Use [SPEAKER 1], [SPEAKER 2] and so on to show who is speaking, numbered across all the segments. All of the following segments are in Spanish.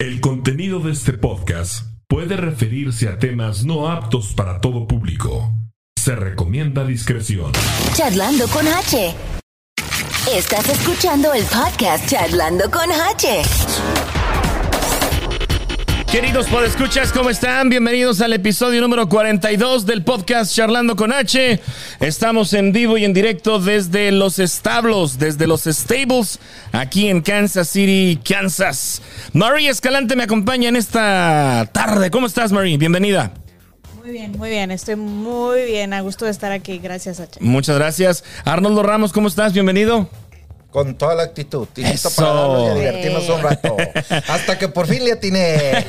[SPEAKER 1] El contenido de este podcast puede referirse a temas no aptos para todo público. Se recomienda discreción.
[SPEAKER 2] Charlando con H. Estás escuchando el podcast Charlando con H.
[SPEAKER 3] Queridos podescuchas, ¿cómo están? Bienvenidos al episodio número 42 del podcast Charlando con H. Estamos en vivo y en directo desde los establos, desde los stables, aquí en Kansas City, Kansas. Marie Escalante me acompaña en esta tarde. ¿Cómo estás, Marie? Bienvenida.
[SPEAKER 4] Muy bien, muy bien. Estoy muy bien. A gusto de estar aquí. Gracias, H.
[SPEAKER 3] Muchas gracias. Arnoldo Ramos, ¿cómo estás? Bienvenido.
[SPEAKER 5] Con toda la actitud. Y listo
[SPEAKER 3] Eso.
[SPEAKER 5] para darnos y a divertirnos un rato. Hasta que por fin le atiné.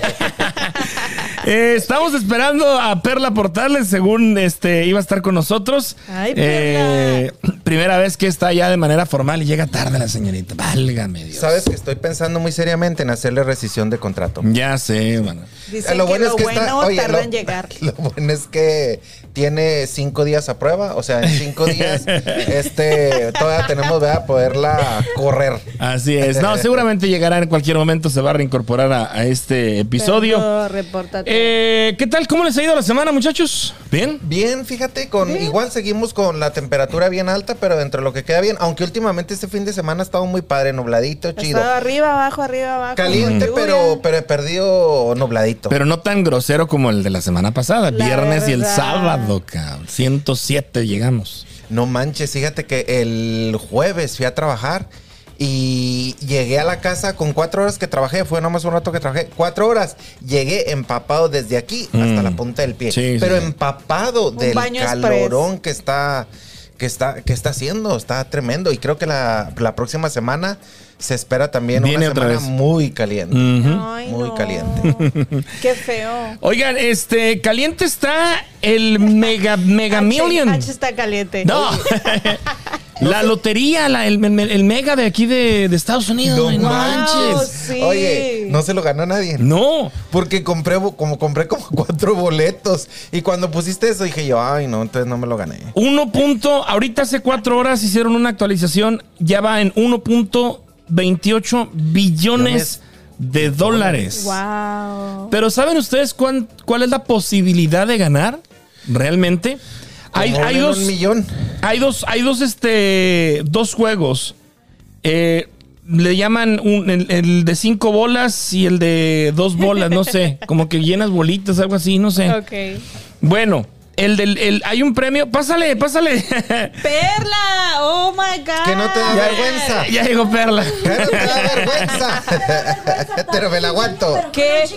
[SPEAKER 3] Eh, estamos esperando a Perla Portales, según este iba a estar con nosotros.
[SPEAKER 4] Ay,
[SPEAKER 3] Eh, primera vez que está ya de manera formal y llega tarde la señorita. Válgame Dios.
[SPEAKER 5] Sabes que estoy pensando muy seriamente en hacerle rescisión de contrato.
[SPEAKER 3] Ya sé, mano.
[SPEAKER 4] Dicen
[SPEAKER 5] Eh, Lo
[SPEAKER 4] que
[SPEAKER 5] bueno
[SPEAKER 4] lo
[SPEAKER 5] es que
[SPEAKER 4] bueno
[SPEAKER 5] está- oye,
[SPEAKER 4] tarda
[SPEAKER 5] lo-
[SPEAKER 4] en llegar.
[SPEAKER 5] Lo bueno es que tiene cinco días a prueba. O sea, en cinco días, este, todavía tenemos, ¿verdad? Poderla correr.
[SPEAKER 3] Así es. No, seguramente llegará en cualquier momento, se va a reincorporar a, a este episodio.
[SPEAKER 4] Pero repórtate.
[SPEAKER 3] Eh, ¿Qué tal? ¿Cómo les ha ido la semana, muchachos? ¿Bien?
[SPEAKER 5] Bien, fíjate, con igual seguimos con la temperatura bien alta, pero dentro de lo que queda bien, aunque últimamente este fin de semana ha estado muy padre, nubladito, chido.
[SPEAKER 4] Estaba arriba, abajo, arriba, abajo.
[SPEAKER 5] Caliente,
[SPEAKER 4] Lluvia.
[SPEAKER 5] pero, pero he perdido nubladito.
[SPEAKER 3] Pero no tan grosero como el de la semana pasada,
[SPEAKER 4] La
[SPEAKER 3] viernes y el
[SPEAKER 4] verdad.
[SPEAKER 3] sábado, cabrón. 107 llegamos.
[SPEAKER 5] No manches, fíjate que el jueves fui a trabajar y llegué a la casa con cuatro horas que trabajé. Fue nomás un rato que trabajé. Cuatro horas. Llegué empapado desde aquí hasta
[SPEAKER 3] Mm.
[SPEAKER 5] la punta del pie.
[SPEAKER 3] Sí, sí,
[SPEAKER 5] pero
[SPEAKER 3] sí.
[SPEAKER 5] empapado
[SPEAKER 4] Un
[SPEAKER 5] del
[SPEAKER 4] baño express.
[SPEAKER 5] calorón que está, que, está, que está haciendo. Está tremendo. Y creo que la, la próxima semana se espera también
[SPEAKER 3] Viene
[SPEAKER 5] una
[SPEAKER 3] otra
[SPEAKER 5] semana
[SPEAKER 3] vez.
[SPEAKER 5] muy caliente.
[SPEAKER 4] Ay,
[SPEAKER 5] Muy
[SPEAKER 4] no.
[SPEAKER 5] caliente.
[SPEAKER 4] Qué feo.
[SPEAKER 3] Oigan, este, caliente está el Mega, mega
[SPEAKER 4] H-
[SPEAKER 3] Million.
[SPEAKER 4] H está caliente.
[SPEAKER 3] No. la lotería, la- el, el Mega de aquí de, de Estados Unidos.
[SPEAKER 5] No
[SPEAKER 3] güey, No manches.
[SPEAKER 4] Sí.
[SPEAKER 5] Oye, no se lo ganó nadie.
[SPEAKER 3] No.
[SPEAKER 5] Porque compré, bo- como compré como cuatro boletos. Y cuando pusiste eso dije yo, ay no, entonces no me lo gané.
[SPEAKER 3] Uno punto, ahorita hace cuatro horas hicieron una actualización, ya va en 1.28 billones
[SPEAKER 5] Billones
[SPEAKER 3] de dólares.
[SPEAKER 4] Wow.
[SPEAKER 3] Pero ¿saben ustedes cuán- cuál es la posibilidad de ganar realmente? Hay,
[SPEAKER 5] Como
[SPEAKER 3] hay
[SPEAKER 5] ven,
[SPEAKER 3] dos,
[SPEAKER 5] Pues Un millón.
[SPEAKER 3] hay dos, hay dos, este, dos juegos. Eh, le llaman un- el, el de cinco bolas y el de dos bolas, no sé. Como que llenas bolitas, algo así, no sé.
[SPEAKER 4] Ok.
[SPEAKER 3] Bueno, el del, el, hay un premio. Pásale, pásale.
[SPEAKER 4] Perla, oh my God.
[SPEAKER 5] Que no te da
[SPEAKER 3] Ah, Ya- Ya
[SPEAKER 5] vergüenza.
[SPEAKER 3] llegó Perla.
[SPEAKER 5] Claro, te da vergüenza. Pero me la aguanto.
[SPEAKER 4] ¿Qué?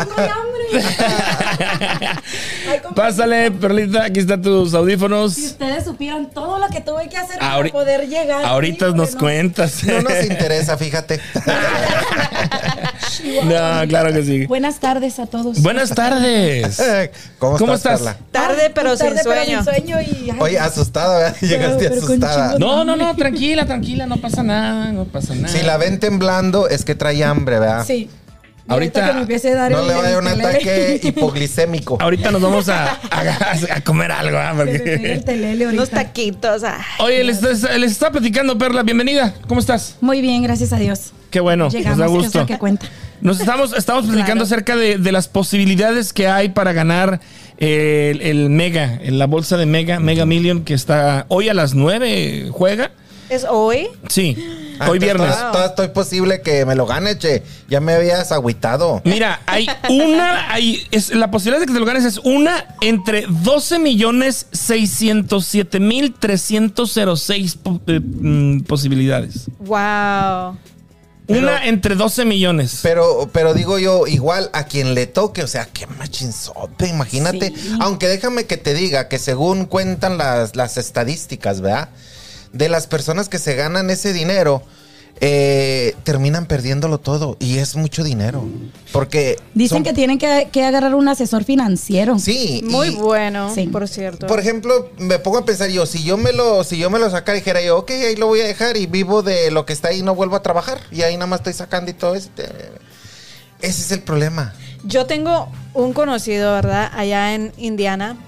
[SPEAKER 3] Pásale, Perlita, aquí están tus
[SPEAKER 6] Si
[SPEAKER 3] audífonos.
[SPEAKER 6] ustedes supieran todo lo que tuve que hacer
[SPEAKER 3] Ahori-
[SPEAKER 6] para poder llegar.
[SPEAKER 3] Ahorita
[SPEAKER 6] híjole,
[SPEAKER 3] nos
[SPEAKER 6] no.
[SPEAKER 3] cuentas.
[SPEAKER 5] No nos interesa, fíjate.
[SPEAKER 3] No, claro que sí.
[SPEAKER 6] Buenas tardes a todos.
[SPEAKER 3] Buenas tardes.
[SPEAKER 5] ¿Cómo,
[SPEAKER 3] ¿Cómo
[SPEAKER 5] estás,
[SPEAKER 3] estás?
[SPEAKER 5] Carla?
[SPEAKER 4] Tarde, pero,
[SPEAKER 6] Tarde,
[SPEAKER 4] sin, sueño.
[SPEAKER 6] sueño y, ay,
[SPEAKER 5] Oye, asustada, ¿verdad? Llegaste
[SPEAKER 6] pero con
[SPEAKER 5] asustada.
[SPEAKER 6] chingón.
[SPEAKER 3] No, no, no, tranquila, tranquila, no pasa nada, no pasa nada.
[SPEAKER 5] Si la ven temblando, es que trae hambre, ¿verdad?
[SPEAKER 6] sí.
[SPEAKER 3] Ahorita-
[SPEAKER 6] que me empiece a dar
[SPEAKER 5] ah, No
[SPEAKER 6] el-
[SPEAKER 5] le vaya
[SPEAKER 6] el-
[SPEAKER 5] un
[SPEAKER 6] el-
[SPEAKER 5] ataque hipoglicémico.
[SPEAKER 3] Ahorita nos vamos a, a- a comer algo, ¿ah?
[SPEAKER 6] que me pegue el
[SPEAKER 3] Porque...
[SPEAKER 6] telele ahorita.
[SPEAKER 4] Unos taquitos. ah.
[SPEAKER 3] Oye, les, está- les está platicando Perla, bienvenida. ¿Cómo estás?
[SPEAKER 6] Muy bien, gracias a Dios.
[SPEAKER 3] Qué bueno,
[SPEAKER 6] Llegamos,
[SPEAKER 3] nos da
[SPEAKER 6] eso es
[SPEAKER 3] gusto.
[SPEAKER 6] lo que cuenta.
[SPEAKER 3] Nos estamos, estamos platicando
[SPEAKER 6] Claro.
[SPEAKER 3] acerca de, de las posibilidades que hay para ganar eh, el, el Mega, en la bolsa de Mega, Mega Million, que está hoy a las 9, juega.
[SPEAKER 4] ¿Es hoy?
[SPEAKER 3] Sí,
[SPEAKER 5] Ah,
[SPEAKER 3] hoy
[SPEAKER 5] entonces
[SPEAKER 3] viernes.
[SPEAKER 5] todas- todas estoy posible que me lo gane, che. Ya me habías agüitado.
[SPEAKER 3] Mira, hay una, hay, es, la posibilidad de que te lo ganes es una entre 12 millones 607 mil 306 po- eh, mm, posibilidades.
[SPEAKER 4] Wow.
[SPEAKER 3] una entre 12 millones.
[SPEAKER 5] Pero, pero digo yo, igual a quien le toque, o sea, qué machinzote, imagínate. Aunque déjame que te diga que según cuentan las, las estadísticas, ¿verdad? De las personas que se ganan ese dinero, eh, terminan perdiéndolo todo. Y es mucho dinero. Porque.
[SPEAKER 6] Dicen
[SPEAKER 5] son-
[SPEAKER 6] que tienen que, que agarrar un asesor financiero.
[SPEAKER 5] Sí.
[SPEAKER 4] Muy
[SPEAKER 5] y-
[SPEAKER 4] bueno,
[SPEAKER 6] Sí.
[SPEAKER 4] por cierto.
[SPEAKER 5] Por ejemplo, me pongo a pensar yo, si yo me lo, si yo me lo sacara, dijera yo, ok, ahí lo voy a dejar y vivo de lo que está ahí, no vuelvo a trabajar. Y ahí nada más estoy sacando y todo eso. Ese es el problema.
[SPEAKER 4] Yo tengo un conocido, ¿verdad? Allá en Indiana,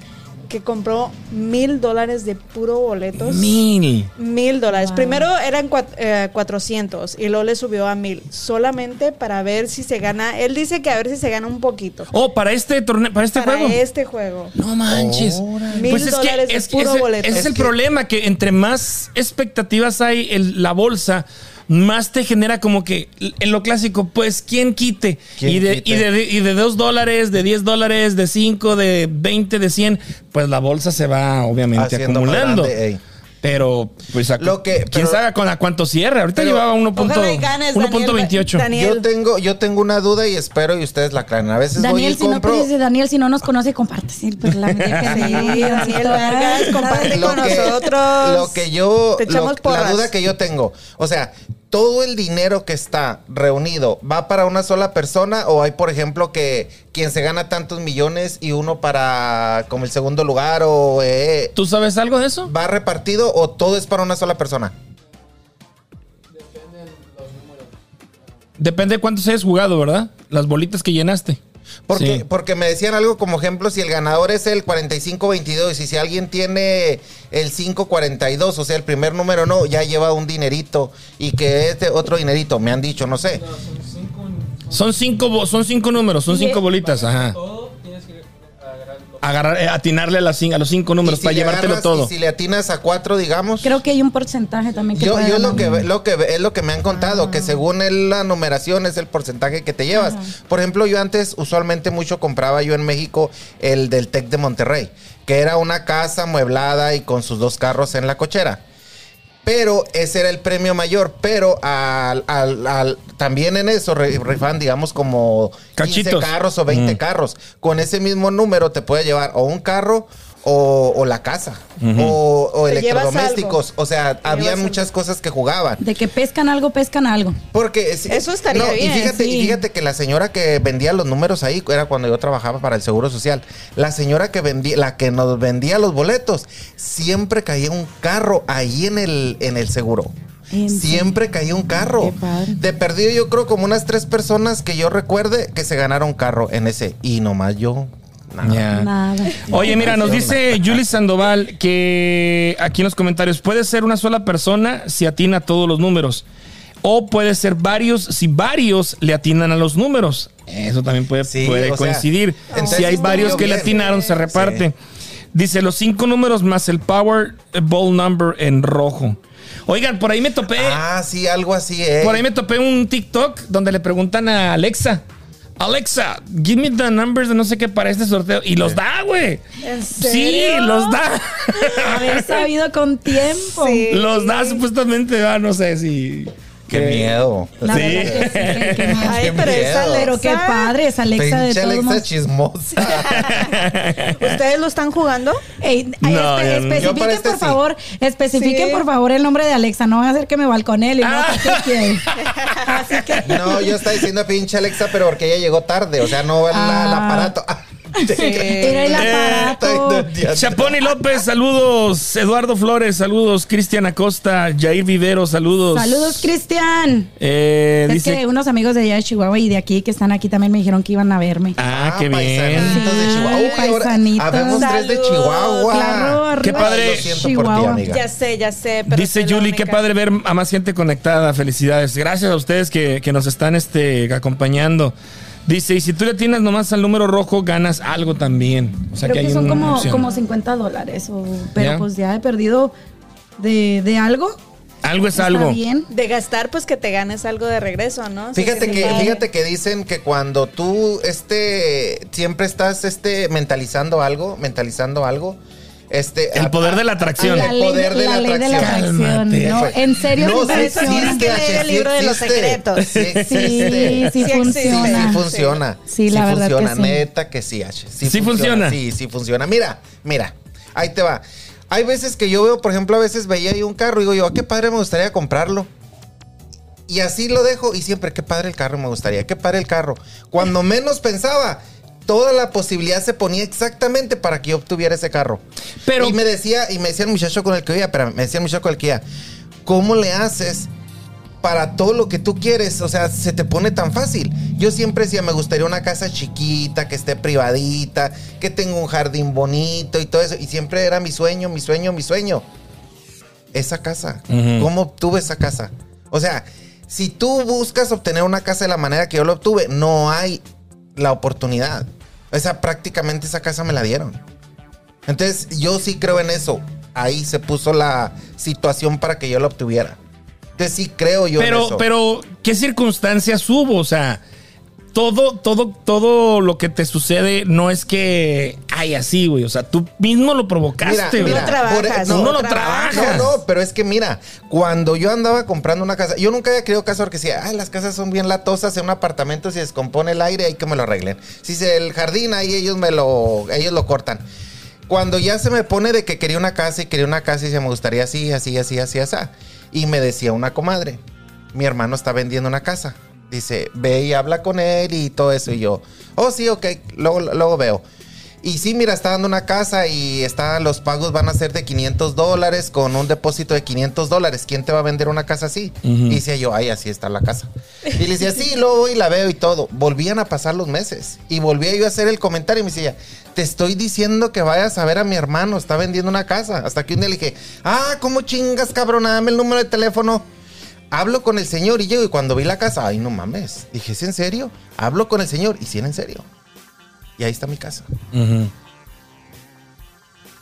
[SPEAKER 4] que compró mil dólares de puro boletos.
[SPEAKER 3] Mil.
[SPEAKER 4] Mil dólares.
[SPEAKER 6] Wow.
[SPEAKER 4] Primero eran cuat- eh, 400 y luego le subió a mil. Solamente para ver si se gana. Él dice que a ver si se gana un poquito.
[SPEAKER 3] Oh, para este torneo, para este
[SPEAKER 4] para
[SPEAKER 3] juego.
[SPEAKER 4] este juego.
[SPEAKER 3] No manches.
[SPEAKER 5] Órale.
[SPEAKER 3] Pues
[SPEAKER 4] Mil
[SPEAKER 3] es que
[SPEAKER 4] dólares de
[SPEAKER 3] es,
[SPEAKER 4] puro
[SPEAKER 3] es-
[SPEAKER 4] boleto.
[SPEAKER 3] ese es
[SPEAKER 4] Es
[SPEAKER 3] el
[SPEAKER 5] que-
[SPEAKER 3] problema, que entre más expectativas hay en la bolsa, más te genera como que en lo clásico, pues, ¿quién quite?
[SPEAKER 5] ¿Quién
[SPEAKER 3] y, de,
[SPEAKER 5] quite?
[SPEAKER 3] Y, de, y de 2 dólares, de 10 dólares, de 5, de 20, de 100, pues la bolsa se va obviamente
[SPEAKER 5] Haciendo más
[SPEAKER 3] acumulando.
[SPEAKER 5] grande, ey.
[SPEAKER 3] Pero, pues, a-
[SPEAKER 5] Lo que-
[SPEAKER 3] ¿quién
[SPEAKER 5] pero-
[SPEAKER 3] sabe con a cuánto cierra? Ahorita
[SPEAKER 5] Pero-
[SPEAKER 3] llevaba uno punto-
[SPEAKER 4] Ojalá y ganes,
[SPEAKER 3] 1.28.
[SPEAKER 4] Daniel.
[SPEAKER 5] Yo tengo, yo tengo una duda y espero y ustedes la aclaren. A veces
[SPEAKER 6] Daniel, si
[SPEAKER 5] voy y compro.
[SPEAKER 6] no conoces, Daniel, si no nos conoce, comparte. Sí, pues la verdad que
[SPEAKER 4] Sí, Daniel Vargas, comparte
[SPEAKER 5] lo
[SPEAKER 4] con
[SPEAKER 5] que-
[SPEAKER 4] nosotros.
[SPEAKER 5] Lo que yo.
[SPEAKER 4] Te echamos
[SPEAKER 5] lo- la
[SPEAKER 4] porras.
[SPEAKER 5] duda que yo tengo. O sea, ¿todo el dinero que está reunido va para una sola persona? ¿O hay, por ejemplo, que quien se gana tantos millones y uno para como el segundo lugar? ¿O eh,
[SPEAKER 3] ¿Tú sabes algo de eso?
[SPEAKER 5] va repartido o todo es para una sola persona?
[SPEAKER 3] Depende de cuántos hayas jugado, ¿verdad? Las bolitas que llenaste.
[SPEAKER 5] Porque,
[SPEAKER 3] Sí.
[SPEAKER 5] porque me decían algo como ejemplo, si el ganador es el 45-22 y si alguien tiene el 5-42, o sea, el primer número no, ya lleva un dinerito y que este otro dinerito, me han dicho, no sé.
[SPEAKER 3] Son cinco, bo- son cinco números, son
[SPEAKER 6] Y-
[SPEAKER 3] cinco bolitas, ajá. Agarrar, eh, atinarle a, las cin- a los cinco números
[SPEAKER 5] Y si
[SPEAKER 3] para
[SPEAKER 5] le
[SPEAKER 3] llevártelo
[SPEAKER 5] agarras
[SPEAKER 3] todo.
[SPEAKER 5] Y si le atinas a cuatro, digamos.
[SPEAKER 6] Creo que hay un porcentaje también que
[SPEAKER 5] yo,
[SPEAKER 6] puede
[SPEAKER 5] yo lo
[SPEAKER 6] ganar.
[SPEAKER 5] que, ve- lo que ve- es lo que me han contado, que según el- la numeración es el porcentaje que te llevas. Por ejemplo, yo antes usualmente mucho compraba yo en México el del Tec de Monterrey, que era una casa mueblada y con sus dos carros en la cochera. Pero ese era el premio mayor, pero al, al- al- también en eso re- rifan, digamos, como 15
[SPEAKER 3] Cachitos.
[SPEAKER 5] carros o 20 carros. Con ese mismo número te puede llevar o un carro o, o la casa o, o
[SPEAKER 4] Te llevas
[SPEAKER 5] electrodomésticos.
[SPEAKER 4] algo.
[SPEAKER 5] O sea,
[SPEAKER 4] Te
[SPEAKER 5] había
[SPEAKER 4] llevas
[SPEAKER 5] muchas cosas que jugaban.
[SPEAKER 6] De que pescan algo, pescan algo.
[SPEAKER 5] Porque es-
[SPEAKER 4] Eso estaría bien,
[SPEAKER 5] Y fíjate,
[SPEAKER 4] sí.
[SPEAKER 5] y fíjate que la señora que vendía los números ahí era cuando yo trabajaba para el Seguro Social. La señora que vendía, la que nos vendía los boletos, siempre caía un carro ahí en el, en el seguro.
[SPEAKER 6] En-
[SPEAKER 5] Siempre caía un carro.
[SPEAKER 6] Qué padre.
[SPEAKER 5] De perdido, yo creo como unas tres personas que yo recuerde que se ganaron carro en ese. Y nomás yo. nada.
[SPEAKER 3] Ya.
[SPEAKER 6] Nada.
[SPEAKER 3] Oye, mira, nos dice Julie Sandoval que aquí en los comentarios puede ser una sola persona si atina todos los números. O puede ser varios si varios le atinan a los números. Eso también puede,
[SPEAKER 5] Sí,
[SPEAKER 3] puede
[SPEAKER 5] o sea,
[SPEAKER 3] coincidir.
[SPEAKER 5] entonces
[SPEAKER 3] si hay
[SPEAKER 5] estaría
[SPEAKER 3] varios que le
[SPEAKER 5] bien.
[SPEAKER 3] atinaron, se reparte. Dice los cinco números más el Power eh, Ball Number en rojo. Oigan, por ahí me topé.
[SPEAKER 5] Ah, sí, algo así, eh.
[SPEAKER 3] Eh. Por ahí me topé un TikTok donde le preguntan a Alexa. Alexa, give me the numbers de no sé qué para este sorteo. Y los da, güey.
[SPEAKER 4] ¿En
[SPEAKER 3] Sí,
[SPEAKER 4] serio?
[SPEAKER 3] los da.
[SPEAKER 6] Haber sabido con tiempo.
[SPEAKER 4] Sí.
[SPEAKER 3] los da supuestamente, ah, no sé si.
[SPEAKER 5] Qué miedo.
[SPEAKER 6] La
[SPEAKER 3] Sí.
[SPEAKER 6] verdad que sí, qué mal.
[SPEAKER 4] Ay,
[SPEAKER 5] Qué
[SPEAKER 4] pero es
[SPEAKER 5] miedo.
[SPEAKER 4] Alexa.
[SPEAKER 6] Pero qué padre, es Alexa de
[SPEAKER 5] Pinche
[SPEAKER 6] todos
[SPEAKER 5] Alexa
[SPEAKER 6] modos.
[SPEAKER 5] chismosa.
[SPEAKER 4] ¿Ustedes lo están jugando?
[SPEAKER 6] Ey,
[SPEAKER 3] No,
[SPEAKER 6] ay,
[SPEAKER 3] yo no.
[SPEAKER 6] espe-
[SPEAKER 5] Yo para
[SPEAKER 6] especifiquen,
[SPEAKER 5] este
[SPEAKER 6] por
[SPEAKER 5] sí.
[SPEAKER 6] favor, especifiquen,
[SPEAKER 4] Sí.
[SPEAKER 6] por favor, el nombre de Alexa. No van a hacer que me balconele. No,
[SPEAKER 3] Ah.
[SPEAKER 6] ¿qué quiere? Así que...
[SPEAKER 5] No, yo estaba diciendo pinche Alexa, pero porque ella llegó tarde. O sea, no va la- el
[SPEAKER 6] Ah.
[SPEAKER 5] aparato. Ah, Eh, te crees.
[SPEAKER 6] Era el
[SPEAKER 5] Estoy
[SPEAKER 6] aparato.
[SPEAKER 5] tonteando.
[SPEAKER 3] Chaponi López, saludos. Eduardo Flores, saludos. Cristian Acosta, Jair Vivero, saludos.
[SPEAKER 6] Saludos, Cristian.
[SPEAKER 3] Eh,
[SPEAKER 6] es
[SPEAKER 3] dice.
[SPEAKER 6] que unos amigos de allá de Chihuahua y de aquí que están aquí también me dijeron que iban a verme.
[SPEAKER 3] Ah, qué bien.
[SPEAKER 5] paisanitos de
[SPEAKER 6] Sí,
[SPEAKER 5] Chihuahua. Uy, ahora
[SPEAKER 6] paisanitos.
[SPEAKER 5] habemos tres de
[SPEAKER 4] Salud.
[SPEAKER 5] Chihuahua.
[SPEAKER 6] Claro, arriba
[SPEAKER 3] Qué padre.
[SPEAKER 5] Ay, Lo siento por ti,
[SPEAKER 6] Chihuahua.
[SPEAKER 5] amiga.
[SPEAKER 4] Ya sé, ya sé. Pero
[SPEAKER 3] Dice
[SPEAKER 4] soy la
[SPEAKER 3] Julie, qué
[SPEAKER 4] única.
[SPEAKER 3] padre ver a más gente conectada. Felicidades. Gracias a ustedes que, que nos están este, acompañando. Dice, y si tú le tienes nomás al número rojo, ganas algo también. O sea,
[SPEAKER 6] Creo
[SPEAKER 3] que
[SPEAKER 6] que,
[SPEAKER 3] hay
[SPEAKER 6] son
[SPEAKER 3] una
[SPEAKER 6] como,
[SPEAKER 3] opción.
[SPEAKER 6] como 50 dólares. o- pero
[SPEAKER 3] Ya.
[SPEAKER 6] pues ya he perdido de, de algo.
[SPEAKER 3] Algo es
[SPEAKER 6] Está
[SPEAKER 3] algo.
[SPEAKER 6] bien.
[SPEAKER 4] De gastar, pues que te ganes algo de regreso, ¿no?
[SPEAKER 5] Fíjate
[SPEAKER 4] Sí,
[SPEAKER 5] que,
[SPEAKER 4] sí.
[SPEAKER 5] fíjate que dicen que cuando tú este siempre estás este mentalizando algo, mentalizando algo, este
[SPEAKER 3] El
[SPEAKER 5] a-
[SPEAKER 3] poder de la
[SPEAKER 5] a-
[SPEAKER 3] atracción.
[SPEAKER 5] al poder de la,
[SPEAKER 6] ley de la
[SPEAKER 5] atracción.
[SPEAKER 3] Cálmate.
[SPEAKER 6] atracción. ¿no? En serio,
[SPEAKER 5] No, sí
[SPEAKER 6] me impresiona.
[SPEAKER 5] existe,
[SPEAKER 4] Hay que leer
[SPEAKER 5] H,
[SPEAKER 4] el
[SPEAKER 5] sí
[SPEAKER 4] libro de los
[SPEAKER 5] existe.
[SPEAKER 4] secretos.
[SPEAKER 5] Sí
[SPEAKER 6] Sí,
[SPEAKER 5] existe.
[SPEAKER 6] sí,
[SPEAKER 4] Sí
[SPEAKER 5] Sí,
[SPEAKER 4] existe.
[SPEAKER 5] sí
[SPEAKER 6] funciona.
[SPEAKER 5] funciona.
[SPEAKER 6] Sí, la verdad que
[SPEAKER 5] funciona,
[SPEAKER 6] sí.
[SPEAKER 5] neta que sí, H.
[SPEAKER 3] Sí funciona.
[SPEAKER 5] Sí, sí funciona. Mira, mira, ahí te va. Hay veces que yo veo, por ejemplo, a veces veía ahí un carro y digo yo, "Ah, qué padre me gustaría comprarlo. Y así lo dejo y siempre, qué padre el carro me gustaría, qué padre el carro. Cuando menos pensaba, toda la posibilidad se ponía exactamente para que yo obtuviera ese carro.
[SPEAKER 3] Pero-
[SPEAKER 5] y me decía, y me decía el muchacho con el que iba, pero me decía el muchacho con el que iba, ¿cómo le haces? pa- para todo lo que tú quieres, o sea, se te pone tan fácil. Yo siempre decía, me gustaría una casa chiquita, que esté privadita, que tenga un jardín bonito y todo eso. Y siempre era mi sueño, mi sueño, mi sueño. Esa casa. ¿Cómo obtuve esa casa? O sea, si tú buscas obtener una casa de la manera que yo la obtuve, no hay la oportunidad. O sea, prácticamente esa casa me la dieron. Entonces, yo sí creo en eso. Ahí se puso la situación para que yo la obtuviera. Entonces, sí creo yo en
[SPEAKER 3] Pero,
[SPEAKER 5] eso.
[SPEAKER 3] pero, ¿qué circunstancias hubo? O sea, todo, todo, todo lo que te sucede no es que ay así, güey. O sea, tú mismo lo provocaste, güey.
[SPEAKER 4] mira, No trabajas,
[SPEAKER 5] por-
[SPEAKER 3] no lo
[SPEAKER 5] No,
[SPEAKER 3] trabajas.
[SPEAKER 5] no, pero es que mira, cuando yo andaba comprando una casa, yo nunca había querido casa porque decía, ay, las casas son bien latosas en un apartamento, si descompone el aire, hay que me lo arreglen. Si se el jardín, ahí ellos me lo, ellos lo cortan. Cuando ya se me pone de que quería una casa y quería una casa y se me gustaría así, así, así, así, así. Y me decía una comadre, mi hermano está vendiendo una casa. Dice, ve y habla con él y todo eso. Y yo, oh, sí, ok, luego, luego veo. Y sí, mira, está dando una casa y está, los pagos van a ser de 500 dólares con un depósito de 500 dólares. ¿Quién te va a vender una casa así? Y decía yo, ay, así está la casa. Y le decía, sí, luego voy y la veo y todo. Volvían a pasar los meses. Y volvía yo a hacer el comentario y me decía, te estoy diciendo que vayas a ver a mi hermano, está vendiendo una casa. Hasta que un día le dije, ah, ¿cómo chingas, cabrón? Dame el número de teléfono. Hablo con el señor y llego y cuando vi la casa, ay, no mames. Dije, ¿es en serio? Hablo con el señor y sí, era en serio. Y ahí está mi casa.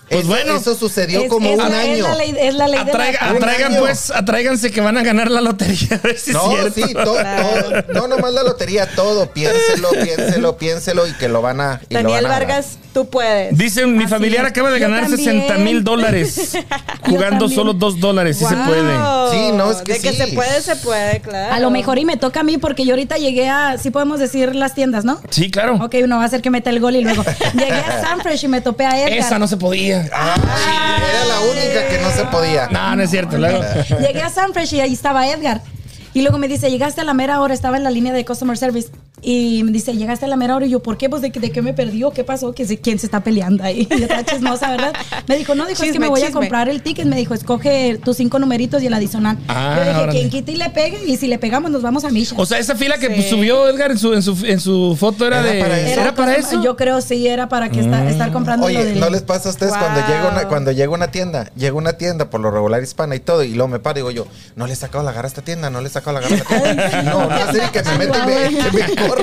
[SPEAKER 3] Pues
[SPEAKER 5] Eso-
[SPEAKER 3] bueno.
[SPEAKER 5] Eso sucedió
[SPEAKER 6] Es-
[SPEAKER 5] como
[SPEAKER 6] es
[SPEAKER 5] un
[SPEAKER 6] la-
[SPEAKER 5] año.
[SPEAKER 6] Es la ley, es la ley de
[SPEAKER 3] Atraiga-
[SPEAKER 6] la-
[SPEAKER 5] Un
[SPEAKER 3] atraigan,
[SPEAKER 5] año.
[SPEAKER 3] pues, atráiganse que van a ganar la lotería. A ver si es
[SPEAKER 5] no,
[SPEAKER 3] cierto.
[SPEAKER 5] sí, todo,
[SPEAKER 4] Claro.
[SPEAKER 5] todo. No, nomás la lotería, todo. Piénselo, piénselo, piénselo y que lo van a. y lo
[SPEAKER 4] Daniel
[SPEAKER 5] van a ganar.
[SPEAKER 4] Vargas, tú puedes.
[SPEAKER 3] Dicen, mi
[SPEAKER 6] Así
[SPEAKER 3] familiar
[SPEAKER 6] es.
[SPEAKER 3] acaba de
[SPEAKER 6] Yo
[SPEAKER 3] ganar
[SPEAKER 6] también.
[SPEAKER 3] 60 mil dólares jugando
[SPEAKER 6] también.
[SPEAKER 3] solo dos dólares, si se
[SPEAKER 4] Wow.
[SPEAKER 3] puede.
[SPEAKER 5] Sí, no, es que
[SPEAKER 4] De que
[SPEAKER 5] sí.
[SPEAKER 4] se puede, se puede, claro.
[SPEAKER 6] A lo mejor y me toca a mí porque yo ahorita llegué a, sí podemos decir las tiendas, ¿no?
[SPEAKER 3] Sí, claro.
[SPEAKER 6] Ok, no va a ser que meta el gol y luego llegué a Sanfresh y me topé a Edgar.
[SPEAKER 3] Esa no se podía.
[SPEAKER 5] Ay, Ah, era la única que no se podía.
[SPEAKER 3] Ah, No, no es cierto. Luego.
[SPEAKER 6] Llegué a Sanfresh y ahí estaba Edgar. Y luego me dice, llegaste a la mera hora, estaba en la línea de customer service. Y me dice, llegaste a la mera hora. Y yo, ¿por qué? Pues de, que- de qué me perdió, qué pasó, ¿Qué se- quién se está peleando ahí. Yo estaba chismosa, ¿verdad? Me dijo, no, dijo, es que
[SPEAKER 4] Chisme,
[SPEAKER 6] me voy a
[SPEAKER 4] chisme.
[SPEAKER 6] comprar el ticket. Me dijo, escoge tus cinco numeritos y el adicional.
[SPEAKER 3] Ah,
[SPEAKER 6] yo dije,
[SPEAKER 3] órale.
[SPEAKER 6] quien quite y le pegue. Y si le pegamos, nos vamos a Misha.
[SPEAKER 3] O sea, esa fila que pues,
[SPEAKER 4] Sí.
[SPEAKER 3] subió Edgar en su, en su, en su foto era,
[SPEAKER 5] Era
[SPEAKER 3] de.
[SPEAKER 5] para eso.
[SPEAKER 3] ¿Era para
[SPEAKER 6] cosa-
[SPEAKER 3] eso? Mm.
[SPEAKER 6] Yo creo sí, era para que esta- estar comprando lo
[SPEAKER 5] Oye,
[SPEAKER 6] del-
[SPEAKER 5] ¿no les pasa a ustedes cuando
[SPEAKER 4] Wow.
[SPEAKER 5] llega una cuando llega una tienda, llega una tienda por lo regular hispana y todo y luego me paro y digo yo, no le he sacado la garra a esta tienda, no le he sacado la garra a esta tienda. No, no así que me meten y me, que me corran.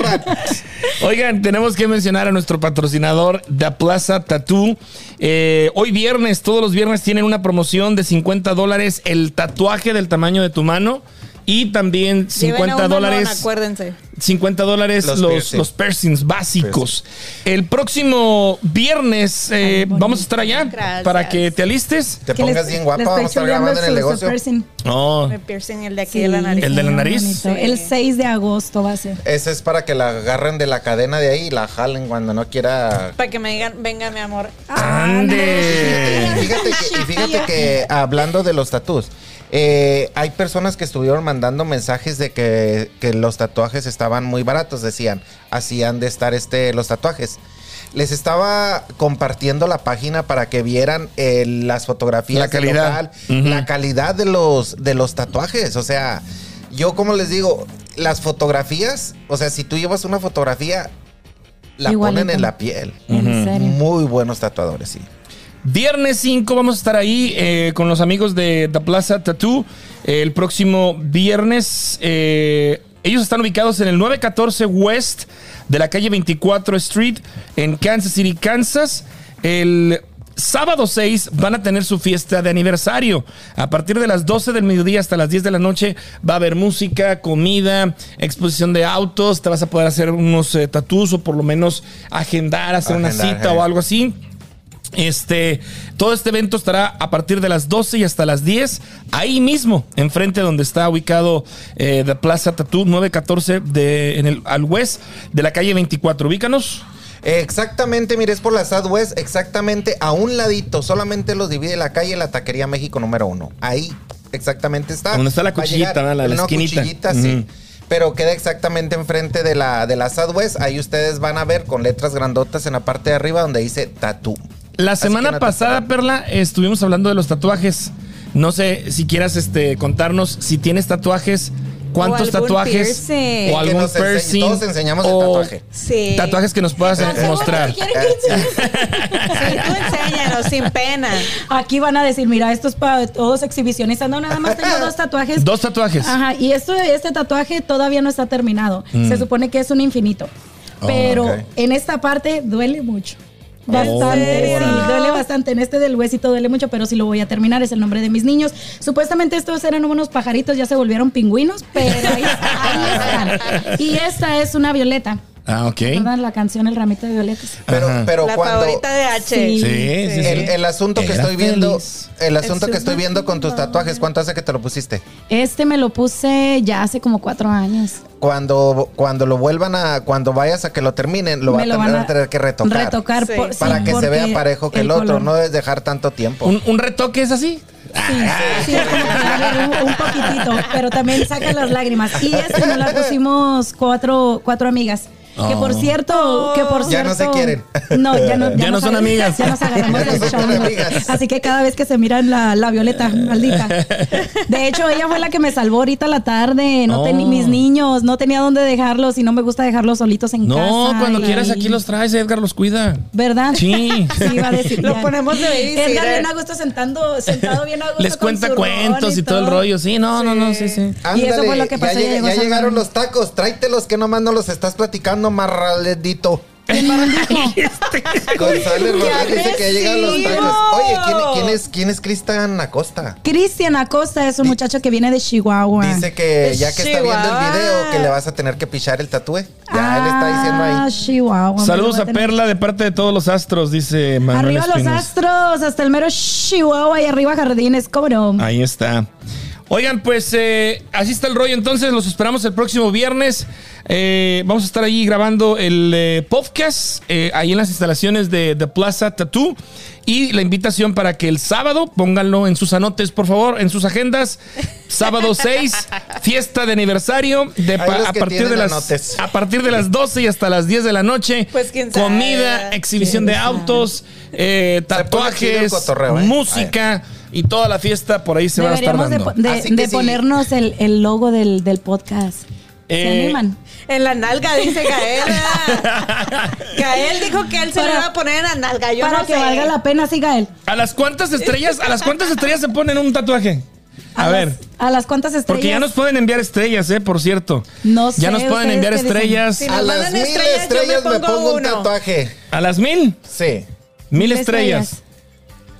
[SPEAKER 3] Oigan, tenemos que mencionar a nuestro patrocinador Da Plaza Tattoo. Eh, hoy viernes, todos los viernes tienen una promoción de 50 dólares el tatuaje del tamaño de tu mano y también
[SPEAKER 4] Lleven a
[SPEAKER 3] 50
[SPEAKER 4] un mamón,
[SPEAKER 3] dólares.
[SPEAKER 4] acuérdense.
[SPEAKER 3] 50 dólares los,
[SPEAKER 5] Los
[SPEAKER 3] los,
[SPEAKER 5] piercings.
[SPEAKER 3] piercings básicos. El próximo viernes eh, vamos a estar allá
[SPEAKER 4] Gracias.
[SPEAKER 3] para que te alistes.
[SPEAKER 5] Te
[SPEAKER 6] que les-
[SPEAKER 5] pongas bien guapa,
[SPEAKER 6] les
[SPEAKER 5] vamos a estar
[SPEAKER 6] estoy
[SPEAKER 5] grabando en el
[SPEAKER 6] chuleando su- su
[SPEAKER 5] negocio.
[SPEAKER 6] piercing.
[SPEAKER 3] No,
[SPEAKER 4] Me piercing el de aquí
[SPEAKER 6] Sí,
[SPEAKER 4] de la nariz.
[SPEAKER 3] El de la
[SPEAKER 6] sí,
[SPEAKER 3] nariz.
[SPEAKER 6] bonito.
[SPEAKER 4] Sí.
[SPEAKER 6] El 6 de agosto va a ser.
[SPEAKER 5] Eso es para que la agarren de la cadena de ahí y la jalen cuando no quiera
[SPEAKER 4] Para que me digan, venga, mi amor.
[SPEAKER 3] ande.
[SPEAKER 5] Y fíjate que, y fíjate que hablando de los tatús, eh, hay personas que estuvieron mandando mensajes de que, que los tatuajes estaban muy baratos, decían, así han de estar este, los tatuajes. Les estaba compartiendo la página para que vieran eh, las fotografías,
[SPEAKER 3] La
[SPEAKER 5] del
[SPEAKER 3] calidad.
[SPEAKER 5] local,
[SPEAKER 3] Ujú.
[SPEAKER 5] la calidad de los, de los tatuajes. O sea, yo como les digo, las fotografías, o sea, si tú llevas una fotografía, la
[SPEAKER 6] Igualito.
[SPEAKER 5] ponen en la piel.
[SPEAKER 6] En serio.
[SPEAKER 5] Muy buenos tatuadores, sí.
[SPEAKER 3] Viernes 5 vamos a estar ahí eh, con los amigos de The Plaza Tattoo. Eh, el próximo viernes. eh, ellos están ubicados en el 914 West de la calle 24 Street en Kansas City, Kansas. El sábado 6 van a tener su fiesta de aniversario. A partir de las 12 del mediodía hasta las 10 de la noche va a haber música, comida, exposición de autos. Te vas a poder hacer unos eh, tatús o por lo menos agendar, hacer una
[SPEAKER 5] Agendar,
[SPEAKER 3] cita
[SPEAKER 5] eh.
[SPEAKER 3] o algo así. Este, todo este evento estará a partir de las 12 y hasta las 10, ahí mismo, enfrente donde está ubicado eh, The Plaza Tattoo 914 de, en el, al west de la calle 24. Ubícanos.
[SPEAKER 5] Exactamente, mire, es por la Southwest, exactamente a un ladito, solamente los divide la calle la taquería México número uno. Ahí exactamente está.
[SPEAKER 3] Donde está la
[SPEAKER 5] Va a
[SPEAKER 3] cuchillita,
[SPEAKER 5] llegar
[SPEAKER 3] ¿verdad? La- la
[SPEAKER 5] una
[SPEAKER 3] esquinita.
[SPEAKER 5] cuchillita, sí.
[SPEAKER 3] Ujú.
[SPEAKER 5] Pero queda exactamente enfrente de la, de la Southwest. Ahí ustedes van a ver con letras grandotas en la parte de arriba donde dice tatú.
[SPEAKER 3] La
[SPEAKER 5] Así que
[SPEAKER 3] semana
[SPEAKER 5] no te
[SPEAKER 3] pasada,
[SPEAKER 5] esperan.
[SPEAKER 3] Perla, estuvimos hablando de los tatuajes. No sé si quieras este, contarnos si tienes tatuajes cuántos
[SPEAKER 7] algún
[SPEAKER 3] tatuajes
[SPEAKER 7] piercing.
[SPEAKER 3] o
[SPEAKER 5] Que
[SPEAKER 3] algún
[SPEAKER 5] nos enseñe-
[SPEAKER 3] piercing
[SPEAKER 5] todos enseñamos el
[SPEAKER 3] o
[SPEAKER 5] tatuaje.
[SPEAKER 4] Sí.
[SPEAKER 3] Tatuajes que nos puedas eh, mostrar. Eh,
[SPEAKER 4] Sí, tú enséñanos sin pena.
[SPEAKER 6] Aquí van a decir, mira, esto es para todos exhibicionistas. No, nada más tengo dos tatuajes.
[SPEAKER 3] Dos tatuajes.
[SPEAKER 6] Ajá, y esto, este tatuaje todavía no está terminado.
[SPEAKER 3] Mm.
[SPEAKER 6] Se supone que es un infinito.
[SPEAKER 5] Oh,
[SPEAKER 6] Pero
[SPEAKER 5] ok.
[SPEAKER 6] en esta parte duele mucho.
[SPEAKER 3] Oh.
[SPEAKER 6] Bastante,
[SPEAKER 3] ¿En
[SPEAKER 6] sí,
[SPEAKER 3] serio?
[SPEAKER 6] duele bastante. En este del huesito duele mucho, pero sí lo voy a terminar. Es el nombre de mis niños. Supuestamente estos eran unos pajaritos, ya se volvieron pingüinos, pero ahí, ahí están. Y esta es una violeta.
[SPEAKER 3] Ah, ok.
[SPEAKER 5] ¿Eh?
[SPEAKER 6] ¿Recuerdan la canción El ramito de violetas?
[SPEAKER 5] Pero,
[SPEAKER 3] Ajá.
[SPEAKER 5] pero
[SPEAKER 4] La
[SPEAKER 5] cuando.
[SPEAKER 4] favorita de H.
[SPEAKER 3] Sí,
[SPEAKER 6] Sí.
[SPEAKER 3] sí, sí.
[SPEAKER 5] El, el asunto que
[SPEAKER 3] Era
[SPEAKER 5] estoy viendo,
[SPEAKER 3] feliz.
[SPEAKER 5] el asunto que estoy
[SPEAKER 6] una
[SPEAKER 5] viendo con tus tatuajes, ¿cuánto hace que te lo pusiste?
[SPEAKER 6] Este me lo puse ya hace como cuatro años.
[SPEAKER 5] Cuando, cuando lo vuelvan a, cuando vayas a que lo terminen, lo, va
[SPEAKER 6] me
[SPEAKER 5] a tener, tener que retocar.
[SPEAKER 6] retocar
[SPEAKER 4] Sí.
[SPEAKER 6] por- sí,
[SPEAKER 5] para que se
[SPEAKER 6] porque
[SPEAKER 5] vea parejo que el, otro,
[SPEAKER 6] color.
[SPEAKER 5] no es dejar tanto tiempo.
[SPEAKER 3] ¿Un, un retoque es así?
[SPEAKER 6] Sí, sí, sí, como que darle un, un poquitito, pero también saca las lágrimas. Y este nos la pusimos cuatro, cuatro amigas. Que por cierto, que por
[SPEAKER 5] Oh. Ya no
[SPEAKER 6] cierto-
[SPEAKER 5] se quieren.
[SPEAKER 6] No, ya no,
[SPEAKER 3] Ya no
[SPEAKER 6] nos
[SPEAKER 3] son
[SPEAKER 6] agarra-
[SPEAKER 3] amigas.
[SPEAKER 6] Ya nos agarramos
[SPEAKER 5] Ya no
[SPEAKER 6] del
[SPEAKER 5] son
[SPEAKER 6] chongo.
[SPEAKER 5] amigas.
[SPEAKER 6] Así que cada vez que se miran la, la violeta, maldita. De hecho, ella fue la que me salvó ahorita la tarde. No
[SPEAKER 3] Oh.
[SPEAKER 6] tenía mis niños, no tenía dónde dejarlos y no me gusta dejarlos solitos en casa.
[SPEAKER 3] No, cuando
[SPEAKER 6] y-
[SPEAKER 3] quieras aquí los traes, Edgar los cuida.
[SPEAKER 6] ¿Verdad?
[SPEAKER 3] Sí.
[SPEAKER 6] Sí, iba a decir.
[SPEAKER 4] Lo
[SPEAKER 6] ya.
[SPEAKER 4] ponemos de babysitter.
[SPEAKER 6] Edgar bien a gusto sentando, sentado bien a gusto.
[SPEAKER 3] Les
[SPEAKER 6] con
[SPEAKER 3] cuenta
[SPEAKER 6] su ron
[SPEAKER 3] cuentos y todo el rollo. Sí, no, no, no, sí, sí.
[SPEAKER 6] Y eso fue lo que
[SPEAKER 5] ya
[SPEAKER 6] pasó, ya
[SPEAKER 5] lleg-
[SPEAKER 6] llegó
[SPEAKER 5] ya
[SPEAKER 6] San
[SPEAKER 5] llegaron
[SPEAKER 6] Ramón.
[SPEAKER 5] los tacos, tráetelos que nomás no los estás platicando, marraledito. González Rodríguez dice que ya llegaron los tacos. Oye, ¿quién, quién es, quién es Cristian Acosta?
[SPEAKER 6] Cristian Acosta es un muchacho que viene de Chihuahua.
[SPEAKER 5] Dice que ya que está viendo el
[SPEAKER 4] Chihuahua.
[SPEAKER 5] video, que le vas a tener que pichar el tatué. Ya él está diciendo
[SPEAKER 6] Ah,
[SPEAKER 5] ahí.
[SPEAKER 6] Chihuahua.
[SPEAKER 3] Saludos
[SPEAKER 6] Me lo voy
[SPEAKER 3] a
[SPEAKER 6] tener.
[SPEAKER 3] Perla de parte de todos los astros, dice Manuel
[SPEAKER 6] Arriba los
[SPEAKER 3] Espinosa.
[SPEAKER 6] astros, hasta el mero Chihuahua y arriba jardines, ¿cómo no?
[SPEAKER 3] Ahí está. Oigan, pues eh, así está el rollo. Entonces los esperamos el próximo viernes. Eh, vamos a estar allí grabando el eh, podcast eh, ahí en las instalaciones de, de Plaza Tattoo. Y la invitación para que el sábado, pónganlo en sus anotes, por favor, en sus agendas. Sábado 6, fiesta de aniversario de,
[SPEAKER 5] Ahí
[SPEAKER 3] pa-
[SPEAKER 5] los
[SPEAKER 3] a,
[SPEAKER 5] que
[SPEAKER 3] partir de
[SPEAKER 5] tienen
[SPEAKER 3] las,
[SPEAKER 5] anotes.
[SPEAKER 3] a partir de las 12 y hasta las 10 de la noche.
[SPEAKER 4] Pues, quién sabe.
[SPEAKER 3] Comida, exhibición de
[SPEAKER 6] Quién sabe.
[SPEAKER 3] autos, eh,
[SPEAKER 5] pone chido el
[SPEAKER 3] tatuajes,
[SPEAKER 5] cotorreo, ¿eh?
[SPEAKER 3] música y toda la fiesta por ahí se va a estar
[SPEAKER 6] Deberíamos de,
[SPEAKER 3] dando.
[SPEAKER 6] po- de-
[SPEAKER 5] Así que
[SPEAKER 6] de
[SPEAKER 5] sí.
[SPEAKER 6] ponernos el, el logo del, del podcast.
[SPEAKER 3] Eh,
[SPEAKER 6] ¿Se animan?
[SPEAKER 4] En la nalga, dice Gael. Gael dijo que él se lo
[SPEAKER 6] Para-
[SPEAKER 4] iba a poner en la nalga. Yo
[SPEAKER 6] Para
[SPEAKER 4] no
[SPEAKER 6] que
[SPEAKER 4] sé.
[SPEAKER 6] valga la pena, siga él.
[SPEAKER 3] ¿A las cuántas estrellas? ¿A las cuántas estrellas se ponen un tatuaje? A,
[SPEAKER 6] las-
[SPEAKER 3] ver,
[SPEAKER 6] ¿A las cuántas estrellas?
[SPEAKER 3] porque ya nos pueden enviar estrellas, eh, por cierto.
[SPEAKER 6] No
[SPEAKER 3] Ya
[SPEAKER 6] sé,
[SPEAKER 3] nos pueden
[SPEAKER 6] ¿ustedes
[SPEAKER 3] enviar
[SPEAKER 6] qué dicen?
[SPEAKER 3] estrellas.
[SPEAKER 4] Sí.
[SPEAKER 5] A
[SPEAKER 4] nos
[SPEAKER 5] las
[SPEAKER 4] mandan
[SPEAKER 5] mil
[SPEAKER 4] estrellas, yo
[SPEAKER 5] estrellas,
[SPEAKER 4] me
[SPEAKER 5] me pongo,
[SPEAKER 4] pongo
[SPEAKER 5] un
[SPEAKER 4] uno.
[SPEAKER 5] tatuaje.
[SPEAKER 3] ¿A las mil?
[SPEAKER 5] Sí.
[SPEAKER 3] Mil
[SPEAKER 6] Mil
[SPEAKER 3] estrellas.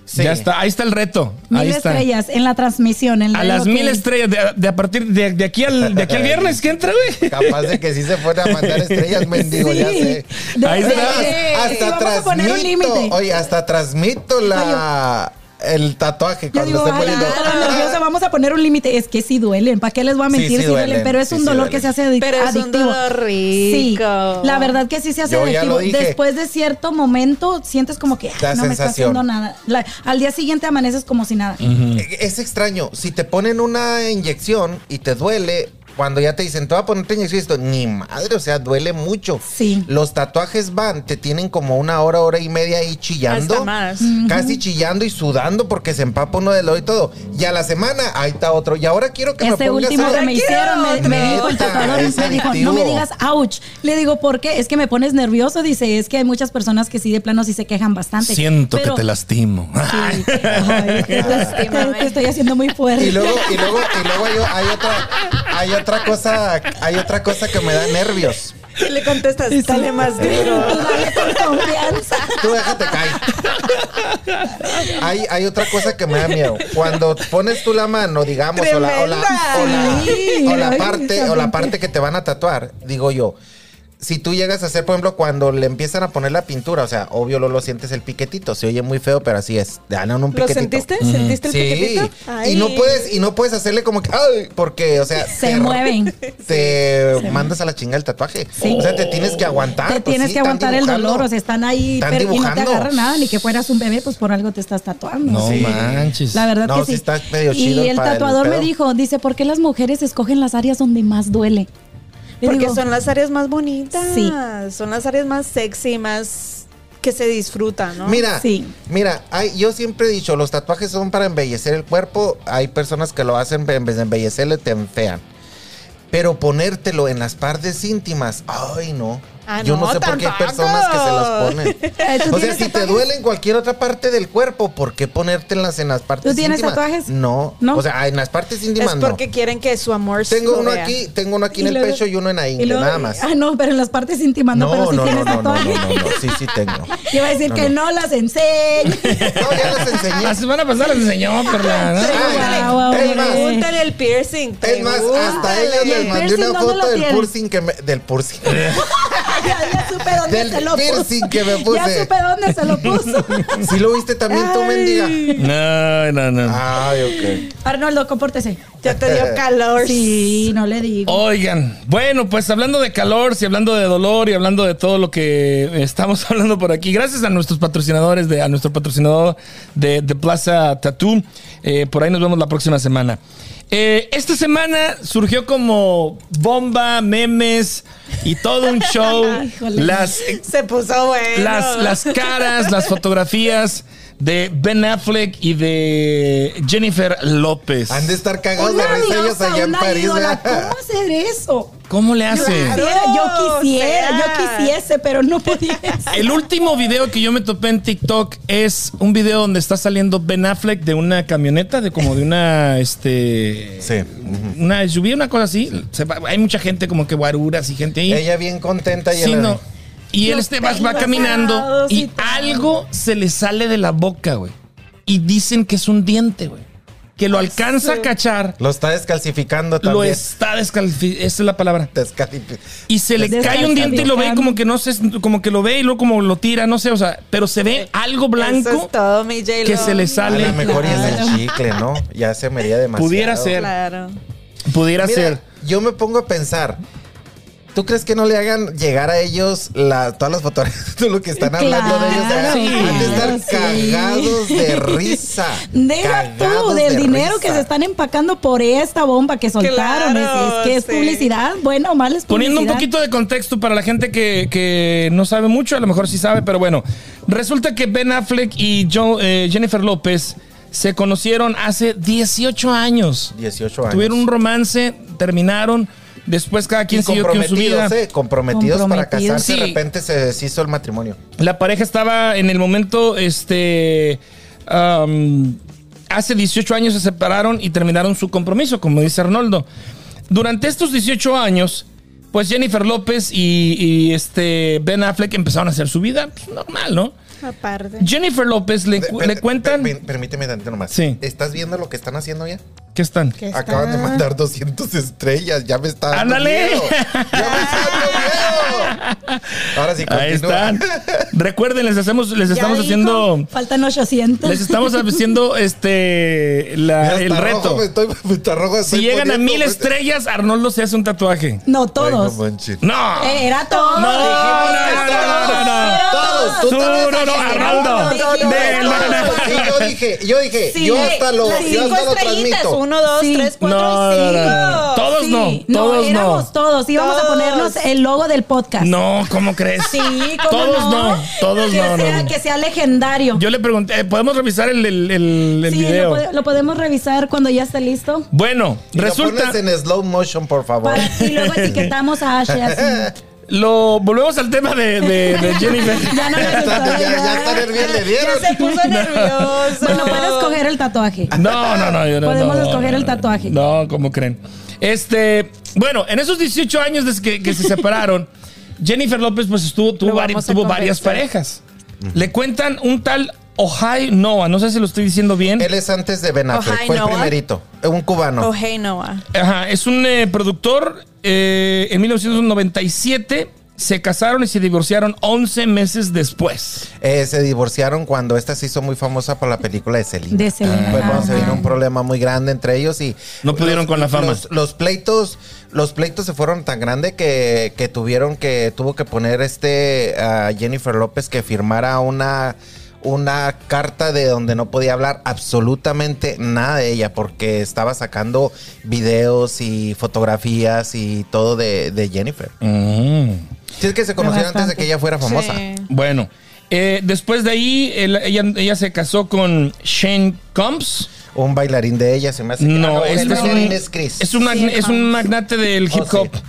[SPEAKER 5] Sí.
[SPEAKER 3] Ya está, ahí está el reto.
[SPEAKER 6] Mil
[SPEAKER 3] ahí está.
[SPEAKER 6] estrellas en la transmisión. en
[SPEAKER 3] A
[SPEAKER 6] el
[SPEAKER 3] las
[SPEAKER 6] logo
[SPEAKER 3] mil
[SPEAKER 6] que-
[SPEAKER 3] estrellas, de, de a partir de, de aquí al, de aquí al viernes, ¿qué entra, güey?
[SPEAKER 5] Capaz de que sí se pone a mandar estrellas, mendigo, ya sé.
[SPEAKER 6] De-
[SPEAKER 3] Ahí
[SPEAKER 6] de-
[SPEAKER 3] está.
[SPEAKER 6] de-
[SPEAKER 5] hasta
[SPEAKER 6] sí, vamos a poner un
[SPEAKER 5] transmito,
[SPEAKER 6] límite.
[SPEAKER 5] oye, hasta transmito la el tatuaje
[SPEAKER 6] Yo
[SPEAKER 5] cuando
[SPEAKER 6] digo, "Ah,
[SPEAKER 5] esté
[SPEAKER 6] "Ay,
[SPEAKER 5] poniendo.
[SPEAKER 6] a los nerviosos vamos a poner un límite. Es que sí duelen. ¿Para qué les voy a
[SPEAKER 5] Sí,
[SPEAKER 6] mentir?
[SPEAKER 5] sí
[SPEAKER 6] Sí, duelen,
[SPEAKER 5] duelen,
[SPEAKER 6] Pero es
[SPEAKER 5] sí,
[SPEAKER 6] un
[SPEAKER 5] sí
[SPEAKER 6] dolor
[SPEAKER 5] duelen.
[SPEAKER 6] que se hace adic-
[SPEAKER 4] Pero es un
[SPEAKER 6] adictivo.
[SPEAKER 4] dolor
[SPEAKER 6] Sí,
[SPEAKER 4] rico.
[SPEAKER 6] La verdad que sí se hace
[SPEAKER 5] Yo ya lo
[SPEAKER 6] adictivo.
[SPEAKER 5] dije.
[SPEAKER 6] Después de cierto momento sientes como que "Ay,
[SPEAKER 5] La
[SPEAKER 6] no me está
[SPEAKER 5] sensación.
[SPEAKER 6] haciendo nada. La- al día siguiente amaneces como si nada.
[SPEAKER 5] Eh, Es extraño, si te ponen una inyección y te duele, cuando ya te dicen, te voy a poner una inyección, esto, ni madre, o sea, duele mucho.
[SPEAKER 6] Sí.
[SPEAKER 5] Los tatuajes van, te tienen como una hora, hora y media ahí chillando.
[SPEAKER 4] Hasta más.
[SPEAKER 5] Casi chillando y sudando porque se empapa uno del oído y todo. Y a la semana, ahí está otro. Y ahora quiero que
[SPEAKER 6] Este
[SPEAKER 5] me pongas
[SPEAKER 6] último
[SPEAKER 5] algo.
[SPEAKER 6] que me hicieron, me, me
[SPEAKER 5] Neta,
[SPEAKER 6] dijo el tatuador,
[SPEAKER 5] es
[SPEAKER 6] me dijo,
[SPEAKER 5] adictivo.
[SPEAKER 6] no me digas ouch. Le digo, ¿por qué? Es que me pones nervioso. Dice, es que hay muchas personas que sí de plano sí se quejan bastante. Pero-
[SPEAKER 3] lastimo.
[SPEAKER 6] Sí. Ay, es que te, te- te estoy haciendo muy fuerte.
[SPEAKER 5] Y luego, y luego, y luego hay, hay otra, hay otra cosa, hay otra cosa que me da nervios.
[SPEAKER 4] Y le contestas, sale más duro.
[SPEAKER 6] Tú dale con confianza.
[SPEAKER 5] Tú déjate caer. Hay, hay otra cosa que me da miedo. Cuando pones tú la mano, digamos, o la, o la- o la-
[SPEAKER 6] Tremenda.
[SPEAKER 5] o la
[SPEAKER 6] Sí.
[SPEAKER 5] parte, o la parte que te van a tatuar, digo yo. Si tú llegas a hacer, por ejemplo, cuando le empiezan a poner la pintura, o sea, obvio lo, lo sientes el piquetito, se oye muy feo, pero así es. Te dan un
[SPEAKER 4] ¿Lo
[SPEAKER 5] piquetito.
[SPEAKER 4] sentiste? ¿Sentiste el
[SPEAKER 5] Sí.
[SPEAKER 4] piquetito?
[SPEAKER 5] Y
[SPEAKER 4] Ay.
[SPEAKER 5] no puedes, y no puedes hacerle como que, ay, porque, o sea,
[SPEAKER 6] Se
[SPEAKER 5] te-
[SPEAKER 6] mueven.
[SPEAKER 5] te mandas a la chinga el tatuaje.
[SPEAKER 6] Sí.
[SPEAKER 5] O sea, te tienes que aguantar.
[SPEAKER 6] te
[SPEAKER 5] pues
[SPEAKER 6] tienes
[SPEAKER 5] sí,
[SPEAKER 6] que
[SPEAKER 5] están
[SPEAKER 6] aguantar el
[SPEAKER 5] dibujando.
[SPEAKER 6] dolor, o sea, están ahí
[SPEAKER 5] Están
[SPEAKER 6] pero- y no te
[SPEAKER 5] dibujando.
[SPEAKER 6] agarra nada, ni que fueras un bebé, pues por algo te estás tatuando.
[SPEAKER 3] No
[SPEAKER 5] Sí.
[SPEAKER 3] manches.
[SPEAKER 6] La verdad
[SPEAKER 5] No,
[SPEAKER 6] que
[SPEAKER 5] sí
[SPEAKER 6] sí.
[SPEAKER 5] está medio
[SPEAKER 6] y
[SPEAKER 5] chido
[SPEAKER 6] el
[SPEAKER 5] para el
[SPEAKER 6] tatuador me
[SPEAKER 5] pedo.
[SPEAKER 6] dijo, dice, ¿por qué las mujeres escogen las áreas donde más duele? Le
[SPEAKER 4] Porque
[SPEAKER 6] digo,
[SPEAKER 4] son las áreas más bonitas.
[SPEAKER 6] Sí.
[SPEAKER 4] Son las áreas más sexy, más que se disfrutan, ¿no?
[SPEAKER 5] Mira,
[SPEAKER 6] Sí.
[SPEAKER 5] mira, hay- yo siempre he dicho, los tatuajes son para embellecer el cuerpo. Hay personas que lo hacen, pero en vez de embellecerle, te enfean. Pero ponértelo en las partes íntimas, ay no.
[SPEAKER 4] Ah,
[SPEAKER 5] Yo no,
[SPEAKER 4] no,
[SPEAKER 5] sé por qué hay
[SPEAKER 4] tampoco.
[SPEAKER 5] personas que se las
[SPEAKER 6] Eh,
[SPEAKER 5] ponen.
[SPEAKER 6] ¿tú
[SPEAKER 5] o sea,
[SPEAKER 6] tienes
[SPEAKER 5] si te
[SPEAKER 6] tatuajes?
[SPEAKER 5] duele en cualquier otra parte del cuerpo, ¿por qué ponértelas en las partes íntimas?
[SPEAKER 6] ¿Tú tienes tatuajes?
[SPEAKER 5] No.
[SPEAKER 6] ¿No?
[SPEAKER 5] O sea, en las partes
[SPEAKER 4] Es
[SPEAKER 5] íntimas no.
[SPEAKER 4] porque quieren que su amor
[SPEAKER 5] Tengo
[SPEAKER 4] lo
[SPEAKER 5] uno
[SPEAKER 4] vea.
[SPEAKER 5] aquí, tengo uno aquí en
[SPEAKER 6] Y
[SPEAKER 5] el
[SPEAKER 6] luego-
[SPEAKER 5] pecho y uno en la
[SPEAKER 6] y
[SPEAKER 5] ingle,
[SPEAKER 6] luego-
[SPEAKER 5] nada más.
[SPEAKER 6] Ah, no, pero en las partes íntimas, no, pero si
[SPEAKER 5] no, no,
[SPEAKER 6] tienes
[SPEAKER 5] no, no,
[SPEAKER 6] tatuajes.
[SPEAKER 5] no, no, sí, sí tengo.
[SPEAKER 6] Yo iba a decir
[SPEAKER 5] No,
[SPEAKER 6] que no, las enseño.
[SPEAKER 5] No, ya las enseñé.
[SPEAKER 3] La semana pasada les enseñó, pero la- ¿no?
[SPEAKER 5] Ay,
[SPEAKER 6] Guau, guau,
[SPEAKER 5] es más,
[SPEAKER 6] bebé.
[SPEAKER 4] Pregúntale el piercing.
[SPEAKER 5] es más, hasta
[SPEAKER 4] pregúntale.
[SPEAKER 5] ella les mandé
[SPEAKER 6] piercing,
[SPEAKER 5] una
[SPEAKER 6] ¿dónde
[SPEAKER 5] foto
[SPEAKER 6] lo
[SPEAKER 5] del
[SPEAKER 6] tienes?
[SPEAKER 5] piercing que me, del piercing.
[SPEAKER 6] ya, ya supe dónde
[SPEAKER 5] Del
[SPEAKER 6] se lo puso.
[SPEAKER 5] piercing que me puse.
[SPEAKER 6] Ya supe dónde se lo puso.
[SPEAKER 5] Si lo viste también tú, mendiga.
[SPEAKER 3] No, no, no.
[SPEAKER 5] Ay, ok.
[SPEAKER 6] Arnoldo, compórtese.
[SPEAKER 4] Ya te dio calor.
[SPEAKER 6] Sí, no le digo.
[SPEAKER 3] Oigan, bueno, pues hablando de calor, y hablando de dolor y hablando de todo lo que estamos hablando por aquí, gracias a nuestros patrocinadores, de, a nuestro patrocinador de, de Plaza Tattoo, eh, por ahí nos vemos la próxima semana. Eh, esta semana surgió como bomba, memes y todo un show.
[SPEAKER 6] Híjole.
[SPEAKER 3] las
[SPEAKER 4] Se puso bueno.
[SPEAKER 3] las, las caras, las fotografías de Ben Affleck y de Jennifer López.
[SPEAKER 5] Han de estar cagados de
[SPEAKER 6] Una
[SPEAKER 5] risa ellos
[SPEAKER 6] diosa,
[SPEAKER 5] allá en
[SPEAKER 6] una
[SPEAKER 5] París.
[SPEAKER 6] ídola.
[SPEAKER 5] ¿verdad?
[SPEAKER 6] ¿Cómo hacer eso?
[SPEAKER 3] ¿Cómo le hace?
[SPEAKER 6] Quisiera,
[SPEAKER 4] Claro,
[SPEAKER 6] yo quisiera,
[SPEAKER 4] será.
[SPEAKER 6] yo quisiese, pero no podía.
[SPEAKER 3] El último video que yo me topé en TikTok es un video donde está saliendo Ben Affleck de una camioneta, de como de una, este,
[SPEAKER 5] Sí.
[SPEAKER 3] una SUV, una cosa así. Se va- hay mucha gente como que guaruras y gente ahí.
[SPEAKER 5] Ella bien contenta y
[SPEAKER 3] Sí,
[SPEAKER 5] él-
[SPEAKER 3] no. Y él
[SPEAKER 6] Los
[SPEAKER 3] este va, va
[SPEAKER 6] pelos
[SPEAKER 3] caminando
[SPEAKER 6] parados y
[SPEAKER 3] y
[SPEAKER 6] todo.
[SPEAKER 3] algo se le sale de la boca, güey. Y dicen que es un diente, güey. Que lo alcanza a cachar,
[SPEAKER 5] lo está descalcificando también.
[SPEAKER 3] lo está descalificando. Esa es la palabra.
[SPEAKER 5] Descalifi-
[SPEAKER 3] Y se le cae un diente y lo ve y como que no sé, como que lo ve y luego como lo tira, no sé, o sea, pero se ve algo blanco
[SPEAKER 4] Eso es todo, mi J-Lo.
[SPEAKER 3] que se le
[SPEAKER 5] A
[SPEAKER 3] sale.
[SPEAKER 5] lo mejor y es el chicle, ¿no? Ya se me haría demasiado.
[SPEAKER 3] Pudiera ser.
[SPEAKER 4] Claro.
[SPEAKER 3] Pudiera
[SPEAKER 5] Mira,
[SPEAKER 3] ser.
[SPEAKER 5] Yo me pongo a pensar. ¿Tú crees que no le hagan llegar a ellos la- todas las fotografías de lo que están hablando de ellos?
[SPEAKER 6] Claro,
[SPEAKER 5] Sí. Han de estar
[SPEAKER 6] sí.
[SPEAKER 5] cagados de risa.
[SPEAKER 6] Deja
[SPEAKER 5] Cagados
[SPEAKER 6] tú del
[SPEAKER 5] de
[SPEAKER 6] dinero
[SPEAKER 5] risa.
[SPEAKER 6] que se están empacando por esta bomba que soltaron.
[SPEAKER 4] Claro,
[SPEAKER 6] es, es que es
[SPEAKER 4] sí.
[SPEAKER 6] publicidad, bueno o mal es publicidad.
[SPEAKER 3] Poniendo un poquito de contexto para la gente que, que no sabe mucho, a lo mejor sí sabe, pero bueno. Resulta que Ben Affleck y Jo- eh, Jennifer López se conocieron hace 18 años.
[SPEAKER 5] 18 años.
[SPEAKER 3] Tuvieron un romance, terminaron, después cada quien
[SPEAKER 5] Y
[SPEAKER 3] siguió con su vida.
[SPEAKER 5] comprometidos, ¿eh? Comprometidos para
[SPEAKER 6] Comprometidos.
[SPEAKER 5] casarse. De
[SPEAKER 3] Sí.
[SPEAKER 5] repente se deshizo el matrimonio.
[SPEAKER 3] La pareja estaba en el momento, este, am, hace 18 años se separaron y terminaron su compromiso, como dice Arnoldo. Durante estos 18 años, pues Jennifer López y, y, este Ben Affleck empezaron a hacer su vida pues, normal, ¿no?
[SPEAKER 4] Aparte.
[SPEAKER 3] Jennifer López le, cu-
[SPEAKER 5] Per-
[SPEAKER 3] le
[SPEAKER 5] per-
[SPEAKER 3] cuentan
[SPEAKER 5] per- permíteme tantito nomás.
[SPEAKER 3] Sí.
[SPEAKER 5] ¿Estás viendo lo que están haciendo ya?
[SPEAKER 3] que están.
[SPEAKER 5] Acaban de mandar 200 estrellas. Ya me está dando
[SPEAKER 3] ¡Ándale!
[SPEAKER 5] miedo. ¡Ya me está dando miedo! Ahora sí,
[SPEAKER 3] Ahí
[SPEAKER 5] continúa.
[SPEAKER 3] están. Recuerden, les hacemos, les estamos
[SPEAKER 6] dijo,
[SPEAKER 3] haciendo,
[SPEAKER 6] Faltan 800.
[SPEAKER 3] les estamos haciendo este la-
[SPEAKER 5] Ya
[SPEAKER 3] el
[SPEAKER 5] hasta
[SPEAKER 3] reto.
[SPEAKER 5] rojo me estoy, me está rojo,
[SPEAKER 3] si
[SPEAKER 5] estoy
[SPEAKER 3] llegan a
[SPEAKER 5] poniendo,
[SPEAKER 3] mil
[SPEAKER 5] pues.
[SPEAKER 3] estrellas, Arnoldo se hace un tatuaje.
[SPEAKER 6] No,
[SPEAKER 5] Ay, no
[SPEAKER 6] todos.
[SPEAKER 5] manches.
[SPEAKER 3] No. pues.
[SPEAKER 6] Eh, Era todo.
[SPEAKER 3] No, no, no, no, no.
[SPEAKER 5] Todos, tú
[SPEAKER 3] Tú,
[SPEAKER 5] también
[SPEAKER 3] no, no,
[SPEAKER 5] dijiste,
[SPEAKER 3] Arnoldo.
[SPEAKER 6] De-
[SPEAKER 5] todos,
[SPEAKER 3] no, no.
[SPEAKER 5] sí, yo dije, yo dije,
[SPEAKER 6] Sí,
[SPEAKER 5] yo hasta lo,
[SPEAKER 6] las
[SPEAKER 5] yo hasta
[SPEAKER 6] cinco
[SPEAKER 5] lo
[SPEAKER 6] estrellitas,
[SPEAKER 5] transmito.
[SPEAKER 4] Uno, dos,
[SPEAKER 6] Sí.
[SPEAKER 4] tres,
[SPEAKER 3] No,
[SPEAKER 4] cuatro,
[SPEAKER 3] no, no,
[SPEAKER 4] cinco.
[SPEAKER 3] no. Todos
[SPEAKER 6] Sí,
[SPEAKER 3] no, todos no.
[SPEAKER 6] éramos todos. Íbamos a
[SPEAKER 4] Todos.
[SPEAKER 6] ponernos el logo del podcast.
[SPEAKER 3] No, ¿cómo crees?
[SPEAKER 6] eh. Sí, ¿cómo
[SPEAKER 3] Todos no, todos
[SPEAKER 6] que
[SPEAKER 3] no, no,
[SPEAKER 6] Sea,
[SPEAKER 3] no.
[SPEAKER 6] Que sea legendario.
[SPEAKER 3] Yo le pregunté, eh, ¿podemos revisar el, el- el- el
[SPEAKER 6] sí,
[SPEAKER 3] video?
[SPEAKER 6] Lo, pode- lo podemos revisar cuando ya esté listo.
[SPEAKER 3] Bueno,
[SPEAKER 5] Y lo
[SPEAKER 3] resulta,
[SPEAKER 5] pones en slow motion, por favor.
[SPEAKER 6] Para, y luego etiquetamos a Ashley así.
[SPEAKER 3] lo volvemos al tema de, de- de Jennifer.
[SPEAKER 6] Ya no
[SPEAKER 5] Ya
[SPEAKER 6] me
[SPEAKER 5] está,
[SPEAKER 6] gustó.
[SPEAKER 5] ya, ya está nervioso, le dieron.
[SPEAKER 4] Se puso nervioso.
[SPEAKER 6] Bueno, puedes coger el tatuaje.
[SPEAKER 3] No, no, no, yo no.
[SPEAKER 6] Podemos
[SPEAKER 3] no,
[SPEAKER 6] escoger
[SPEAKER 3] no,
[SPEAKER 6] el tatuaje.
[SPEAKER 3] No, como creen? Este, bueno, en esos 18 años desde que, que se separaron, Jennifer López pues estuvo, tuvo,
[SPEAKER 4] Lo
[SPEAKER 3] vari-
[SPEAKER 4] vamos a
[SPEAKER 3] tuvo varias
[SPEAKER 4] convencer.
[SPEAKER 3] parejas. Le cuentan un tal Ohai Noah, no sé si lo estoy diciendo bien.
[SPEAKER 5] Él es antes de Ben Affleck,
[SPEAKER 4] Ojai
[SPEAKER 5] fue el
[SPEAKER 6] ¿eh?
[SPEAKER 4] Noah.
[SPEAKER 5] primerito. Un cubano.
[SPEAKER 4] Oh, hey, Noah.
[SPEAKER 3] Ajá, es un eh, productor. eh, en 1997 se casaron y se divorciaron 11 meses después.
[SPEAKER 5] Eh, se divorciaron cuando esta se hizo muy famosa por la película de Selena.
[SPEAKER 6] De
[SPEAKER 3] Ah,
[SPEAKER 6] Selena.
[SPEAKER 5] Fue cuando se
[SPEAKER 6] Ajá.
[SPEAKER 5] vino un problema muy grande entre ellos y
[SPEAKER 3] No pudieron con la fama.
[SPEAKER 5] Los, los pleitos, los pleitos se fueron tan grande que, que tuvieron que tuvo que poner este a Jennifer López que firmara una una carta de donde no podía hablar absolutamente nada de ella porque estaba sacando videos y fotografías y todo de, de Jennifer.
[SPEAKER 3] Mm.
[SPEAKER 5] Mm. Si es que se conocieron antes de
[SPEAKER 6] bastante.
[SPEAKER 5] que ella fuera famosa.
[SPEAKER 4] Sí.
[SPEAKER 3] Bueno, eh, después de ahí, él- ella, ella se casó con Shane Combs.
[SPEAKER 5] un bailarín de ella, se me hace que- ah,
[SPEAKER 3] No,
[SPEAKER 5] el
[SPEAKER 3] este es un,
[SPEAKER 5] bailarín es Chris.
[SPEAKER 3] es un magn- es un magnate del
[SPEAKER 5] Oh,
[SPEAKER 3] hip hop.
[SPEAKER 5] sí.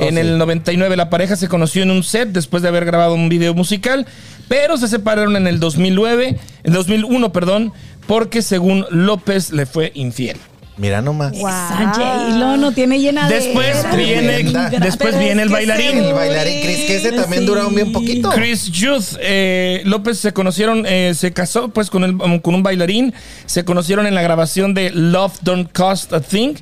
[SPEAKER 5] Oh,
[SPEAKER 3] En
[SPEAKER 5] sí.
[SPEAKER 3] el 99 la pareja se conoció en un set después de haber grabado un video musical, pero se separaron en el 2009, en 2001, perdón, porque según López le fue infiel.
[SPEAKER 5] Mira nomás.
[SPEAKER 4] Wow.
[SPEAKER 6] Sánchez, y lo no tiene llena
[SPEAKER 3] Después
[SPEAKER 6] de.
[SPEAKER 5] viene-
[SPEAKER 3] después
[SPEAKER 6] Pero es
[SPEAKER 3] viene el
[SPEAKER 6] que
[SPEAKER 3] bailarín.
[SPEAKER 5] El bailarín Chris, que ese también
[SPEAKER 6] Sí.
[SPEAKER 5] dura un bien poquito.
[SPEAKER 3] Chris Youth, eh, López se conocieron, eh, se casó pues con, el- um, con un bailarín, se conocieron en la grabación de Love Don't Cost a Thing,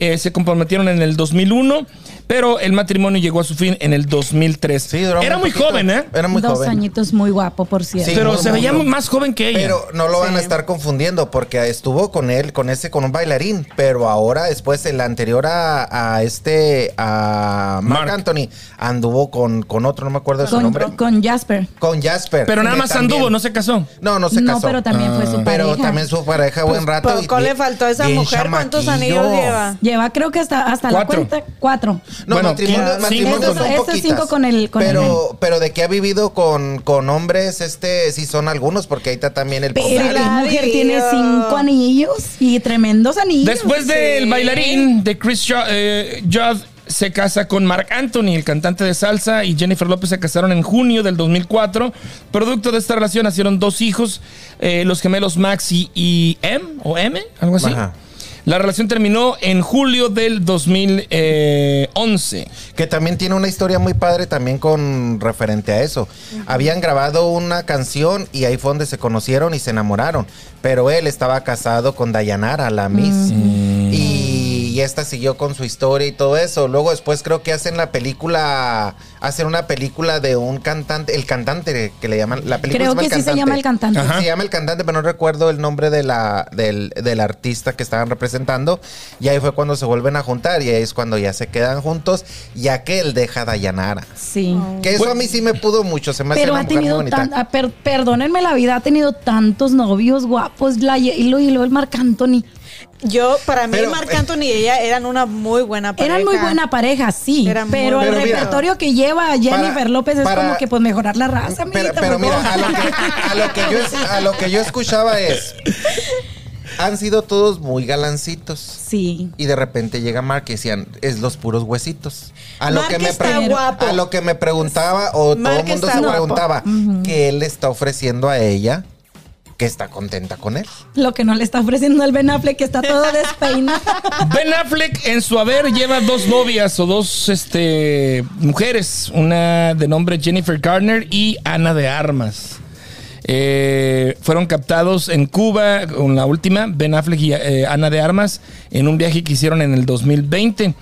[SPEAKER 3] eh, se comprometieron en el 2001, pero el matrimonio llegó a su fin en el 2003.
[SPEAKER 5] Sí, duró
[SPEAKER 3] Era
[SPEAKER 5] un
[SPEAKER 3] muy
[SPEAKER 5] poquito.
[SPEAKER 3] joven, ¿eh?
[SPEAKER 5] Era muy
[SPEAKER 6] Dos
[SPEAKER 5] joven.
[SPEAKER 6] añitos muy guapo, por cierto.
[SPEAKER 5] Sí,
[SPEAKER 3] pero
[SPEAKER 5] muy
[SPEAKER 3] se
[SPEAKER 5] bueno.
[SPEAKER 3] veía más joven que ella.
[SPEAKER 5] Pero no lo van a estar confundiendo porque estuvo con él, con ese, con un bailarín. Pero ahora, después, el anterior a, a este, a Mark,
[SPEAKER 3] Mark.
[SPEAKER 5] Anthony, anduvo con, con otro, no me acuerdo su nombre.
[SPEAKER 6] con, con Jasper.
[SPEAKER 5] Con Jasper.
[SPEAKER 3] Pero nada
[SPEAKER 5] que
[SPEAKER 3] más
[SPEAKER 5] también-
[SPEAKER 3] anduvo, no se casó.
[SPEAKER 5] No, no se
[SPEAKER 6] No,
[SPEAKER 5] casó. Ah.
[SPEAKER 6] pero también fue su
[SPEAKER 5] Pero
[SPEAKER 6] pareja.
[SPEAKER 5] también su pareja buen rato.
[SPEAKER 4] pero ¿cómo le faltó a esa
[SPEAKER 5] bien
[SPEAKER 4] mujer? ¿Cuántos
[SPEAKER 5] chamaquillo.
[SPEAKER 4] anillos lleva?
[SPEAKER 6] Lleva, creo que hasta, hasta la
[SPEAKER 3] Cuatro.
[SPEAKER 6] cuenta, cuatro.
[SPEAKER 5] No,
[SPEAKER 3] Bueno,
[SPEAKER 5] matrimonios,
[SPEAKER 3] quin-
[SPEAKER 5] matrimonios
[SPEAKER 3] cinco
[SPEAKER 5] son
[SPEAKER 6] con- Esos
[SPEAKER 5] poquitas.
[SPEAKER 6] cinco con el- con
[SPEAKER 5] pero, pero de que ha vivido con, con hombres, este sí son algunos, porque ahí está también el
[SPEAKER 6] Pero
[SPEAKER 5] Poblari.
[SPEAKER 6] la
[SPEAKER 4] Claro.
[SPEAKER 6] mujer tiene cinco anillos y tremendos anillos.
[SPEAKER 3] Después del bailarín de Chris Shaw, eh, Judd se casa con Mark Anthony, el cantante de salsa, y Jennifer López se casaron en junio del 2004. Producto de esta relación nacieron dos hijos, eh, los gemelos Maxi y M, o M, algo así.
[SPEAKER 5] Ajá.
[SPEAKER 3] La relación terminó en julio del eh, 2011.
[SPEAKER 5] Que también tiene una historia muy padre también con referente a eso. Habían grabado una canción y ahí fue donde se conocieron y se enamoraron. Pero él estaba casado con Dayanara, la
[SPEAKER 6] Mm.
[SPEAKER 5] Miss. Y, y esta siguió con su historia y todo eso. Luego después creo que hacen la película, hacen una película de un cantante, el cantante que le llaman, la película
[SPEAKER 6] Creo que sí se llama El Cantante.
[SPEAKER 3] Ajá.
[SPEAKER 5] se llama el cantante, pero no recuerdo el nombre de la, del, del artista que estaban representando. Y ahí fue cuando se vuelven a juntar y ahí es cuando ya se quedan juntos, ya que él deja a Dayanara.
[SPEAKER 6] Sí.
[SPEAKER 5] Que eso a mí sí me pudo mucho, se me hace
[SPEAKER 6] Pero
[SPEAKER 5] una
[SPEAKER 6] ha
[SPEAKER 5] mujer muy
[SPEAKER 6] tenido
[SPEAKER 5] bonita.
[SPEAKER 6] tan, ah, per- perdónenme la vida, ha tenido tantos novios guapos, la Ye- y luego y luego el Marc Anthony.
[SPEAKER 4] Yo, para mí,
[SPEAKER 5] Pero- eh,
[SPEAKER 4] Marc Anthony y ella eran una muy buena pareja.
[SPEAKER 6] Eran muy buena pareja, sí.
[SPEAKER 4] Eran muy
[SPEAKER 6] pero el
[SPEAKER 5] buena pareja.
[SPEAKER 6] repertorio que lleva Jennifer
[SPEAKER 5] Para-
[SPEAKER 6] López es
[SPEAKER 5] para-
[SPEAKER 6] como que pues mejorar la raza, pues,
[SPEAKER 5] Pero,
[SPEAKER 6] amiguita,
[SPEAKER 5] pero
[SPEAKER 6] por
[SPEAKER 5] mira, a
[SPEAKER 6] favor.
[SPEAKER 5] lo, que, a lo que yo, es- a lo que yo escuchaba es, han sido todos muy galancitos.
[SPEAKER 6] Sí.
[SPEAKER 5] Y de repente llega Mark y decían, es los puros huesitos. A lo,
[SPEAKER 4] Mark
[SPEAKER 5] que me,
[SPEAKER 4] está
[SPEAKER 5] pre-
[SPEAKER 4] guapo.
[SPEAKER 5] a lo que me preguntaba, o todo
[SPEAKER 4] Mark
[SPEAKER 5] el mundo
[SPEAKER 4] está
[SPEAKER 5] se
[SPEAKER 4] guapo.
[SPEAKER 5] preguntaba, que él le está ofreciendo a ella que está contenta con él.
[SPEAKER 6] Lo que no le está ofreciendo el Ben Affleck, que está todo despeinado.
[SPEAKER 3] Ben Affleck en su haber lleva dos novias o dos este, mujeres, una de nombre Jennifer Garner y Ana de Armas. Eh, fueron captados en Cuba con la última, Ben Affleck y eh, Ana de Armas, en un viaje que hicieron en el 2020.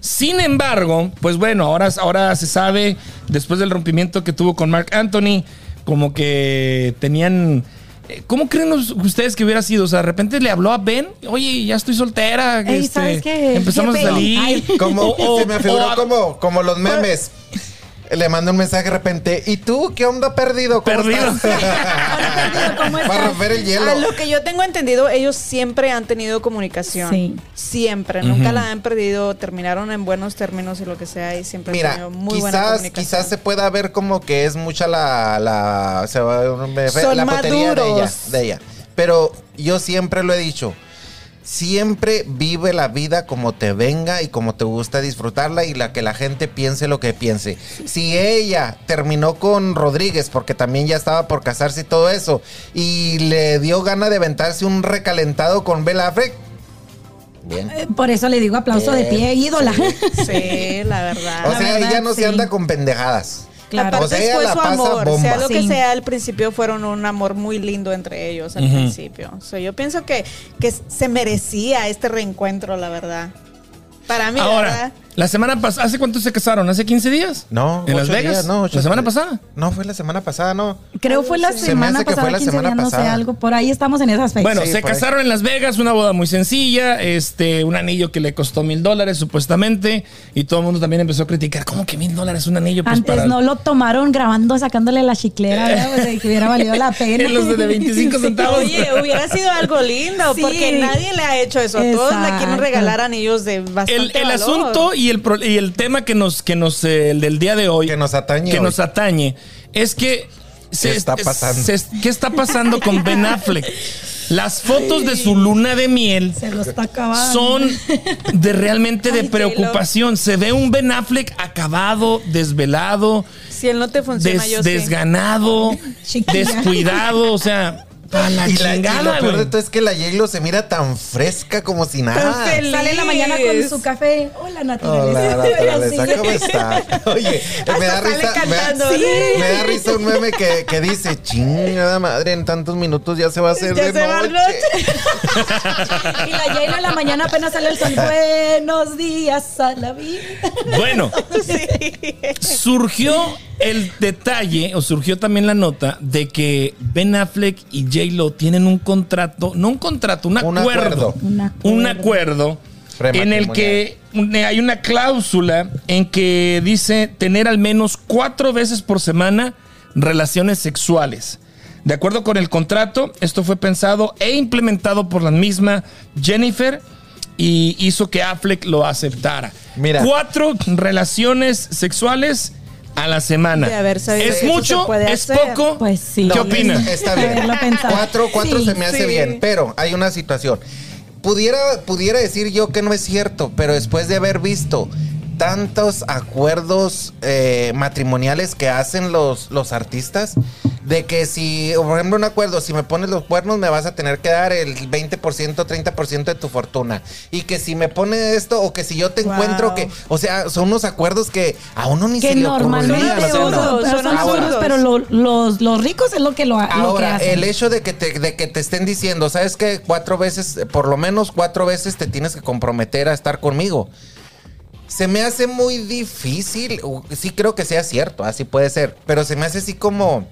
[SPEAKER 3] Sin embargo, pues bueno, ahora, ahora se sabe, después del rompimiento que tuvo con Mark Anthony, como que tenían... eh, ¿Cómo creen los- ustedes que hubiera sido? O sea, de repente le habló a Ben, oye, ya estoy soltera.
[SPEAKER 6] Ey,
[SPEAKER 3] este,
[SPEAKER 6] ¿sabes qué?
[SPEAKER 3] Empezamos
[SPEAKER 6] ¿Qué
[SPEAKER 3] a
[SPEAKER 6] pedo?
[SPEAKER 3] salir.
[SPEAKER 6] Ay.
[SPEAKER 5] Como
[SPEAKER 3] O-
[SPEAKER 5] se me
[SPEAKER 3] o-
[SPEAKER 5] figuró
[SPEAKER 3] o a-
[SPEAKER 5] como, como los memes. Le mando un mensaje de repente. ¿Y tú qué onda perdido? ¿Cómo
[SPEAKER 3] Perdido.
[SPEAKER 5] estás?"
[SPEAKER 6] Hola, perdido, ¿cómo
[SPEAKER 5] Para
[SPEAKER 6] estás?
[SPEAKER 5] romper el hielo.
[SPEAKER 4] A lo que yo tengo entendido, ellos siempre han tenido comunicación.
[SPEAKER 6] Sí.
[SPEAKER 4] Siempre, nunca la han perdido, terminaron en buenos términos y lo que sea, y siempre han
[SPEAKER 5] Mira,
[SPEAKER 4] tenido muy buena
[SPEAKER 5] quizás,
[SPEAKER 4] comunicación.
[SPEAKER 5] quizás se pueda ver como que es mucha la, la, se va- me-
[SPEAKER 4] Son
[SPEAKER 5] la botería de ella,
[SPEAKER 4] maduros.
[SPEAKER 5] de ella. Pero yo siempre lo he dicho. Siempre vive la vida como te venga y como te gusta disfrutarla y la que la gente piense lo que piense. Si ella terminó con Rodríguez porque también ya estaba por casarse y todo eso y le dio gana de aventarse un recalentado con Bella Affleck, bien.
[SPEAKER 6] Eh, Por eso le digo aplauso de pie,
[SPEAKER 5] Bien,
[SPEAKER 6] ídola.
[SPEAKER 4] Sí, la verdad.
[SPEAKER 5] O
[SPEAKER 6] La
[SPEAKER 5] sea,
[SPEAKER 6] verdad,
[SPEAKER 5] ella no
[SPEAKER 6] sí.
[SPEAKER 5] se anda con pendejadas.
[SPEAKER 6] Claro.
[SPEAKER 5] O sea,
[SPEAKER 4] Aparte
[SPEAKER 5] ella
[SPEAKER 4] fue
[SPEAKER 5] la
[SPEAKER 4] su
[SPEAKER 5] pasa
[SPEAKER 4] amor,
[SPEAKER 5] bomba.
[SPEAKER 4] sea lo que
[SPEAKER 6] Sí.
[SPEAKER 4] sea, al principio fueron un amor muy lindo entre ellos al principio. O sea, yo pienso que, que se merecía este reencuentro, la verdad. Para mí, la
[SPEAKER 3] Ahora,
[SPEAKER 4] verdad.
[SPEAKER 3] la semana pasada, ¿hace cuánto se casaron? ¿Hace 15 días?
[SPEAKER 5] No,
[SPEAKER 3] ¿En Las
[SPEAKER 5] ocho
[SPEAKER 3] Vegas?
[SPEAKER 5] días, no, ocho
[SPEAKER 3] ¿La semana
[SPEAKER 5] días.
[SPEAKER 3] pasada?
[SPEAKER 5] No, fue la semana pasada, no.
[SPEAKER 6] Creo fue la
[SPEAKER 5] Se me
[SPEAKER 6] semana
[SPEAKER 5] hace que fue
[SPEAKER 6] pasada,
[SPEAKER 5] la
[SPEAKER 6] 15
[SPEAKER 5] semana
[SPEAKER 6] días, no sé,
[SPEAKER 5] pasada.
[SPEAKER 6] algo. Por ahí estamos en esas fechas.
[SPEAKER 3] Bueno,
[SPEAKER 5] Sí,
[SPEAKER 3] se
[SPEAKER 5] por ahí.
[SPEAKER 3] casaron en Las Vegas, una boda muy sencilla, este, un anillo que le costó mil dólares supuestamente, y todo el mundo también empezó a criticar, ¿cómo que mil dólares un anillo? Pues,
[SPEAKER 6] Antes
[SPEAKER 3] para-
[SPEAKER 6] no lo tomaron grabando, sacándole la chiclera, ¿verdad? Pues, de que hubiera valido la pena.
[SPEAKER 3] En los de 25 centavos.
[SPEAKER 4] Oye, hubiera sido algo lindo,
[SPEAKER 6] Sí.
[SPEAKER 4] porque nadie le ha hecho eso. A Todos le quieren
[SPEAKER 6] Exacto.
[SPEAKER 4] regalar anillos de bastante
[SPEAKER 3] El, el
[SPEAKER 4] valor.
[SPEAKER 3] asunto y el, pro- y el tema que nos, que nos, eh, el del día de hoy,
[SPEAKER 5] Que nos atañe
[SPEAKER 3] que
[SPEAKER 5] hoy.
[SPEAKER 3] nos atañe, es que...
[SPEAKER 5] ¿Qué está pasando?
[SPEAKER 3] ¿Qué está pasando con Ben Affleck? Las fotos de su luna de miel
[SPEAKER 6] Se lo está acabando.
[SPEAKER 3] son de realmente de
[SPEAKER 4] Ay,
[SPEAKER 3] preocupación. Se ve un Ben Affleck acabado, desvelado,
[SPEAKER 4] Si él no te funciona,
[SPEAKER 3] des-
[SPEAKER 4] yo sí.
[SPEAKER 3] desganado,
[SPEAKER 6] Chiquilla.
[SPEAKER 3] descuidado, o sea, para la
[SPEAKER 5] Y, la, y
[SPEAKER 3] chingada,
[SPEAKER 5] lo peor de
[SPEAKER 3] güey.
[SPEAKER 5] todo es que la J-Lo se mira tan fresca como si nada.
[SPEAKER 4] feliz.
[SPEAKER 6] Sale en la mañana con su café. Hola, naturaleza.
[SPEAKER 5] Hola, naturaleza,
[SPEAKER 6] Así.
[SPEAKER 5] ¿cómo está? Oye, me da
[SPEAKER 4] sale
[SPEAKER 5] risa. Me da,
[SPEAKER 4] cantando. Sí.
[SPEAKER 5] me da risa un meme que, que dice, chingada madre, en tantos minutos ya se va a hacer
[SPEAKER 4] Ya
[SPEAKER 5] de
[SPEAKER 4] se va
[SPEAKER 5] noche.
[SPEAKER 4] noche.
[SPEAKER 6] Y la Jaila en la mañana apenas sale el sol. Buenos días a la vida.
[SPEAKER 3] Bueno, surgió el detalle, o surgió también la nota, de que Ben Affleck y J-Lo tienen un contrato, no un contrato, un
[SPEAKER 5] Un
[SPEAKER 3] acuerdo.
[SPEAKER 5] acuerdo.
[SPEAKER 6] Un acuerdo.
[SPEAKER 3] un acuerdo en el que eh, hay una cláusula en que dice tener al menos cuatro veces por semana relaciones sexuales. De acuerdo con el contrato, esto fue pensado e implementado por la misma Jennifer y hizo que Affleck lo aceptara.
[SPEAKER 5] Mira.
[SPEAKER 3] Cuatro relaciones sexuales a la semana.
[SPEAKER 4] De haber sabido
[SPEAKER 3] ¿Es
[SPEAKER 4] que eso
[SPEAKER 3] mucho?
[SPEAKER 4] se puede
[SPEAKER 3] ¿Es
[SPEAKER 4] hacer.
[SPEAKER 3] poco?
[SPEAKER 6] Pues sí.
[SPEAKER 3] ¿Qué
[SPEAKER 5] No,
[SPEAKER 3] opinan?
[SPEAKER 5] Está, está
[SPEAKER 6] Haberlo
[SPEAKER 5] bien.
[SPEAKER 6] pensado.
[SPEAKER 5] Cuatro, cuatro
[SPEAKER 6] Sí,
[SPEAKER 5] se me hace
[SPEAKER 4] sí.
[SPEAKER 5] bien, pero hay una situación. Pudiera, pudiera decir yo que no es cierto, pero después de haber visto tantos acuerdos eh, matrimoniales que hacen los, los artistas, de que si, o por ejemplo, un acuerdo, si me pones los cuernos me vas a tener que dar el 20%, 30% de tu fortuna. Y que si me pone esto, o que si yo te
[SPEAKER 4] Wow.
[SPEAKER 5] encuentro que, o sea, son unos acuerdos que a uno ni
[SPEAKER 6] Que
[SPEAKER 5] se le
[SPEAKER 6] normalmente
[SPEAKER 5] ocurrirían
[SPEAKER 4] son
[SPEAKER 5] hacerlo.
[SPEAKER 6] uso,
[SPEAKER 4] absurdos,
[SPEAKER 6] pero son
[SPEAKER 4] son
[SPEAKER 5] Ahora-
[SPEAKER 6] absurdos, pero lo- los, los ricos es lo que lo, ha- lo que
[SPEAKER 5] Ahora,
[SPEAKER 6] hacen.
[SPEAKER 5] el hecho de que, te, de que te estén diciendo, ¿sabes qué? Cuatro veces, por lo menos cuatro veces te tienes que comprometer a estar conmigo. Se me hace muy difícil, u- sí creo que sea cierto, así puede ser, pero se me hace así como...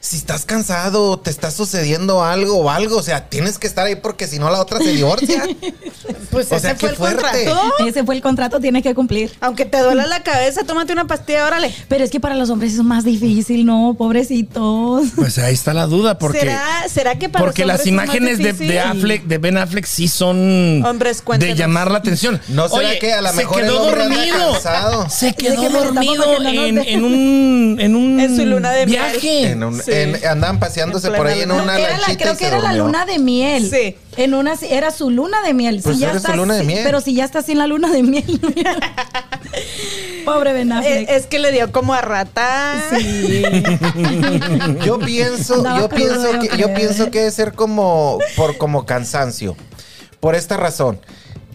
[SPEAKER 5] Si estás cansado, te está sucediendo algo o algo, o sea, tienes que estar ahí porque si no la otra se divorcia.
[SPEAKER 4] Pues
[SPEAKER 5] O
[SPEAKER 4] ese
[SPEAKER 5] sea, qué
[SPEAKER 4] fue el
[SPEAKER 5] fuerte.
[SPEAKER 4] contrato.
[SPEAKER 6] Ese fue el contrato, tienes que cumplir.
[SPEAKER 4] Aunque te duela la cabeza, tómate una pastilla, órale.
[SPEAKER 6] Pero es que para los hombres es más difícil, ¿no? Pobrecitos.
[SPEAKER 3] Pues ahí está la duda, porque...
[SPEAKER 4] ¿Será, será que para
[SPEAKER 3] Porque
[SPEAKER 4] los
[SPEAKER 3] las
[SPEAKER 4] hombres es más
[SPEAKER 3] imágenes de,
[SPEAKER 4] difícil?
[SPEAKER 3] de Affleck, de Ben Affleck, sí son
[SPEAKER 4] Hombres,
[SPEAKER 3] de
[SPEAKER 4] cuéntanos.
[SPEAKER 3] llamar la atención.
[SPEAKER 5] ¿No será que a lo mejor
[SPEAKER 3] se
[SPEAKER 5] el
[SPEAKER 3] quedó
[SPEAKER 5] hombre anda
[SPEAKER 3] dormido?
[SPEAKER 5] cansado?
[SPEAKER 3] Se quedó
[SPEAKER 6] que me
[SPEAKER 3] dormido
[SPEAKER 6] estamos para que no nos
[SPEAKER 3] en,
[SPEAKER 6] dejen.
[SPEAKER 3] en un en un
[SPEAKER 4] En su luna de miel.
[SPEAKER 3] viaje.
[SPEAKER 5] En un-
[SPEAKER 4] Sí.
[SPEAKER 5] en- andaban paseándose
[SPEAKER 4] En
[SPEAKER 5] por ahí en
[SPEAKER 4] plena luna.
[SPEAKER 5] una
[SPEAKER 6] Era la-
[SPEAKER 5] lanchita y
[SPEAKER 6] creo que
[SPEAKER 5] se
[SPEAKER 6] era la
[SPEAKER 5] durmió.
[SPEAKER 6] luna de miel.
[SPEAKER 4] Sí.
[SPEAKER 6] En una era su luna de miel. Si
[SPEAKER 5] Pues
[SPEAKER 6] ya
[SPEAKER 5] era su
[SPEAKER 6] estás-
[SPEAKER 5] luna de miel.
[SPEAKER 6] Pero si ya está sin la luna de miel. Pobre Ben
[SPEAKER 4] Eh,
[SPEAKER 6] Affleck.
[SPEAKER 4] Es que le dio como a rata.
[SPEAKER 6] Ah, Sí.
[SPEAKER 5] Yo pienso,
[SPEAKER 6] Andaba
[SPEAKER 5] yo
[SPEAKER 6] crudo,
[SPEAKER 5] pienso
[SPEAKER 6] yo
[SPEAKER 5] que, yo
[SPEAKER 6] creo.
[SPEAKER 5] pienso que debe ser como por como cansancio. Por esta razón.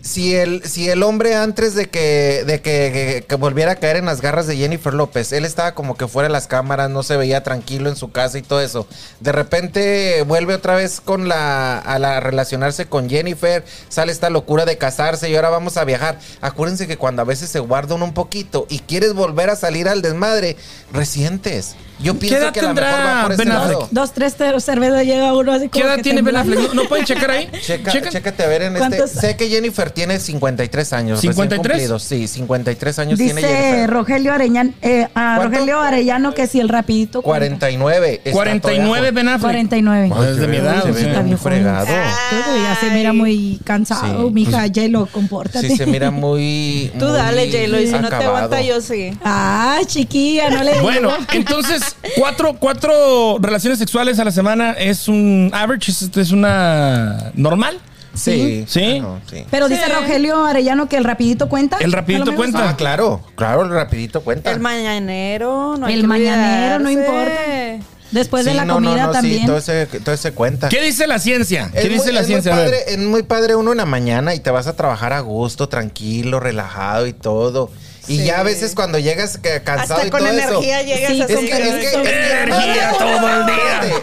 [SPEAKER 5] Si el, si el hombre antes de que, de que, que- que volviera a caer en las garras de Jennifer López, él estaba como que fuera de las cámaras, no se veía tranquilo en su casa y todo eso. De repente vuelve otra vez con la, a la relacionarse con Jennifer, sale esta locura de casarse y ahora vamos a viajar. Acuérdense que cuando a veces se guarda uno un poquito y quieres volver a salir al desmadre, resientes. Yo
[SPEAKER 3] ¿Qué
[SPEAKER 5] pienso
[SPEAKER 3] edad
[SPEAKER 5] que a lo
[SPEAKER 3] tendrá
[SPEAKER 5] mejor va por ese
[SPEAKER 3] Ben Affleck?
[SPEAKER 5] lado.
[SPEAKER 6] Dos, tres ter- cervezas llega uno así como
[SPEAKER 3] ¿Qué edad
[SPEAKER 6] que
[SPEAKER 3] tiene Ben
[SPEAKER 6] temblando.
[SPEAKER 3] Affleck? ¿No pueden checar ahí?
[SPEAKER 5] Checa,
[SPEAKER 3] Checa.
[SPEAKER 5] Chécate a ver en este.
[SPEAKER 6] ¿Cuántos-
[SPEAKER 5] Sé que Jennifer tiene 53 años. recién
[SPEAKER 3] 53?
[SPEAKER 5] cumplidos. Sí, 53 años tiene
[SPEAKER 6] Dice
[SPEAKER 5] Jennifer.
[SPEAKER 6] Rogelio Arellano, a
[SPEAKER 5] ¿Cuánto?
[SPEAKER 6] Rogelio Arellano que si el rapidito. cuenta.
[SPEAKER 5] 49. está
[SPEAKER 3] 49
[SPEAKER 5] todavía
[SPEAKER 3] Ben Affleck.
[SPEAKER 6] 49.
[SPEAKER 3] Madre, es de mi edad,
[SPEAKER 5] Se
[SPEAKER 3] o
[SPEAKER 5] ve
[SPEAKER 3] sea.
[SPEAKER 5] muy
[SPEAKER 6] bien
[SPEAKER 5] fregado.
[SPEAKER 4] Ah,
[SPEAKER 6] Ya se mira muy cansado,
[SPEAKER 5] Sí.
[SPEAKER 6] mija, ya lo compórtate.
[SPEAKER 5] Sí, se mira muy.
[SPEAKER 4] Tú
[SPEAKER 5] muy
[SPEAKER 4] dale, J-Lo, y si no te
[SPEAKER 5] acabado.
[SPEAKER 4] aguanta, yo sí.
[SPEAKER 6] Ah, chiquilla, no le
[SPEAKER 3] Bueno,
[SPEAKER 6] digo.
[SPEAKER 3] entonces, cuatro, cuatro relaciones sexuales a la semana es un average, es, es una normal.
[SPEAKER 5] Sí.
[SPEAKER 3] Sí.
[SPEAKER 5] Ah, no, sí.
[SPEAKER 6] Pero dice Rogelio Arellano que el rapidito cuenta.
[SPEAKER 3] El
[SPEAKER 6] A lo
[SPEAKER 3] rapidito
[SPEAKER 6] menos.
[SPEAKER 3] cuenta.
[SPEAKER 5] Ah, claro. Claro, rapidito cuenta.
[SPEAKER 4] El mañanero, no hay
[SPEAKER 6] El
[SPEAKER 4] que
[SPEAKER 6] mañanero, no
[SPEAKER 4] olvidarse.
[SPEAKER 6] Después de
[SPEAKER 5] Sí,
[SPEAKER 6] la
[SPEAKER 5] no, no,
[SPEAKER 6] comida
[SPEAKER 5] no, sí,
[SPEAKER 6] también.
[SPEAKER 5] todo, ese, todo ese cuenta.
[SPEAKER 3] ¿Qué dice la ciencia? ¿Qué
[SPEAKER 5] Es
[SPEAKER 3] dice
[SPEAKER 5] muy-
[SPEAKER 3] la
[SPEAKER 5] es
[SPEAKER 3] ciencia? A
[SPEAKER 5] Muy
[SPEAKER 3] ver.
[SPEAKER 5] padre, es muy padre uno en la mañana y te vas a trabajar a gusto, tranquilo, relajado y todo. Y
[SPEAKER 4] Sí.
[SPEAKER 5] ya a veces cuando llegas que- cansado
[SPEAKER 4] Hasta
[SPEAKER 5] y
[SPEAKER 4] con
[SPEAKER 5] todo
[SPEAKER 4] energía
[SPEAKER 5] eso.
[SPEAKER 4] llegas
[SPEAKER 6] Sí,
[SPEAKER 4] a
[SPEAKER 5] Es
[SPEAKER 4] hacer
[SPEAKER 5] que, es que- es que-
[SPEAKER 3] Energía todo el día.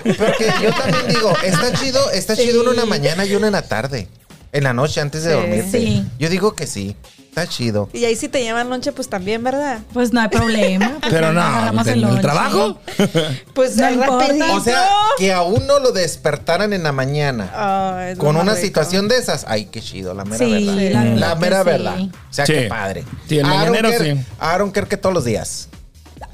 [SPEAKER 5] Espérate, Porque yo también digo, está chido, está chido uno en la mañana y uno en la tarde. En la noche antes de
[SPEAKER 4] Sí.
[SPEAKER 5] dormirte.
[SPEAKER 6] Sí.
[SPEAKER 5] Yo digo que sí. Está chido.
[SPEAKER 4] Y ahí si te llevan lonche, pues también, ¿verdad?
[SPEAKER 6] Pues no hay problema. pues
[SPEAKER 3] Pero no,
[SPEAKER 6] agarramos
[SPEAKER 3] ¿en el
[SPEAKER 6] lonche.
[SPEAKER 3] trabajo?
[SPEAKER 4] Pues
[SPEAKER 6] No
[SPEAKER 4] al
[SPEAKER 6] importa.
[SPEAKER 4] ratito.
[SPEAKER 5] O sea, que a uno lo despertaran en la mañana.
[SPEAKER 4] Ay, es lo
[SPEAKER 5] Con
[SPEAKER 4] más
[SPEAKER 5] una
[SPEAKER 4] rico.
[SPEAKER 5] situación de esas, ay, qué chido, la mera
[SPEAKER 6] Sí,
[SPEAKER 5] verdad. La,
[SPEAKER 6] la verdad que
[SPEAKER 5] mera
[SPEAKER 6] sí.
[SPEAKER 5] verdad. O sea,
[SPEAKER 3] Mm. Sí.
[SPEAKER 5] qué padre.
[SPEAKER 3] Sí, el
[SPEAKER 5] Aaron
[SPEAKER 3] mañanero
[SPEAKER 5] Kerr-
[SPEAKER 3] sí.
[SPEAKER 5] Aaron Kerr que todos los días.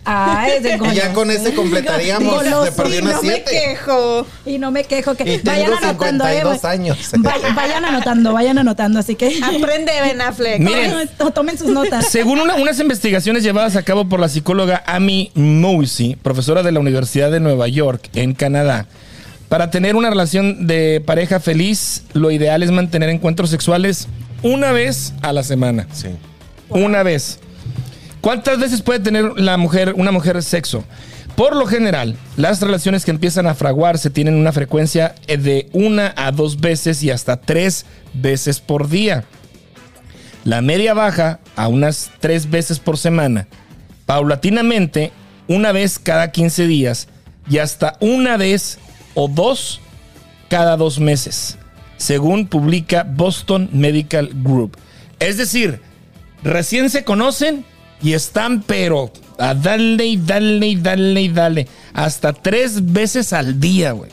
[SPEAKER 6] Ay, Ah, es de
[SPEAKER 5] Y ya
[SPEAKER 6] golosina.
[SPEAKER 5] con ese completaríamos
[SPEAKER 6] Golosina.
[SPEAKER 5] de perdido
[SPEAKER 4] Oh, No
[SPEAKER 5] unas
[SPEAKER 4] me
[SPEAKER 5] 7.
[SPEAKER 4] quejo.
[SPEAKER 6] Y no me quejo que
[SPEAKER 5] Y tengo
[SPEAKER 6] vayan anotando, eh,
[SPEAKER 5] 52
[SPEAKER 6] va-
[SPEAKER 5] años.
[SPEAKER 6] va- vayan anotando, vayan anotando, así que
[SPEAKER 4] Aprende, Ben Affleck.
[SPEAKER 3] Mira,
[SPEAKER 6] tomen,
[SPEAKER 3] Ah, pues. Miren.
[SPEAKER 6] tomen sus notas.
[SPEAKER 3] Según una- unas investigaciones llevadas a cabo por la psicóloga Amy Mousy, profesora de la Universidad de Nueva York en Canadá, Para tener una relación de pareja feliz, lo ideal es mantener encuentros sexuales una vez a la semana.
[SPEAKER 5] Sí.
[SPEAKER 3] Una vez. ¿Cuántas veces puede tener la mujer, una mujer sexo? Por lo general, las relaciones que empiezan a fraguarse tienen una frecuencia eh, de una a dos veces y hasta tres veces por día. La media baja a unas tres veces por semana. Paulatinamente, una vez cada 15 días y hasta una vez o dos cada dos meses, según publica Boston Medical Group. Es decir, recién se conocen y están, pero a darle y darle y darle y darle. Hasta tres veces al día, güey.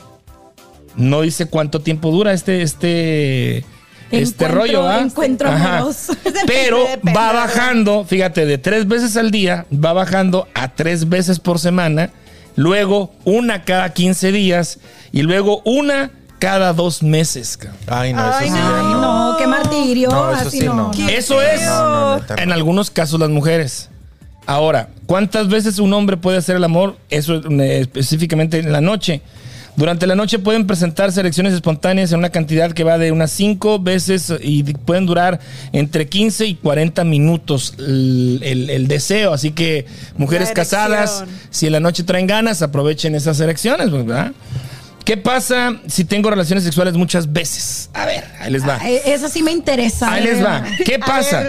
[SPEAKER 3] No dice cuánto tiempo dura este, este, este
[SPEAKER 6] Encuentro-
[SPEAKER 3] rollo, ¿ah?
[SPEAKER 6] encuentro
[SPEAKER 3] Ajá.
[SPEAKER 6] amoroso.
[SPEAKER 3] Pero
[SPEAKER 4] Depende,
[SPEAKER 3] va
[SPEAKER 4] ¿verdad?
[SPEAKER 3] bajando, fíjate, de tres veces al día, va bajando a tres veces por semana, luego una cada 15 días y luego una cada dos meses. cabrón.
[SPEAKER 5] Ay, no, eso
[SPEAKER 4] Ay,
[SPEAKER 5] sí.
[SPEAKER 4] no.
[SPEAKER 5] ya
[SPEAKER 6] Ay,
[SPEAKER 5] no.
[SPEAKER 6] no, qué martirio.
[SPEAKER 5] No, eso
[SPEAKER 6] así
[SPEAKER 5] sí,
[SPEAKER 6] no.
[SPEAKER 5] no.
[SPEAKER 4] Qué
[SPEAKER 3] Eso es,
[SPEAKER 5] No, no, neta,
[SPEAKER 3] en
[SPEAKER 5] no.
[SPEAKER 3] algunos casos, las mujeres. Ahora, ¿cuántas veces un hombre puede hacer el amor? Eso eh, específicamente en la noche. Durante la noche pueden presentarse erecciones espontáneas en una cantidad que va de unas 5 veces y di- pueden durar entre 15 y 40 minutos el, el- el deseo. Así que, mujeres
[SPEAKER 4] La
[SPEAKER 3] casadas,
[SPEAKER 4] erección.
[SPEAKER 3] si en la noche traen ganas, aprovechen esas erecciones, pues, ¿verdad? ¿Qué pasa si tengo relaciones sexuales muchas veces? A ver, ahí les va.
[SPEAKER 6] Ah, eh, Eso sí me interesa.
[SPEAKER 3] Ahí les va. ¿Qué pasa?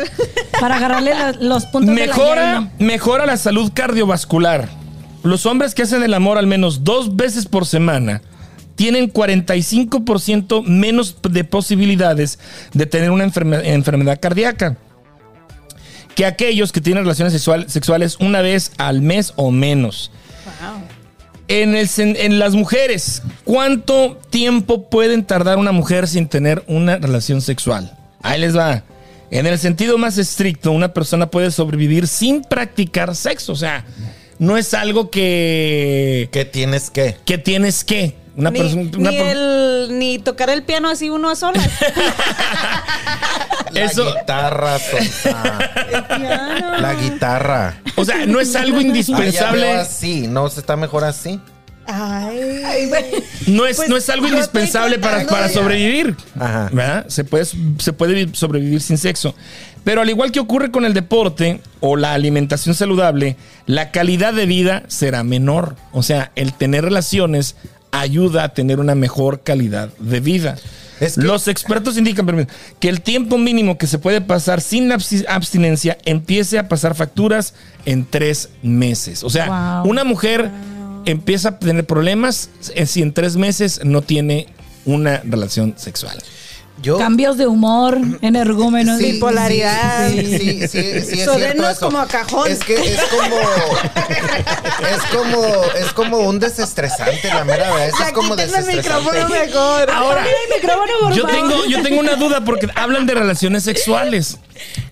[SPEAKER 6] Para agarrarle la- los puntos de la
[SPEAKER 3] Mejora,
[SPEAKER 6] yema.
[SPEAKER 3] mejora la salud cardiovascular. Los hombres que hacen el amor al menos dos veces por semana tienen 45% menos de posibilidades de tener una enferme- enfermedad cardíaca que aquellos que tienen relaciones sexual- sexuales una vez al mes o menos. En, el sen- en las mujeres, ¿cuánto tiempo pueden tardar una mujer sin tener una relación sexual? Ahí les va. En el sentido más estricto, una persona puede sobrevivir sin practicar sexo. O sea, no es algo que,
[SPEAKER 5] ¿Qué tienes que?
[SPEAKER 3] que tienes que. Una
[SPEAKER 4] ni,
[SPEAKER 3] persona- una
[SPEAKER 4] ni
[SPEAKER 3] per-
[SPEAKER 4] el- ni tocar el piano así uno a solas.
[SPEAKER 5] La
[SPEAKER 3] Eso-
[SPEAKER 5] guitarra, tonta. La guitarra.
[SPEAKER 3] O sea, no es algo
[SPEAKER 5] Ah, ya
[SPEAKER 3] indispensable.
[SPEAKER 5] veo así, no, se está mejor así.
[SPEAKER 4] Ay,
[SPEAKER 3] No es,
[SPEAKER 4] Pues,
[SPEAKER 3] no es algo
[SPEAKER 4] yo estoy
[SPEAKER 3] indispensable para,
[SPEAKER 4] tratando
[SPEAKER 3] para
[SPEAKER 4] de-
[SPEAKER 3] sobrevivir.
[SPEAKER 5] Ajá.
[SPEAKER 3] ¿verdad? Se puede, se puede vi- sobrevivir sin sexo. Pero al igual que ocurre con el deporte o la alimentación saludable, la calidad de vida será menor. O sea, el tener relaciones ayuda a tener una mejor calidad de vida.
[SPEAKER 5] Es que-
[SPEAKER 3] Los expertos indican permiso, que el tiempo mínimo que se puede pasar sin abs- abstinencia empiece a pasar facturas en tres meses. O sea,
[SPEAKER 6] Wow.
[SPEAKER 3] una mujer empieza a tener problemas eh, si en tres meses no tiene una relación sexual.
[SPEAKER 5] Yo.
[SPEAKER 6] Cambios de humor, energúmenos.
[SPEAKER 5] Sí,
[SPEAKER 4] Bipolaridad.
[SPEAKER 5] Sí, sí, sí, sí, sí, es
[SPEAKER 4] Sorenos
[SPEAKER 5] cierto eso.
[SPEAKER 4] como a cajón.
[SPEAKER 5] Es que es como. Es como, es como un desestresante, la mera verdad. Eso es como
[SPEAKER 4] quítenme el micrófono
[SPEAKER 5] desestresante.
[SPEAKER 4] mejor.
[SPEAKER 3] Ahora,
[SPEAKER 6] El micrófono, por
[SPEAKER 3] yo
[SPEAKER 6] favor.
[SPEAKER 3] tengo, yo tengo una duda porque hablan de relaciones sexuales,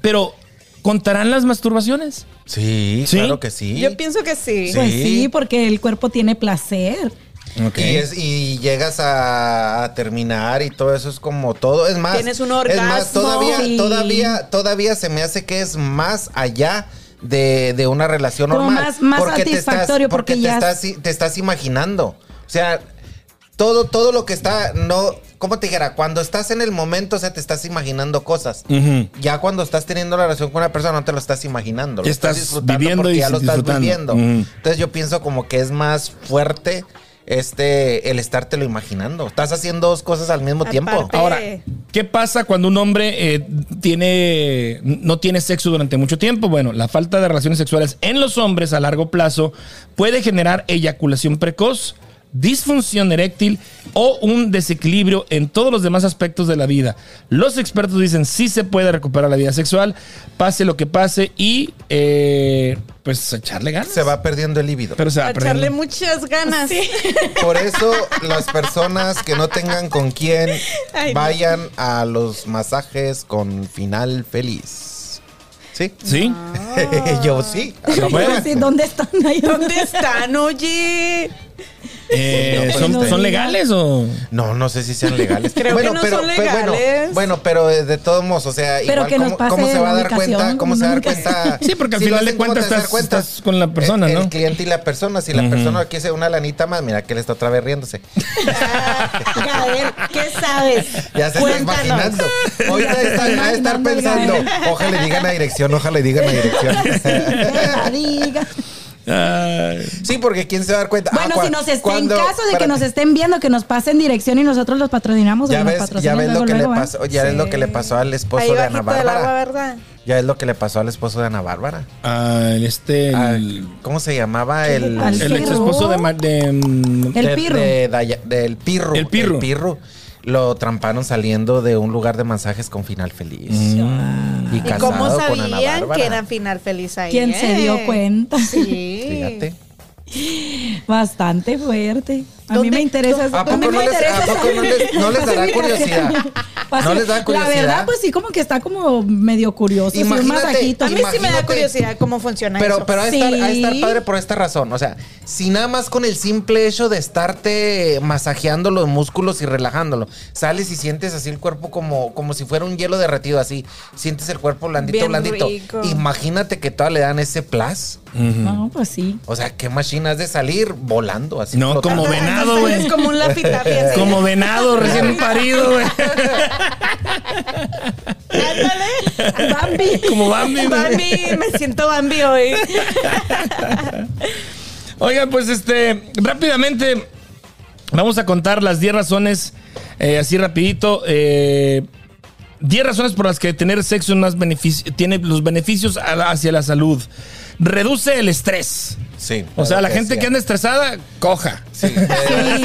[SPEAKER 3] pero ¿contarán las masturbaciones?
[SPEAKER 5] Sí,
[SPEAKER 3] ¿Sí?
[SPEAKER 5] claro que sí.
[SPEAKER 4] Yo pienso que sí.
[SPEAKER 6] Pues
[SPEAKER 5] Sí.
[SPEAKER 6] sí, porque el cuerpo tiene placer.
[SPEAKER 5] Y, es- y llegas a, a terminar y todo eso es como todo. Es más,
[SPEAKER 4] Tienes un
[SPEAKER 5] Es
[SPEAKER 4] orgasmo.
[SPEAKER 5] más, todavía,
[SPEAKER 6] Sí.
[SPEAKER 5] todavía, todavía se me hace que es más allá. De, de una relación
[SPEAKER 6] Como
[SPEAKER 5] normal.
[SPEAKER 6] más- más satisfactorio, porque
[SPEAKER 5] porque,
[SPEAKER 6] ya-
[SPEAKER 5] te, estás, i- te estás imaginando. O sea, todo, todo lo que está, no, ¿cómo te dijera? Cuando estás en el momento, o sea, te estás imaginando cosas.
[SPEAKER 3] Ujú.
[SPEAKER 5] Ya cuando estás teniendo la relación con una persona, no te lo estás imaginando. Lo
[SPEAKER 3] Estás viviendo
[SPEAKER 5] porque
[SPEAKER 3] y
[SPEAKER 5] ya lo estás
[SPEAKER 3] disfrutando.
[SPEAKER 5] viviendo.
[SPEAKER 3] Ujú.
[SPEAKER 5] Entonces yo pienso como que es más fuerte este el estártelo imaginando. Estás haciendo dos cosas al mismo tiempo.
[SPEAKER 4] Aparte.
[SPEAKER 3] Ahora, ¿qué pasa cuando un hombre eh, tiene, no tiene sexo durante mucho tiempo? Bueno, la falta de relaciones sexuales en los hombres a largo plazo puede generar eyaculación precoz, disfunción eréctil o un desequilibrio en todos los demás aspectos de la vida. Los expertos dicen sí se puede recuperar la vida sexual, pase lo que pase y eh, pues echarle ganas.
[SPEAKER 5] Se va perdiendo el líbido.
[SPEAKER 3] Pero se va
[SPEAKER 4] A echarle
[SPEAKER 3] perdiendo.
[SPEAKER 4] muchas ganas.
[SPEAKER 5] Por eso las personas que no tengan con quién
[SPEAKER 4] Ay, no.
[SPEAKER 5] vayan a los masajes con final feliz. ¿Sí?
[SPEAKER 3] ¿Sí?
[SPEAKER 5] yo sí.
[SPEAKER 4] Ah.
[SPEAKER 3] Bueno.
[SPEAKER 6] Sí, ¿Dónde están ahí?
[SPEAKER 4] ¿Dónde están, oye?
[SPEAKER 3] Eh,
[SPEAKER 5] No,
[SPEAKER 3] ¿son,
[SPEAKER 5] pues,
[SPEAKER 3] son
[SPEAKER 5] sí.
[SPEAKER 3] legales o...?
[SPEAKER 5] No, no sé si sean legales.
[SPEAKER 4] Creo que no son
[SPEAKER 5] bueno,
[SPEAKER 4] legales.
[SPEAKER 5] bueno, pero de, de todos modos, o sea, igual,
[SPEAKER 6] Pero que nos
[SPEAKER 5] ¿cómo, cómo
[SPEAKER 6] pase
[SPEAKER 5] se va a
[SPEAKER 6] la
[SPEAKER 5] dar cuenta?
[SPEAKER 6] ubicación,
[SPEAKER 5] ¿Cómo se va a dar
[SPEAKER 6] nunca.
[SPEAKER 5] cuenta?
[SPEAKER 3] Sí, porque al
[SPEAKER 5] Si lo
[SPEAKER 3] final de
[SPEAKER 5] hacen, ¿cómo
[SPEAKER 3] cuentas
[SPEAKER 5] te vas a dar
[SPEAKER 3] estás- estás con la persona,
[SPEAKER 5] el,
[SPEAKER 3] ¿no?
[SPEAKER 5] El cliente y la persona. Si la persona aquí se una lanita más, mira que le está otra vez riéndose.
[SPEAKER 4] Ah, A ver, ¿qué sabes?
[SPEAKER 5] Ya se está imaginando. Ahorita está, va a estar
[SPEAKER 6] Imaginando el
[SPEAKER 5] pensando,
[SPEAKER 6] gallo.
[SPEAKER 5] ojalá le digan la dirección, ojalá le digan la dirección.
[SPEAKER 6] Venga, diga.
[SPEAKER 3] Ay.
[SPEAKER 5] Sí, porque quién se va a dar cuenta. Ah,
[SPEAKER 6] Bueno,
[SPEAKER 5] cua-
[SPEAKER 6] si nos estén,
[SPEAKER 5] cuando-
[SPEAKER 6] en caso de que
[SPEAKER 5] espérate.
[SPEAKER 6] nos estén viendo, que nos pasen dirección y nosotros los patrocinamos. o
[SPEAKER 5] ya
[SPEAKER 6] nos
[SPEAKER 5] ves, ya
[SPEAKER 6] patrocinan
[SPEAKER 5] ves lo
[SPEAKER 6] luego,
[SPEAKER 5] que le
[SPEAKER 6] luego, ¿eh?
[SPEAKER 5] pasó, ya es lo que le pasó al esposo
[SPEAKER 4] Ahí
[SPEAKER 5] de Ana
[SPEAKER 4] bajito del agua,
[SPEAKER 5] Bárbara.
[SPEAKER 4] ¿verdad?
[SPEAKER 5] Ya es lo que le pasó al esposo de Ana Bárbara.
[SPEAKER 3] Ah, el este... El,
[SPEAKER 5] Al- ¿Cómo se llamaba el
[SPEAKER 6] Al
[SPEAKER 3] el ex esposo de... Ma- de, mm,
[SPEAKER 6] El
[SPEAKER 5] de-
[SPEAKER 6] pirro.
[SPEAKER 5] de Daya- del pirro.
[SPEAKER 3] El pirro.
[SPEAKER 5] Lo tramparon saliendo de un lugar de masajes con final feliz. Y
[SPEAKER 4] ¿Y
[SPEAKER 5] casado
[SPEAKER 4] cómo
[SPEAKER 5] con Ana
[SPEAKER 4] sabían
[SPEAKER 5] Bárbara.
[SPEAKER 4] que era final feliz ahí?
[SPEAKER 6] ¿Quién
[SPEAKER 4] eh?
[SPEAKER 6] se dio cuenta?
[SPEAKER 4] Sí.
[SPEAKER 5] Fíjate.
[SPEAKER 6] Bastante fuerte. A mí
[SPEAKER 4] ¿Dónde-
[SPEAKER 6] me interesa.
[SPEAKER 5] ¿A poco
[SPEAKER 6] mí me
[SPEAKER 5] no les-
[SPEAKER 6] interesa
[SPEAKER 5] a poco
[SPEAKER 6] saber-
[SPEAKER 5] no les- no les dará
[SPEAKER 6] Fácil,
[SPEAKER 5] curiosidad?
[SPEAKER 6] fácil.
[SPEAKER 5] ¿No les da curiosidad?
[SPEAKER 6] Pues La verdad, pues sí, como que está como medio curioso. sí, un
[SPEAKER 5] Imagínate,
[SPEAKER 6] masajito.
[SPEAKER 4] A mí sí me da
[SPEAKER 5] Imagínate.
[SPEAKER 4] curiosidad cómo funciona
[SPEAKER 5] Pero,
[SPEAKER 4] eso.
[SPEAKER 5] pero ha de
[SPEAKER 6] Sí.
[SPEAKER 5] estar, ha de estar padre por esta razón. O sea, si nada más con el simple hecho de estarte masajeando los músculos y relajándolo, sales y sientes así el cuerpo como, como si fuera un hielo derretido, así. Sientes el cuerpo blandito,
[SPEAKER 4] Bien
[SPEAKER 5] blandito.
[SPEAKER 4] rico.
[SPEAKER 5] Imagínate que todavía le dan ese plus.
[SPEAKER 3] Mm.
[SPEAKER 6] No, pues sí.
[SPEAKER 5] O sea, qué machine has de salir volando así.
[SPEAKER 3] No, como
[SPEAKER 5] flotando.
[SPEAKER 3] venado, güey.
[SPEAKER 4] Es como un lapitarri así.
[SPEAKER 3] Como venado recién parido, güey.
[SPEAKER 6] Bambi.
[SPEAKER 3] Como Bambi, güey.
[SPEAKER 4] Bambi, me siento Bambi hoy.
[SPEAKER 3] Oigan, pues este, rápidamente vamos a contar las 10 razones, eh, así rapidito. eh, 10 razones por las que tener sexo es más benefici- tiene los beneficios a la- hacia la salud. Reduce el estrés.
[SPEAKER 5] Sí.
[SPEAKER 3] O sea,
[SPEAKER 5] claro
[SPEAKER 3] la gente
[SPEAKER 5] sí.
[SPEAKER 3] que anda estresada, coja.
[SPEAKER 5] Sí, sí.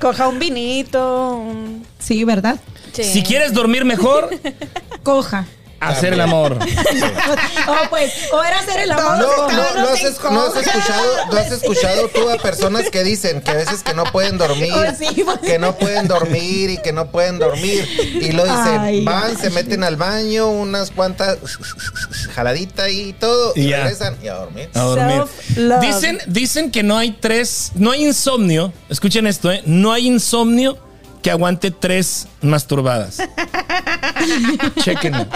[SPEAKER 4] Coja un vinito. un-
[SPEAKER 6] Sí, ¿verdad?
[SPEAKER 3] Si quieres dormir mejor,
[SPEAKER 6] Coja.
[SPEAKER 3] hacer el amor.
[SPEAKER 6] O pues, o era hacer el amor.
[SPEAKER 5] No,
[SPEAKER 6] o-
[SPEAKER 5] no, no, has,
[SPEAKER 6] te
[SPEAKER 5] es- no has escuchado, no has escuchado tú a personas que dicen que a veces que no pueden dormir,
[SPEAKER 6] Oh, sí, pues.
[SPEAKER 5] que no pueden dormir y que no pueden dormir. Y lo dicen,
[SPEAKER 6] Ay,
[SPEAKER 5] van, se meten al baño, unas cuantas jaladita y todo, y,
[SPEAKER 3] Y ya.
[SPEAKER 5] regresan y a dormir.
[SPEAKER 3] A dormir.
[SPEAKER 4] Self-love.
[SPEAKER 3] Dicen, dicen que no hay tres, no hay insomnio. Escuchen esto, ¿eh? No hay insomnio que aguante tres masturbadas. Chequenlo.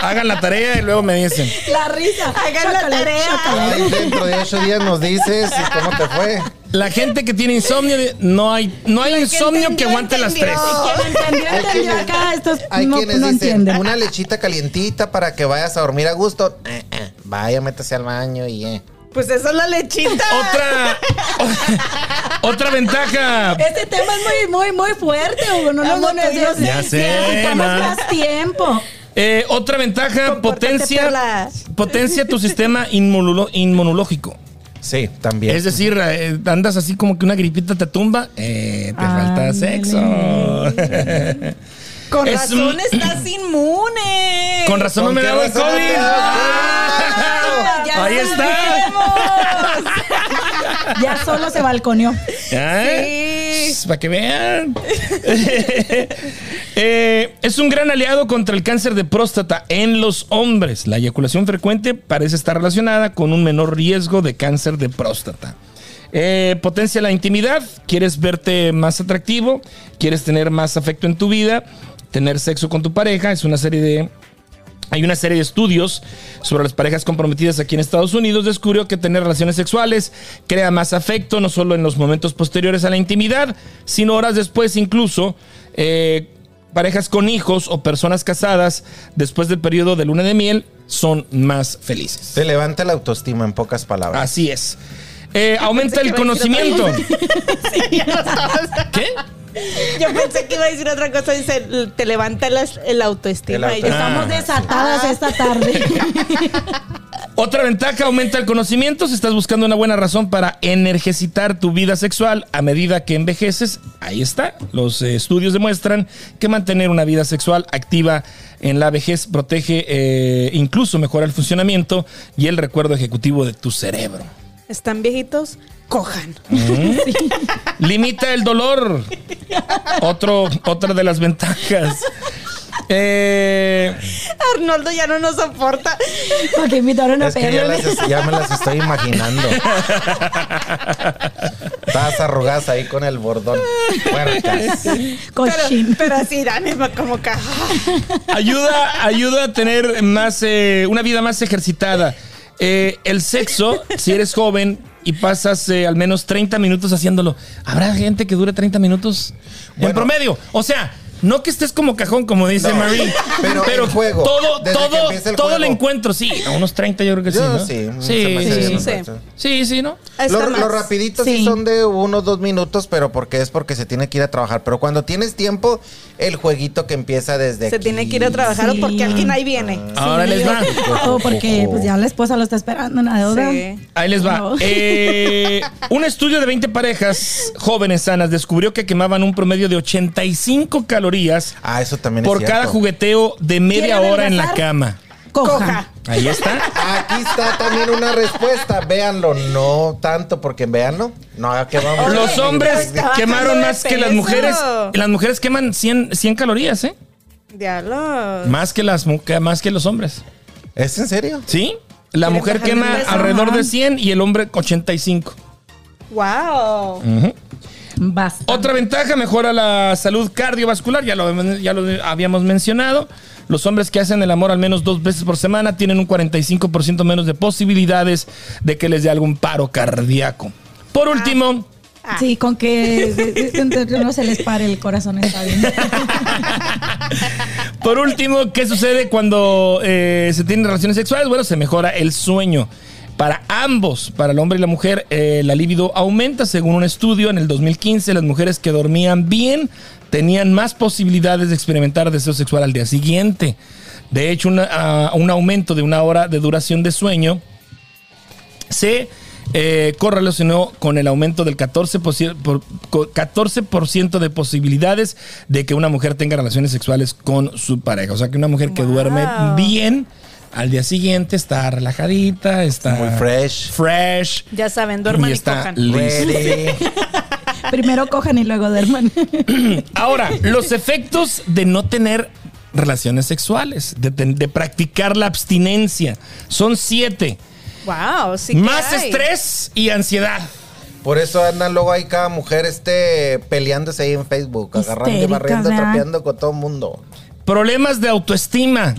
[SPEAKER 3] Hagan la tarea y luego me dicen.
[SPEAKER 6] La risa.
[SPEAKER 4] Hagan la
[SPEAKER 6] Chócale,
[SPEAKER 4] tarea.
[SPEAKER 6] chócale.
[SPEAKER 5] Ahí dentro de ocho días nos dices y cómo te fue.
[SPEAKER 3] La gente que tiene insomnio, no hay, no hay insomnio que
[SPEAKER 4] entendió,
[SPEAKER 3] aguante
[SPEAKER 4] entendió.
[SPEAKER 3] las tres.
[SPEAKER 6] Quien entendió,
[SPEAKER 5] Hay
[SPEAKER 6] entendió
[SPEAKER 5] quienes-
[SPEAKER 6] acá. Estos
[SPEAKER 5] Hay
[SPEAKER 6] no,
[SPEAKER 5] quienes
[SPEAKER 6] no
[SPEAKER 5] dicen
[SPEAKER 6] entienden.
[SPEAKER 5] una lechita calientita para que vayas a dormir a gusto. Eh, eh, Vaya, métase al baño y eh.
[SPEAKER 4] Pues esa es la lechita.
[SPEAKER 3] Otra, otra ventaja.
[SPEAKER 6] Este tema es muy, muy, muy fuerte, Hugo. No nos
[SPEAKER 4] Amo tu
[SPEAKER 6] necesitamos
[SPEAKER 3] Ya sé, ma.
[SPEAKER 6] más tiempo.
[SPEAKER 3] Eh, otra ventaja,
[SPEAKER 4] Compórtate,
[SPEAKER 3] potencia,
[SPEAKER 4] Perla.
[SPEAKER 3] potencia tu sistema inmunulo- inmunológico.
[SPEAKER 5] Sí, también.
[SPEAKER 3] Es decir, eh, andas así como que una gripita te tumba, eh, te falta
[SPEAKER 6] Ándale.
[SPEAKER 3] sexo.
[SPEAKER 4] Con
[SPEAKER 3] Es
[SPEAKER 4] razón
[SPEAKER 3] un-
[SPEAKER 4] estás inmune.
[SPEAKER 3] Con razón no
[SPEAKER 5] ¿Con
[SPEAKER 3] me
[SPEAKER 5] qué
[SPEAKER 3] daba el
[SPEAKER 5] razón
[SPEAKER 3] COVID.
[SPEAKER 5] no te daba
[SPEAKER 3] Ah, Ahí está.
[SPEAKER 6] Ya solo se balconeó.
[SPEAKER 3] Para que vean. Eh, es un gran aliado contra el cáncer de próstata en los hombres. La eyaculación frecuente parece estar relacionada con un menor riesgo de cáncer de próstata. Eh, potencia la intimidad, quieres verte más atractivo, quieres tener más afecto en tu vida, tener sexo con tu pareja, es una serie de Hay una serie de estudios sobre las parejas comprometidas aquí en Estados Unidos. Descubrió que tener relaciones sexuales crea más afecto, no solo en los momentos posteriores a la intimidad, sino horas después incluso. eh, parejas con hijos o personas casadas después del periodo de luna de miel son más felices.
[SPEAKER 5] Te levanta la autoestima en pocas palabras.
[SPEAKER 3] Así es. Eh, aumenta el
[SPEAKER 4] que iba a decir
[SPEAKER 3] conocimiento.
[SPEAKER 4] otra
[SPEAKER 3] ¿Qué?
[SPEAKER 4] Yo pensé que iba a decir otra cosa. Dice, te levanta las- el, autoestima.
[SPEAKER 5] El
[SPEAKER 4] Y yo,
[SPEAKER 5] autoestima.
[SPEAKER 6] Estamos desatadas esta tarde.
[SPEAKER 3] Otra ventaja, aumenta el conocimiento. Si estás buscando una buena razón para energicitar tu vida sexual a medida que envejeces, ahí está. Los eh, estudios demuestran que mantener una vida sexual activa en la vejez protege, eh, incluso mejora el funcionamiento y el recuerdo ejecutivo de tu cerebro.
[SPEAKER 4] Ah. Están viejitos, cojan.
[SPEAKER 3] Limita el dolor. Otro, otra de las ventajas. Eh,
[SPEAKER 4] Arnoldo ya no nos soporta.
[SPEAKER 6] Porque invitaron a
[SPEAKER 5] Es que ya,
[SPEAKER 6] Pedro.
[SPEAKER 5] las es- ya me las estoy imaginando. Estabas arrugadas ahí con el bordón. Puercas.
[SPEAKER 6] Cochín.
[SPEAKER 4] Pero, pero así, Irán como ah, caja.
[SPEAKER 3] Ayuda, ayuda a tener más, eh, una vida más ejercitada. Eh, el sexo, si eres joven y pasas eh, al menos 30 minutos haciéndolo, ¿habrá gente que dure 30 minutos en
[SPEAKER 5] Bueno.
[SPEAKER 3] promedio? O sea, no que estés como cajón, como dice
[SPEAKER 5] No,
[SPEAKER 3] Marie,
[SPEAKER 5] pero el juego,
[SPEAKER 3] todo,
[SPEAKER 5] desde que
[SPEAKER 3] todo,
[SPEAKER 5] empieza el
[SPEAKER 3] todo el
[SPEAKER 5] juego.
[SPEAKER 3] encuentro, sí, a unos 30 yo creo que sí,
[SPEAKER 5] Yo
[SPEAKER 3] ¿no?
[SPEAKER 5] sí. se me
[SPEAKER 3] sí,
[SPEAKER 5] hace
[SPEAKER 3] sí,
[SPEAKER 5] bien
[SPEAKER 4] sí.
[SPEAKER 5] barato.
[SPEAKER 3] sí, sí, ¿no?
[SPEAKER 4] Está
[SPEAKER 5] Lo,
[SPEAKER 4] más.
[SPEAKER 5] lo rapidito sí.
[SPEAKER 6] Sí.
[SPEAKER 5] son de unos dos minutos, pero porque es porque se tiene que ir a trabajar. Pero cuando tienes tiempo, el jueguito que empieza desde
[SPEAKER 4] Se
[SPEAKER 5] aquí.
[SPEAKER 4] tiene que ir a trabajar Oh,
[SPEAKER 6] Sí.
[SPEAKER 4] o porque alguien ahí viene.
[SPEAKER 3] Ahora les va.
[SPEAKER 6] Todo
[SPEAKER 3] Oh.
[SPEAKER 6] porque pues ya la esposa lo está esperando, una deuda.
[SPEAKER 4] Sí.
[SPEAKER 3] Ahí les va.
[SPEAKER 6] No.
[SPEAKER 3] Eh, un estudio de 20 parejas jóvenes sanas descubrió que quemaban un promedio de 85 calorías
[SPEAKER 5] Ah, eso también
[SPEAKER 3] por
[SPEAKER 5] es cierto.
[SPEAKER 3] cada jugueteo de media
[SPEAKER 6] ¿Quieren
[SPEAKER 3] hora en la
[SPEAKER 6] adelgazar?
[SPEAKER 3] cama.
[SPEAKER 6] Coja.
[SPEAKER 4] Coja.
[SPEAKER 3] Ahí está.
[SPEAKER 5] Aquí está también una respuesta. Véanlo. No tanto porque véanlo. No, que vamos.
[SPEAKER 4] Oye,
[SPEAKER 3] Los hombres
[SPEAKER 4] pero está
[SPEAKER 3] quemaron
[SPEAKER 4] bajando de
[SPEAKER 3] más que las
[SPEAKER 4] peso.
[SPEAKER 3] mujeres. Las mujeres queman 100, 100 calorías, ¿eh?
[SPEAKER 4] Diablo.
[SPEAKER 3] Más que, las, mu- que- más que los hombres.
[SPEAKER 5] ¿Es en serio?
[SPEAKER 3] ¿Sí? La
[SPEAKER 4] ¿Quieren
[SPEAKER 3] mujer
[SPEAKER 4] bajar de
[SPEAKER 3] quema
[SPEAKER 4] peso?
[SPEAKER 3] alrededor de
[SPEAKER 6] Ajá.
[SPEAKER 3] 100 y el hombre 85.
[SPEAKER 4] Wow.
[SPEAKER 6] Basta.
[SPEAKER 3] Otra ventaja, mejora la salud cardiovascular, ya lo, ya lo habíamos mencionado. Los hombres que hacen el amor al menos dos veces por semana tienen un 45% menos de posibilidades de que les dé algún paro cardíaco. Por último,
[SPEAKER 4] Ah.
[SPEAKER 6] Sí, con que de- de- de- no se les pare el corazón, está bien.
[SPEAKER 3] por último, ¿qué sucede cuando eh, se tienen relaciones sexuales? Bueno, se mejora el sueño. Para ambos, para el hombre y la mujer, eh, la libido aumenta. Según un estudio, en el 2015, las mujeres que dormían bien tenían más posibilidades de experimentar deseo sexual al día siguiente. De hecho, una- ah, un aumento de una hora de duración de sueño se eh, correlacionó con el aumento del 14%, por- co- 14% de posibilidades de que una mujer tenga relaciones sexuales con su pareja. O sea, que una mujer que
[SPEAKER 4] Wow.
[SPEAKER 3] duerme bien al día siguiente está relajadita, está
[SPEAKER 5] Muy fresh.
[SPEAKER 3] fresh
[SPEAKER 4] Ya saben, duerman
[SPEAKER 3] y
[SPEAKER 4] y,
[SPEAKER 3] está
[SPEAKER 4] cojan.
[SPEAKER 3] lista.
[SPEAKER 5] Ready.
[SPEAKER 6] Primero cojan y luego duerman.
[SPEAKER 3] Ahora, los efectos de no tener relaciones sexuales, de, ten- de practicar la abstinencia, son siete.
[SPEAKER 4] Wow, sí. que
[SPEAKER 3] Más
[SPEAKER 4] hay.
[SPEAKER 3] estrés y ansiedad.
[SPEAKER 5] Por eso andan luego ahí cada mujer este, peleándose ahí en Facebook, agarrando y
[SPEAKER 6] Histéricas,
[SPEAKER 5] barriendo,
[SPEAKER 6] ¿verdad?
[SPEAKER 5] tropeando con todo el mundo.
[SPEAKER 3] Problemas de autoestima.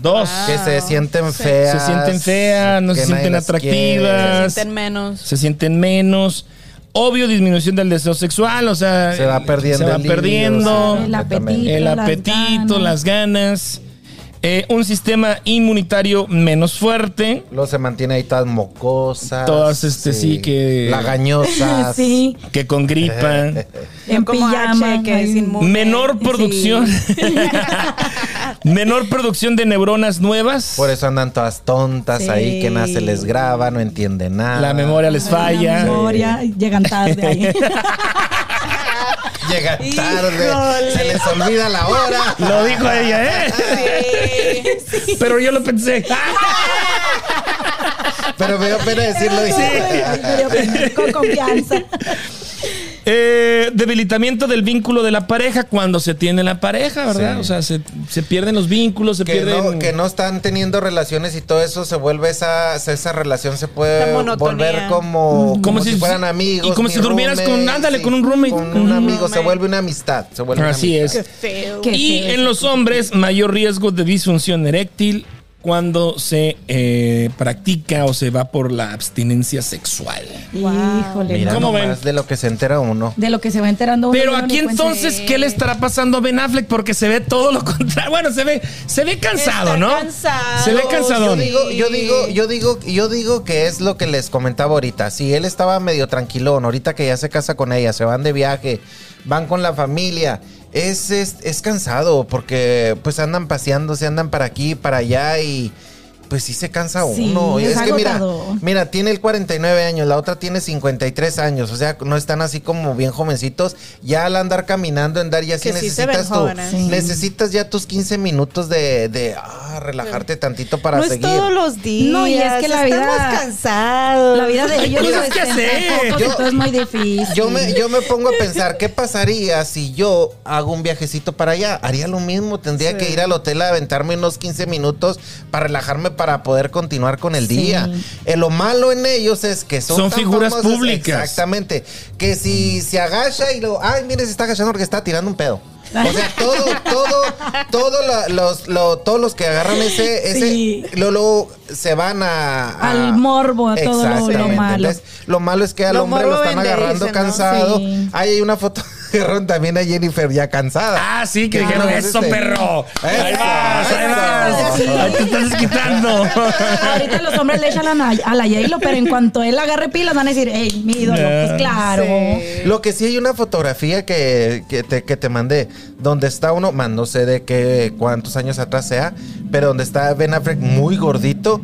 [SPEAKER 3] Dos.
[SPEAKER 5] Que se
[SPEAKER 4] Ah,
[SPEAKER 5] sienten
[SPEAKER 4] sí.
[SPEAKER 5] feas.
[SPEAKER 3] Se sienten feas, no
[SPEAKER 5] que
[SPEAKER 3] se
[SPEAKER 5] nadie
[SPEAKER 3] sienten
[SPEAKER 5] las quiere.
[SPEAKER 3] atractivas.
[SPEAKER 4] Sienten menos.
[SPEAKER 3] Se sienten menos. Obvio, disminución del deseo sexual, o sea.
[SPEAKER 5] Se va perdiendo
[SPEAKER 3] Se va
[SPEAKER 5] el libido,
[SPEAKER 3] perdiendo.
[SPEAKER 5] sí,
[SPEAKER 6] El apetito.
[SPEAKER 3] El
[SPEAKER 6] Las
[SPEAKER 3] apetito,
[SPEAKER 6] ganas.
[SPEAKER 3] las ganas. Eh, un sistema inmunitario menos fuerte.
[SPEAKER 5] Luego se mantiene ahí todas mocosas.
[SPEAKER 3] Todas, este, sí, que-
[SPEAKER 5] Lagañosas.
[SPEAKER 6] Sí,
[SPEAKER 3] Que con gripa.
[SPEAKER 6] en
[SPEAKER 4] Yo como
[SPEAKER 6] pijama.
[SPEAKER 4] H, que
[SPEAKER 6] ahí.
[SPEAKER 4] es inmune.
[SPEAKER 3] Menor
[SPEAKER 6] Sí.
[SPEAKER 3] producción. menor producción de neuronas nuevas.
[SPEAKER 5] Por eso andan todas tontas
[SPEAKER 6] Sí.
[SPEAKER 5] ahí, que nada se les graba, no entienden nada.
[SPEAKER 3] La memoria les
[SPEAKER 6] La
[SPEAKER 3] falla.
[SPEAKER 6] memoria, llegan tarde ahí.
[SPEAKER 5] Llega tarde,
[SPEAKER 4] Híjole.
[SPEAKER 5] se les olvida la hora.
[SPEAKER 3] Lo dijo ella, ¿eh?
[SPEAKER 4] Sí.
[SPEAKER 3] Pero yo lo pensé.
[SPEAKER 5] Pero me dio pena decirlo.
[SPEAKER 3] Pues
[SPEAKER 6] Ay, pero Con confianza.
[SPEAKER 3] Eh, debilitamiento del vínculo de la pareja cuando se tiene la pareja, ¿verdad?
[SPEAKER 5] Sí.
[SPEAKER 3] O sea, se, se pierden los vínculos, se
[SPEAKER 5] Que
[SPEAKER 3] pierden.
[SPEAKER 5] no, que no están teniendo relaciones y todo eso se vuelve esa, esa relación se
[SPEAKER 4] La
[SPEAKER 5] puede
[SPEAKER 4] monotonía.
[SPEAKER 5] volver como, como, si, fueran amigos.
[SPEAKER 3] y como
[SPEAKER 5] ni
[SPEAKER 3] si durmieras con-
[SPEAKER 5] roommates,
[SPEAKER 3] ándale,
[SPEAKER 5] y
[SPEAKER 3] con un roommate.
[SPEAKER 5] Con
[SPEAKER 3] Ujú.
[SPEAKER 5] un amigo, se vuelve una amistad. Se vuelve una
[SPEAKER 3] Así
[SPEAKER 5] amistad.
[SPEAKER 3] es.
[SPEAKER 4] Qué feo.
[SPEAKER 6] Qué
[SPEAKER 3] Y
[SPEAKER 6] feo.
[SPEAKER 3] en los hombres, mayor riesgo de disfunción eréctil cuando se eh, practica o se va por la abstinencia sexual.
[SPEAKER 6] Híjole.
[SPEAKER 5] Mira
[SPEAKER 3] ¿Cómo
[SPEAKER 5] nomás
[SPEAKER 3] ven?
[SPEAKER 5] de lo que se entera uno.
[SPEAKER 6] De lo que se va enterando uno,
[SPEAKER 3] Pero
[SPEAKER 6] uno ni
[SPEAKER 3] aquí
[SPEAKER 6] cuenta.
[SPEAKER 3] entonces, ¿qué le estará pasando a Ben Affleck? Porque se ve todo lo contrario. Bueno, se ve, se ve cansado,
[SPEAKER 4] Está
[SPEAKER 3] ¿no?
[SPEAKER 4] cansado,
[SPEAKER 3] Se ve
[SPEAKER 4] yo
[SPEAKER 5] Yo
[SPEAKER 3] cansadón.
[SPEAKER 5] digo, yo digo, yo digo, yo digo que es lo que les comentaba ahorita. Si él estaba medio tranquilón, ahorita que ya se casa con ella, se van de viaje, van con la familia. Es, es, es cansado porque pues andan paseándose, andan para aquí, para allá y pues sí se cansa
[SPEAKER 6] Sí,
[SPEAKER 5] uno.
[SPEAKER 6] es
[SPEAKER 5] Es, que mira,
[SPEAKER 6] agotador.
[SPEAKER 5] mira, tiene el 49 años, la otra tiene 53 años, o sea, no están así como bien jovencitos. Ya al andar caminando, andar ya sí
[SPEAKER 4] Que sí se ven
[SPEAKER 5] necesitas tú,
[SPEAKER 4] jóvenes.
[SPEAKER 6] Sí.
[SPEAKER 5] necesitas ya tus 15 minutos de, de, ah, a relajarte tantito para
[SPEAKER 4] no
[SPEAKER 5] seguir.
[SPEAKER 4] es todos los días.
[SPEAKER 6] No, y es que la vida-
[SPEAKER 4] Estamos cansados.
[SPEAKER 6] La vida de ellos
[SPEAKER 5] cosas
[SPEAKER 6] es
[SPEAKER 3] Pues que hacer.
[SPEAKER 6] tampoco,
[SPEAKER 5] Yo-
[SPEAKER 6] entonces es muy difícil.
[SPEAKER 5] Yo me, yo me pongo a pensar, ¿qué pasaría si yo hago un viajecito para allá? Haría lo mismo, tendría que ir al hotel a aventarme unos 15 minutos para relajarme para poder continuar con el
[SPEAKER 6] Sí.
[SPEAKER 5] día. Eh, lo malo en ellos es que son,
[SPEAKER 3] Son
[SPEAKER 5] tan
[SPEAKER 3] figuras
[SPEAKER 5] famosas-
[SPEAKER 3] públicas.
[SPEAKER 5] Exactamente. Que si se agacha y lo, ay, mire, se está agachando porque está tirando un pedo. O sea, todo, todo, todo la- los, lo- todos los que agarran ese, ese,
[SPEAKER 6] Sí.
[SPEAKER 5] luego, luego se van a, a-
[SPEAKER 6] Al morbo, a todo lo- lo
[SPEAKER 5] Exactamente.
[SPEAKER 6] malo.
[SPEAKER 5] Entonces, lo malo es que al
[SPEAKER 4] Lo
[SPEAKER 5] hombre lo
[SPEAKER 4] morbo
[SPEAKER 5] están
[SPEAKER 4] vende,
[SPEAKER 5] agarrando
[SPEAKER 4] dicen, ¿no?
[SPEAKER 5] cansado.
[SPEAKER 6] Sí.
[SPEAKER 5] Ahí hay una foto que agarraron también a Jennifer ya cansada.
[SPEAKER 3] Ah, sí, que dijeron,
[SPEAKER 5] entonces,
[SPEAKER 3] eso,
[SPEAKER 5] eh,
[SPEAKER 3] perro. Ahí
[SPEAKER 5] eso,
[SPEAKER 3] vas, ahí
[SPEAKER 5] eso.
[SPEAKER 3] vas. Ahí te estás quitando.
[SPEAKER 6] Ah, Ahorita los hombres le echan a la, a la J-Lo, pero en cuanto él agarre pilas van a decir, hey, mi ídolo, pues claro.
[SPEAKER 5] Lo que sí hay una fotografía que, que te, que te mandé, donde está uno, más no sé de qué cuántos años atrás sea, pero donde está Ben Affleck muy gordito.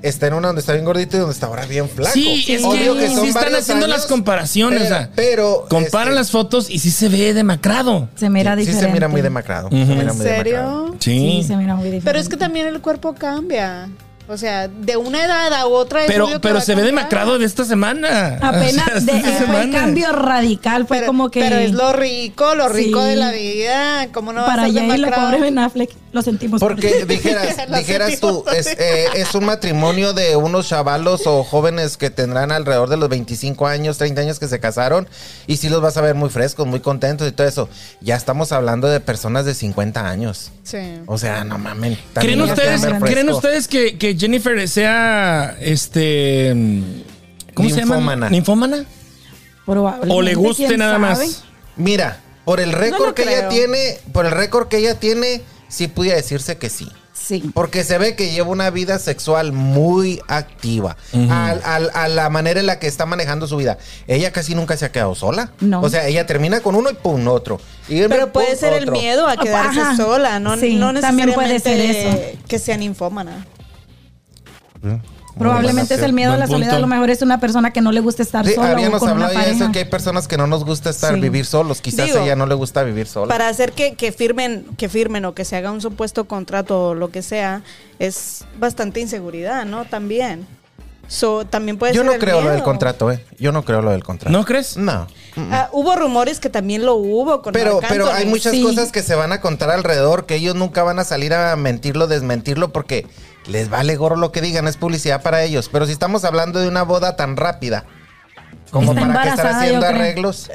[SPEAKER 5] Está en una donde está bien gordito y donde está ahora bien flaco.
[SPEAKER 3] Sí, es
[SPEAKER 5] Obvio
[SPEAKER 3] que,
[SPEAKER 5] son
[SPEAKER 3] sí están
[SPEAKER 5] varios
[SPEAKER 3] haciendo
[SPEAKER 5] años,
[SPEAKER 3] las comparaciones.
[SPEAKER 5] Pero,
[SPEAKER 3] o sea,
[SPEAKER 5] pero,
[SPEAKER 3] comparan
[SPEAKER 5] este,
[SPEAKER 3] las fotos y sí se ve demacrado.
[SPEAKER 6] Se mira
[SPEAKER 5] sí,
[SPEAKER 6] diferente.
[SPEAKER 5] se mira muy demacrado. se mira
[SPEAKER 4] ¿En
[SPEAKER 5] muy demacrado.
[SPEAKER 4] serio?
[SPEAKER 6] Sí, se mira muy diferente.
[SPEAKER 4] Pero es que también el cuerpo cambia. O sea, de una edad a otra. es obvio
[SPEAKER 3] Pero,
[SPEAKER 4] que va
[SPEAKER 3] pero
[SPEAKER 4] a
[SPEAKER 3] se ve
[SPEAKER 4] cambiar.
[SPEAKER 3] demacrado de esta semana.
[SPEAKER 6] Apenas
[SPEAKER 3] O sea,
[SPEAKER 6] de-
[SPEAKER 3] esta
[SPEAKER 6] fue el
[SPEAKER 3] semana.
[SPEAKER 6] cambio radical, fue
[SPEAKER 4] Pero,
[SPEAKER 6] como que...
[SPEAKER 4] pero es lo rico, lo rico
[SPEAKER 6] Sí.
[SPEAKER 4] de la vida. ¿Cómo no va
[SPEAKER 6] para
[SPEAKER 4] a ser
[SPEAKER 6] allá y lo
[SPEAKER 4] demacrado?
[SPEAKER 6] pobre Ben Affleck, lo sentimos. por
[SPEAKER 5] Porque
[SPEAKER 6] ti.
[SPEAKER 5] dijeras,
[SPEAKER 4] Pues, Lo
[SPEAKER 5] dijeras tú,
[SPEAKER 4] sentimos.
[SPEAKER 5] es, eh, es un matrimonio de unos chavalos o jóvenes que tendrán alrededor de los 25 años, 30 años que se casaron y sí los vas a ver muy frescos, muy contentos y todo eso. Ya estamos hablando de personas de 50 años.
[SPEAKER 4] Sí.
[SPEAKER 5] O sea, no mamen.
[SPEAKER 3] ¿Creen
[SPEAKER 5] también los
[SPEAKER 3] ustedes,
[SPEAKER 5] quieren ver
[SPEAKER 3] ¿creen
[SPEAKER 5] fresco.
[SPEAKER 3] ustedes que, que Jennifer sea este. ¿Cómo se llama?
[SPEAKER 5] Ninfómana.
[SPEAKER 3] ¿Ninfómana?
[SPEAKER 6] Probablemente,
[SPEAKER 3] ¿O le guste
[SPEAKER 6] quién
[SPEAKER 3] nada
[SPEAKER 6] sabe.
[SPEAKER 3] más?
[SPEAKER 5] Mira, por el récord
[SPEAKER 4] lo
[SPEAKER 5] que ella
[SPEAKER 4] creo.
[SPEAKER 5] tiene, por el récord que ella tiene, sí pudiera decirse que sí.
[SPEAKER 6] Sí.
[SPEAKER 5] Porque se ve que lleva una vida sexual muy activa. Al- al- a la manera en la que está manejando su vida. Ella casi nunca se ha quedado sola.
[SPEAKER 6] No.
[SPEAKER 5] O sea, ella termina con uno y pum, otro. Y
[SPEAKER 4] Pero
[SPEAKER 5] pum,
[SPEAKER 4] puede ser el
[SPEAKER 5] otro.
[SPEAKER 4] miedo a quedarse
[SPEAKER 6] Ajá.
[SPEAKER 4] sola, no,
[SPEAKER 6] Sí,
[SPEAKER 4] no
[SPEAKER 6] también
[SPEAKER 4] necesariamente
[SPEAKER 6] puede ser eso.
[SPEAKER 4] que sea ninfómana.
[SPEAKER 6] Probablemente es el miedo a la
[SPEAKER 3] Buen
[SPEAKER 6] soledad.
[SPEAKER 3] punto.
[SPEAKER 6] A lo mejor es una persona que no le gusta estar
[SPEAKER 5] Sí,
[SPEAKER 6] sola o
[SPEAKER 5] habíamos
[SPEAKER 6] con una
[SPEAKER 5] hablado ya de
[SPEAKER 6] pareja.
[SPEAKER 5] eso, que hay personas que no nos gusta estar
[SPEAKER 6] Sí.
[SPEAKER 5] vivir solos. Quizás
[SPEAKER 4] Digo,
[SPEAKER 5] a ella no le gusta vivir sola.
[SPEAKER 4] Para hacer que, que firmen, que firmen o que se haga un supuesto contrato o lo que sea, es bastante inseguridad, ¿no? También. So, también puede
[SPEAKER 5] Yo
[SPEAKER 4] ser
[SPEAKER 5] no
[SPEAKER 4] el
[SPEAKER 5] creo lo del
[SPEAKER 4] miedo.
[SPEAKER 5] contrato, ¿eh? Yo no creo lo del contrato.
[SPEAKER 3] ¿No crees?
[SPEAKER 5] No.
[SPEAKER 4] Ah, hubo rumores que también lo hubo con
[SPEAKER 5] Pero,
[SPEAKER 4] Marc
[SPEAKER 5] pero
[SPEAKER 4] Anthony.
[SPEAKER 5] hay muchas
[SPEAKER 6] Sí.
[SPEAKER 5] cosas que se van a contar alrededor que ellos nunca van a salir a mentirlo, desmentirlo, porque les vale gorro lo que digan, es publicidad para ellos. Pero si estamos hablando de una boda tan rápida, como
[SPEAKER 6] Está
[SPEAKER 5] para que estar
[SPEAKER 6] embarazada,
[SPEAKER 5] haciendo
[SPEAKER 6] yo creo.
[SPEAKER 5] arreglos.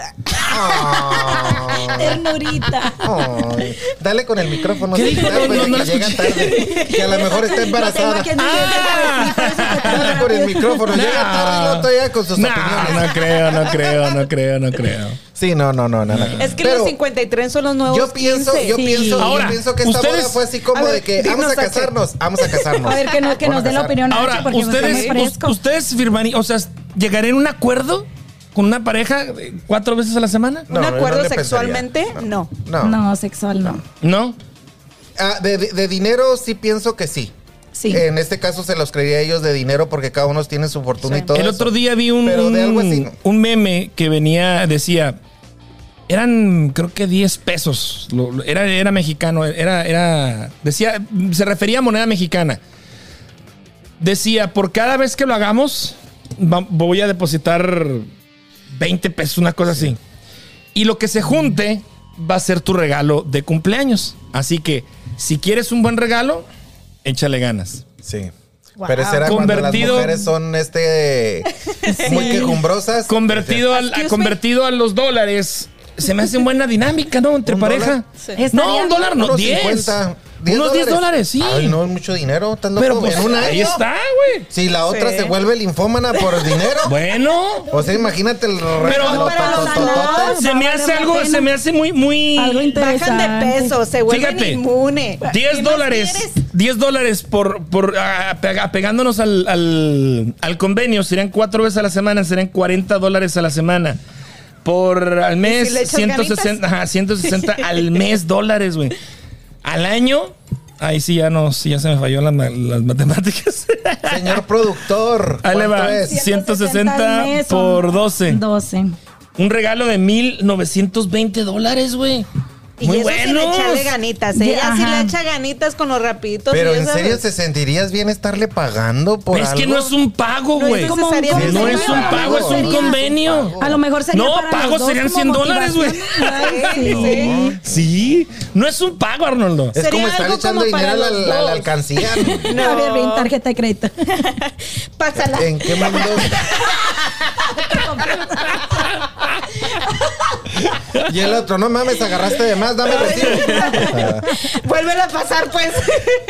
[SPEAKER 5] Ay,
[SPEAKER 6] Ternurita.
[SPEAKER 5] ay. Dale con el micrófono.
[SPEAKER 3] ¿Qué
[SPEAKER 5] sí,
[SPEAKER 3] dijo?
[SPEAKER 5] ya,
[SPEAKER 3] No,
[SPEAKER 5] pues,
[SPEAKER 3] no,
[SPEAKER 5] de
[SPEAKER 3] no
[SPEAKER 5] que
[SPEAKER 3] lo
[SPEAKER 5] llegan
[SPEAKER 3] escuché.
[SPEAKER 5] tarde, que a lo mejor está
[SPEAKER 6] Lo tengo
[SPEAKER 5] embarazada.
[SPEAKER 6] aquí en mi dedo, por eso que está
[SPEAKER 5] Dale con el micrófono, llega tarde y luego todavía con sus
[SPEAKER 3] no,
[SPEAKER 5] opiniones.
[SPEAKER 3] no creo, no creo, no creo, no creo.
[SPEAKER 5] Sí, no, no, no, no. no.
[SPEAKER 4] Es que
[SPEAKER 5] Pero-
[SPEAKER 4] los 53 son los nuevos
[SPEAKER 5] Yo pienso,
[SPEAKER 4] 15.
[SPEAKER 5] yo pienso,
[SPEAKER 3] Ahora,
[SPEAKER 5] yo pienso que esta
[SPEAKER 3] ustedes-
[SPEAKER 5] boda fue así como
[SPEAKER 4] A ver,
[SPEAKER 5] de que
[SPEAKER 4] dinos
[SPEAKER 5] vamos a
[SPEAKER 4] a qué.
[SPEAKER 5] casarnos, vamos a casarnos.
[SPEAKER 6] A ver, que, no- que
[SPEAKER 5] Vamos a
[SPEAKER 6] nos dé la
[SPEAKER 5] casar.
[SPEAKER 6] opinión Nacho,
[SPEAKER 3] Ahora,
[SPEAKER 6] porque
[SPEAKER 3] ustedes,
[SPEAKER 6] está muy fresco.
[SPEAKER 3] us- ustedes firmarían, o sea, llegarían a un acuerdo con una pareja eh, cuatro veces a la semana?
[SPEAKER 5] No,
[SPEAKER 4] ¿Un
[SPEAKER 5] no, no
[SPEAKER 4] acuerdo
[SPEAKER 5] le pensaría.
[SPEAKER 4] sexualmente? No.
[SPEAKER 5] No.
[SPEAKER 6] No, sexual no.
[SPEAKER 3] No.
[SPEAKER 5] Ah, de, de dinero sí pienso que sí.
[SPEAKER 6] Sí.
[SPEAKER 5] En este caso se los creería a ellos de dinero porque cada uno tiene su fortuna y todo.
[SPEAKER 3] El
[SPEAKER 5] eso.
[SPEAKER 3] otro día vi un,
[SPEAKER 5] Pero de algo así, no.
[SPEAKER 3] un meme que venía, decía, eran creo que 10 pesos, lo- lo- era, era mexicano, era, era, decía, se refería a moneda mexicana. Decía, por cada vez que lo hagamos, va- voy a depositar 20 pesos, una cosa así. Y lo que se junte va a ser tu regalo de cumpleaños. Así que, si quieres un buen regalo, échale ganas.
[SPEAKER 5] Sí.
[SPEAKER 4] Wow.
[SPEAKER 5] Pero será cuando las
[SPEAKER 3] Convertido-
[SPEAKER 5] mujeres son este muy quejumbrosas.
[SPEAKER 3] convertido, al, a,
[SPEAKER 4] Excuse
[SPEAKER 3] convertido a los dólares. Se me hace buena dinámica, ¿no? Entre
[SPEAKER 5] ¿Un
[SPEAKER 3] pareja.
[SPEAKER 5] dólar?
[SPEAKER 4] Sí.
[SPEAKER 3] No, un
[SPEAKER 6] Estaría
[SPEAKER 3] dólar, no,
[SPEAKER 5] Unos
[SPEAKER 3] 10.
[SPEAKER 5] 50, 10
[SPEAKER 3] unos 10 dólares, sí.
[SPEAKER 5] Ay, no es mucho dinero. ¿estás loco?
[SPEAKER 3] Pero pues
[SPEAKER 5] en un
[SPEAKER 3] ahí
[SPEAKER 5] año,
[SPEAKER 3] está, güey.
[SPEAKER 5] Si la otra
[SPEAKER 4] Sí.
[SPEAKER 5] se vuelve linfómana por dinero.
[SPEAKER 3] Bueno.
[SPEAKER 5] O sea, imagínate el
[SPEAKER 3] Pero-
[SPEAKER 5] regalo
[SPEAKER 4] Pero los
[SPEAKER 5] patototote.
[SPEAKER 6] anales-
[SPEAKER 3] Se me hace
[SPEAKER 6] vale la
[SPEAKER 3] algo,
[SPEAKER 6] pena.
[SPEAKER 3] se me hace muy, muy.
[SPEAKER 6] Algo
[SPEAKER 4] Bajan de
[SPEAKER 6] interesante.
[SPEAKER 4] peso, se vuelven
[SPEAKER 3] Fíjate,
[SPEAKER 4] inmune. ¿Qué
[SPEAKER 3] 10
[SPEAKER 4] más
[SPEAKER 3] dólares.
[SPEAKER 4] quieres?
[SPEAKER 3] 10 dólares por, por ah, pega- pegándonos al, al, al convenio. Serían cuatro veces a la semana, serían 40 dólares a la semana. Por al mes,
[SPEAKER 4] si le echas
[SPEAKER 3] 160,
[SPEAKER 4] ganitas?
[SPEAKER 3] ajá, 160 al mes dólares, güey. Al año, ahí sí ya no, sí ya se me falló la ma- las matemáticas.
[SPEAKER 5] Señor productor,
[SPEAKER 3] Ahí le va.
[SPEAKER 5] ¿cuánto es?
[SPEAKER 3] 160
[SPEAKER 6] al mes,
[SPEAKER 3] por
[SPEAKER 6] son
[SPEAKER 3] 12.
[SPEAKER 6] 12.
[SPEAKER 3] Un regalo de 1920 dólares, güey.
[SPEAKER 4] Y
[SPEAKER 3] Muy
[SPEAKER 4] eso sin
[SPEAKER 3] buenos.
[SPEAKER 4] echarle ganitas.
[SPEAKER 6] Ya,
[SPEAKER 4] Ella sí le
[SPEAKER 6] ajá.
[SPEAKER 4] echa ganitas con los rapiditos.
[SPEAKER 5] Pero
[SPEAKER 4] y
[SPEAKER 5] en
[SPEAKER 4] esas-
[SPEAKER 5] serio, ¿se sentirías bien estarle pagando por
[SPEAKER 3] es
[SPEAKER 5] algo?
[SPEAKER 3] que no es un pago,
[SPEAKER 4] No es
[SPEAKER 3] güey.
[SPEAKER 4] un
[SPEAKER 6] Como un
[SPEAKER 4] Necesario.
[SPEAKER 6] convenio,
[SPEAKER 3] No es un
[SPEAKER 6] a lo
[SPEAKER 3] pago, es
[SPEAKER 6] mejor
[SPEAKER 3] un
[SPEAKER 6] sería-
[SPEAKER 3] convenio.
[SPEAKER 6] A lo mejor sería
[SPEAKER 3] No,
[SPEAKER 6] para los
[SPEAKER 3] pagos
[SPEAKER 6] dos
[SPEAKER 3] serían
[SPEAKER 6] como
[SPEAKER 3] 100 dólares, güey.
[SPEAKER 6] motivación. Ay,
[SPEAKER 4] Sí, sí.
[SPEAKER 3] Sí, no es un pago, Arnoldo.
[SPEAKER 5] Es
[SPEAKER 4] Sería
[SPEAKER 5] como estar
[SPEAKER 4] algo
[SPEAKER 5] echando
[SPEAKER 4] como
[SPEAKER 5] dinero
[SPEAKER 4] para
[SPEAKER 5] a la,
[SPEAKER 4] los
[SPEAKER 5] la- la
[SPEAKER 4] dos.
[SPEAKER 5] alcancía.
[SPEAKER 4] No.
[SPEAKER 6] A ver, ven, tarjeta de crédito.
[SPEAKER 4] Pásala.
[SPEAKER 5] ¿En qué mundo? y el otro, no mames, agarraste de más, dame Ah, el recibo.
[SPEAKER 4] Vuélvela a pasar, pues.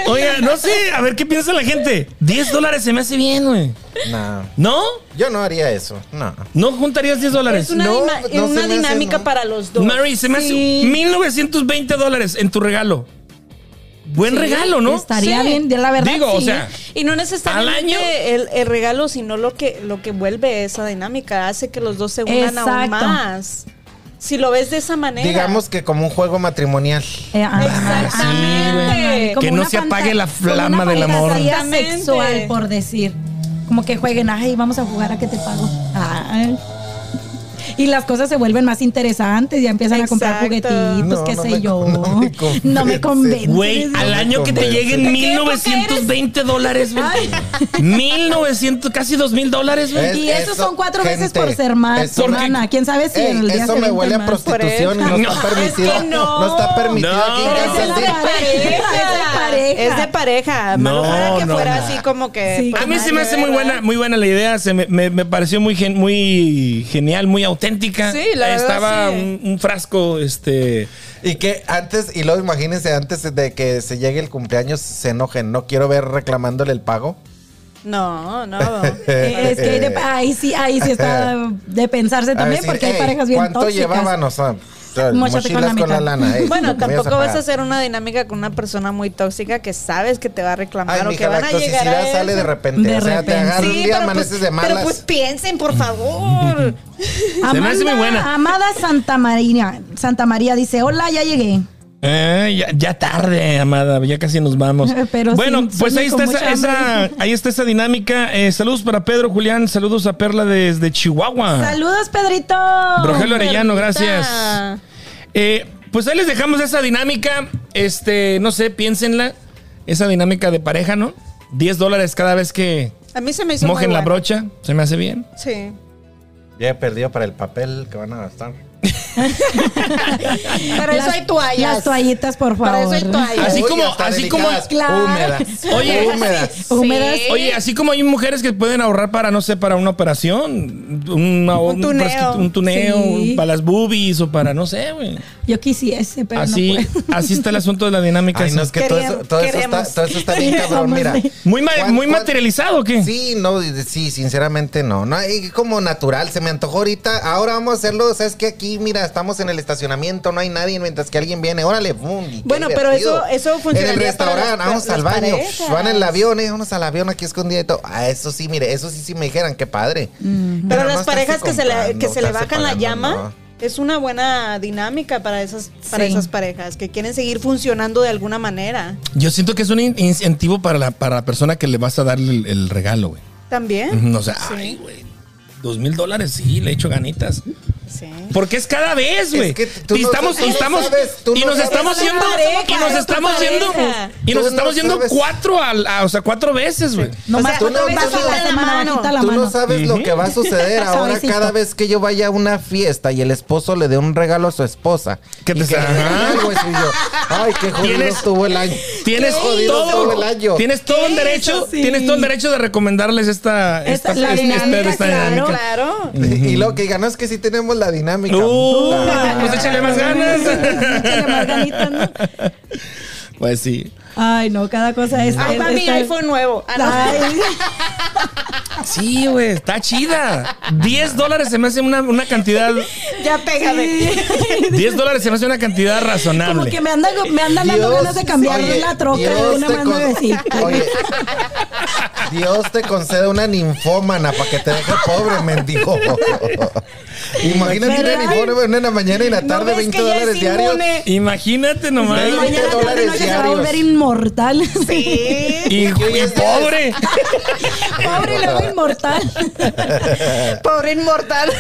[SPEAKER 3] Oiga, no sé, a ver qué piensa la gente. 10 dólares se me hace bien, güey.
[SPEAKER 5] no,
[SPEAKER 3] ¿No?
[SPEAKER 5] yo no haría eso, no.
[SPEAKER 3] ¿No juntarías 10 dólares?
[SPEAKER 4] Es una,
[SPEAKER 5] No,
[SPEAKER 4] dima-
[SPEAKER 5] no se
[SPEAKER 4] una
[SPEAKER 5] me hace,
[SPEAKER 4] dinámica
[SPEAKER 5] no.
[SPEAKER 4] para los dos.
[SPEAKER 3] Mary, se me hace
[SPEAKER 6] Sí.
[SPEAKER 3] 1920 dólares en tu regalo. Buen regalo, ¿no?
[SPEAKER 6] Estaría
[SPEAKER 4] Sí.
[SPEAKER 6] bien, de la verdad.
[SPEAKER 3] Digo, o
[SPEAKER 6] sí.
[SPEAKER 3] sea,
[SPEAKER 4] Y no necesariamente
[SPEAKER 3] ¿Al año?
[SPEAKER 4] El, el regalo, sino lo que, lo que vuelve esa dinámica, hace que los dos se unan aún
[SPEAKER 6] Exacto.
[SPEAKER 4] más. Si lo ves de esa manera.
[SPEAKER 5] Digamos que como un juego matrimonial.
[SPEAKER 6] Eh, ah,
[SPEAKER 4] Exactamente.
[SPEAKER 6] como
[SPEAKER 3] Que no
[SPEAKER 6] una
[SPEAKER 3] se apague
[SPEAKER 6] fanta-
[SPEAKER 3] la
[SPEAKER 6] como
[SPEAKER 3] flama
[SPEAKER 6] una
[SPEAKER 3] del amor.
[SPEAKER 6] fantasía
[SPEAKER 4] Exactamente.
[SPEAKER 6] sexual, por decir. Como que jueguen, ay, vamos a jugar a que te pago. Ay. Y las cosas se vuelven más interesantes, ya empiezan a comprar
[SPEAKER 4] Exacto.
[SPEAKER 6] juguetitos,
[SPEAKER 5] No,
[SPEAKER 6] qué
[SPEAKER 5] no
[SPEAKER 6] sé
[SPEAKER 5] me-
[SPEAKER 6] yo.
[SPEAKER 5] no me convences.
[SPEAKER 6] No me convences.
[SPEAKER 3] Güey, al
[SPEAKER 5] me
[SPEAKER 3] año que te
[SPEAKER 5] convence.
[SPEAKER 3] lleguen 1920 dólares, güey. 1900, casi 2000 dólares, güey.
[SPEAKER 5] Es-
[SPEAKER 6] Y esos
[SPEAKER 5] eso,
[SPEAKER 6] son cuatro
[SPEAKER 5] gente,
[SPEAKER 6] veces por ser más
[SPEAKER 5] eso-
[SPEAKER 6] semana. ¿Quién sabe si
[SPEAKER 5] Ey,
[SPEAKER 6] el día
[SPEAKER 5] eso
[SPEAKER 6] se
[SPEAKER 5] me
[SPEAKER 6] venden
[SPEAKER 5] huele a
[SPEAKER 6] más?
[SPEAKER 5] prostitución y
[SPEAKER 4] Por
[SPEAKER 5] no
[SPEAKER 3] eso.
[SPEAKER 5] está permitido.
[SPEAKER 4] Es que no.
[SPEAKER 5] está permitido
[SPEAKER 3] No.
[SPEAKER 5] aquí en
[SPEAKER 3] Pero
[SPEAKER 5] Kansas
[SPEAKER 6] es la
[SPEAKER 5] City.
[SPEAKER 6] verdad.
[SPEAKER 4] pareja.
[SPEAKER 6] Es de pareja.
[SPEAKER 4] Es de pareja. Malo
[SPEAKER 3] No,
[SPEAKER 4] fuera que
[SPEAKER 3] no,
[SPEAKER 4] fuera
[SPEAKER 3] no.
[SPEAKER 4] así como que.
[SPEAKER 6] Sí.
[SPEAKER 4] pues,
[SPEAKER 3] A mí
[SPEAKER 4] nada
[SPEAKER 3] se me
[SPEAKER 4] que
[SPEAKER 3] hace
[SPEAKER 4] ver,
[SPEAKER 3] muy
[SPEAKER 4] ¿verdad?
[SPEAKER 3] buena, muy buena la idea, se me, me- me pareció muy, gen- muy genial, muy auténtica.
[SPEAKER 4] Sí, la verdad,
[SPEAKER 3] Estaba
[SPEAKER 4] sí.
[SPEAKER 3] un, un frasco, este...
[SPEAKER 5] Y que antes, y luego imagínense, antes de que se llegue el cumpleaños, se enojen. No quiero ver reclamándole el pago.
[SPEAKER 4] No, no.
[SPEAKER 6] Eh, Es que hay de- ahí sí, ahí sí está de pensarse
[SPEAKER 5] A
[SPEAKER 6] también,
[SPEAKER 5] decir,
[SPEAKER 6] porque hay
[SPEAKER 5] "Ey,
[SPEAKER 6] parejas bien
[SPEAKER 5] ¿Cuánto
[SPEAKER 6] tóxicas.
[SPEAKER 5] llevaban? O sea, mochilas
[SPEAKER 6] con
[SPEAKER 5] con
[SPEAKER 6] la
[SPEAKER 5] la
[SPEAKER 6] mitad.
[SPEAKER 5] lana. ey,
[SPEAKER 4] Bueno,
[SPEAKER 5] me voy
[SPEAKER 4] tampoco vas
[SPEAKER 5] pagar.
[SPEAKER 4] a hacer una dinámica con una persona muy tóxica que sabes que te va a reclamar
[SPEAKER 5] Ay,
[SPEAKER 4] o que
[SPEAKER 5] mija,
[SPEAKER 4] van
[SPEAKER 5] la
[SPEAKER 4] a llegar a
[SPEAKER 5] toxicidad sale
[SPEAKER 4] eso.
[SPEAKER 5] de repente.
[SPEAKER 6] De
[SPEAKER 5] o sea, te
[SPEAKER 6] repente.
[SPEAKER 5] agarra un
[SPEAKER 4] Sí,
[SPEAKER 5] día,
[SPEAKER 4] pero
[SPEAKER 5] amaneces
[SPEAKER 4] pues-
[SPEAKER 5] de malas.
[SPEAKER 4] Pero pues piensen, por favor.
[SPEAKER 3] Se me
[SPEAKER 6] Amanda,
[SPEAKER 3] hace muy buena.
[SPEAKER 6] Amada Santa María, Santa María dice, hola, ya llegué.
[SPEAKER 3] Eh, ya, ya tarde, amada, ya casi nos vamos.
[SPEAKER 6] Pero
[SPEAKER 3] bueno,
[SPEAKER 6] sí,
[SPEAKER 3] pues ahí
[SPEAKER 6] sueño con
[SPEAKER 3] está, esa,
[SPEAKER 6] mucha
[SPEAKER 3] esa-
[SPEAKER 6] hambre.
[SPEAKER 3] ahí está esa dinámica. Eh, saludos para Pedro Julián, saludos a Perla desde Chihuahua.
[SPEAKER 6] Saludos, Pedrito.
[SPEAKER 3] Ah. Rogelio Arellano,
[SPEAKER 4] Perlita.
[SPEAKER 3] gracias. Eh, pues ahí les dejamos esa dinámica. Este, no sé, piénsenla. Esa dinámica de pareja, ¿no? 10 dólares cada vez que
[SPEAKER 4] A mí se me hizo. muy
[SPEAKER 3] mojen la
[SPEAKER 4] buena.
[SPEAKER 3] brocha. Se me hace bien.
[SPEAKER 4] Sí.
[SPEAKER 5] Ya he perdido para el papel que van a gastar.
[SPEAKER 4] Para eso
[SPEAKER 6] Las-
[SPEAKER 4] hay toallas.
[SPEAKER 6] Las toallitas, por favor.
[SPEAKER 4] Para eso hay toallas.
[SPEAKER 3] Así
[SPEAKER 5] Uy,
[SPEAKER 3] como-
[SPEAKER 5] hasta
[SPEAKER 3] así como-
[SPEAKER 5] delicadas,
[SPEAKER 6] Claro.
[SPEAKER 5] Húmedas.
[SPEAKER 3] Oye,
[SPEAKER 5] húmedas.
[SPEAKER 6] Húmedas.
[SPEAKER 4] Sí.
[SPEAKER 3] Oye, así como hay mujeres que pueden ahorrar para, no sé, para una operación, una-
[SPEAKER 4] Un tuneo.
[SPEAKER 3] frasquito- un tuneo,
[SPEAKER 6] Sí.
[SPEAKER 3] para las boobies o para, no sé, güey.
[SPEAKER 6] Yo quisiese, pero
[SPEAKER 3] Así,
[SPEAKER 6] no puedo.
[SPEAKER 3] así está el asunto de la dinámica.
[SPEAKER 5] Ay, no,
[SPEAKER 3] esa.
[SPEAKER 5] es que todo
[SPEAKER 4] Queríamos-
[SPEAKER 5] eso, todo eso está,
[SPEAKER 4] queremos.
[SPEAKER 5] todo eso está bien cabrón, mira.
[SPEAKER 3] Muy, ma-
[SPEAKER 5] ¿Cuán-
[SPEAKER 3] muy
[SPEAKER 5] cuán-
[SPEAKER 3] materializado, ¿o ¿qué?
[SPEAKER 5] Sí, no, sí, sinceramente no. No hay como natural, se me antojó ahorita. Ahora vamos a hacerlo, sabes que aquí, mira, estamos en el estacionamiento, no hay nadie mientras que alguien viene. Órale, boom. y qué
[SPEAKER 4] Bueno, pero
[SPEAKER 5] divertido.
[SPEAKER 4] eso- eso
[SPEAKER 5] En el
[SPEAKER 4] funcionaría para
[SPEAKER 5] restaurante,
[SPEAKER 4] las-
[SPEAKER 5] vamos
[SPEAKER 4] las
[SPEAKER 5] al baño,
[SPEAKER 4] parejas.
[SPEAKER 5] van en el avión, eh, vamos al avión aquí escondidito. Ah, eso sí, mire, eso sí sí me dijeran, qué padre.
[SPEAKER 4] Mm. Pero,
[SPEAKER 5] no
[SPEAKER 4] las
[SPEAKER 5] estarse
[SPEAKER 4] parejas que se le, que
[SPEAKER 5] comprando,
[SPEAKER 4] se le
[SPEAKER 5] estarse
[SPEAKER 4] bajan la
[SPEAKER 5] pagando,
[SPEAKER 4] llama
[SPEAKER 5] no.
[SPEAKER 4] es una buena dinámica para esas, para
[SPEAKER 6] Sí.
[SPEAKER 4] esas parejas que quieren seguir funcionando de alguna manera.
[SPEAKER 3] Yo siento que es un in- incentivo para la, para la persona que le vas a darle el, el regalo, güey.
[SPEAKER 4] También.
[SPEAKER 3] Ujú, O sea,
[SPEAKER 4] Sí.
[SPEAKER 3] ay, güey. Dos mil dólares, sí, le echo ganitas.
[SPEAKER 4] Sí.
[SPEAKER 3] Porque es cada vez, güey.
[SPEAKER 5] que tú
[SPEAKER 3] y
[SPEAKER 5] no
[SPEAKER 3] estamos,
[SPEAKER 5] sabes,
[SPEAKER 3] y estamos,
[SPEAKER 5] sabes, tú
[SPEAKER 3] y
[SPEAKER 5] no
[SPEAKER 3] nos
[SPEAKER 5] sabes.
[SPEAKER 3] estamos
[SPEAKER 4] Es una
[SPEAKER 3] yendo,
[SPEAKER 4] pareja,
[SPEAKER 3] y nos
[SPEAKER 4] es tu
[SPEAKER 3] estamos yendo,
[SPEAKER 4] pareja.
[SPEAKER 3] y nos
[SPEAKER 5] Tú
[SPEAKER 3] estamos
[SPEAKER 5] no
[SPEAKER 3] yendo
[SPEAKER 5] sabes.
[SPEAKER 3] cuatro al, a- o sea, cuatro veces, güey.
[SPEAKER 6] No
[SPEAKER 4] O
[SPEAKER 6] más
[SPEAKER 4] sea,
[SPEAKER 5] tú
[SPEAKER 6] tú
[SPEAKER 5] no-
[SPEAKER 6] no,
[SPEAKER 5] tú no-
[SPEAKER 6] la semana,
[SPEAKER 4] mano.
[SPEAKER 6] bajita la
[SPEAKER 5] Tú
[SPEAKER 6] mano.
[SPEAKER 5] no sabes
[SPEAKER 3] Ujú.
[SPEAKER 5] lo que va a suceder ahora
[SPEAKER 6] Suavecito.
[SPEAKER 5] cada vez que yo vaya a una fiesta y el esposo le dé un regalo a su esposa.
[SPEAKER 3] Que te
[SPEAKER 5] y que le
[SPEAKER 3] sa-
[SPEAKER 5] regale
[SPEAKER 3] Ajá.
[SPEAKER 5] algo, eso, y yo, Ay, qué jodido
[SPEAKER 3] Tienes-
[SPEAKER 5] estuvo el año.
[SPEAKER 3] Tienes
[SPEAKER 5] Qué jodido
[SPEAKER 3] todo,
[SPEAKER 5] estuvo el año.
[SPEAKER 3] tienes todo el
[SPEAKER 6] Eso
[SPEAKER 3] derecho,
[SPEAKER 6] sí.
[SPEAKER 3] tienes todo el derecho de recomendarles esta,
[SPEAKER 6] Esta-
[SPEAKER 3] esta,
[SPEAKER 6] la
[SPEAKER 3] es- esta-
[SPEAKER 6] dinámica,
[SPEAKER 3] esta
[SPEAKER 6] claro.
[SPEAKER 3] dinámica.
[SPEAKER 4] Claro.
[SPEAKER 5] Y lo que digan, no es que sí tenemos la dinámica.
[SPEAKER 3] Uh,
[SPEAKER 5] Ah.
[SPEAKER 3] pues échale más ganas.
[SPEAKER 6] Échale más ganitas, ¿no?
[SPEAKER 3] Pues sí.
[SPEAKER 6] Ay, no, cada cosa es.
[SPEAKER 4] Ay,
[SPEAKER 6] es-
[SPEAKER 4] mami,
[SPEAKER 6] está-
[SPEAKER 4] Ah, iPhone nuevo. Ah, no.
[SPEAKER 6] Ay,
[SPEAKER 3] Sí, güey, está chida. 10 dólares se me hace una, una cantidad.
[SPEAKER 4] Ya pégame.
[SPEAKER 3] 10 dólares se me hace una cantidad razonable.
[SPEAKER 6] como que me andan, me andan dando
[SPEAKER 5] Dios-
[SPEAKER 6] ganas de cambiar
[SPEAKER 5] oye,
[SPEAKER 6] la troca
[SPEAKER 5] Dios
[SPEAKER 6] de una
[SPEAKER 5] te
[SPEAKER 6] mano
[SPEAKER 5] con-
[SPEAKER 6] de decir.
[SPEAKER 5] Oye, Dios te concede una ninfómana para que te deje pobre, mendigo. Imagínate una
[SPEAKER 6] ¿Verdad?
[SPEAKER 5] ninfómana en la mañana y en la
[SPEAKER 4] ¿No
[SPEAKER 5] tarde,
[SPEAKER 4] ves
[SPEAKER 5] 20
[SPEAKER 4] que ya
[SPEAKER 5] dólares
[SPEAKER 4] es
[SPEAKER 5] diarios.
[SPEAKER 4] inmune?
[SPEAKER 3] Imagínate nomás.
[SPEAKER 5] Veinte
[SPEAKER 6] Mañana tarde
[SPEAKER 5] dólares
[SPEAKER 6] noche se va a
[SPEAKER 5] diarios.
[SPEAKER 6] volver inmortal.
[SPEAKER 4] Sí.
[SPEAKER 3] Y,
[SPEAKER 5] Yo ya
[SPEAKER 3] y
[SPEAKER 5] sé.
[SPEAKER 3] pobre.
[SPEAKER 6] Pobre y luego inmortal.
[SPEAKER 4] Pobre inmortal.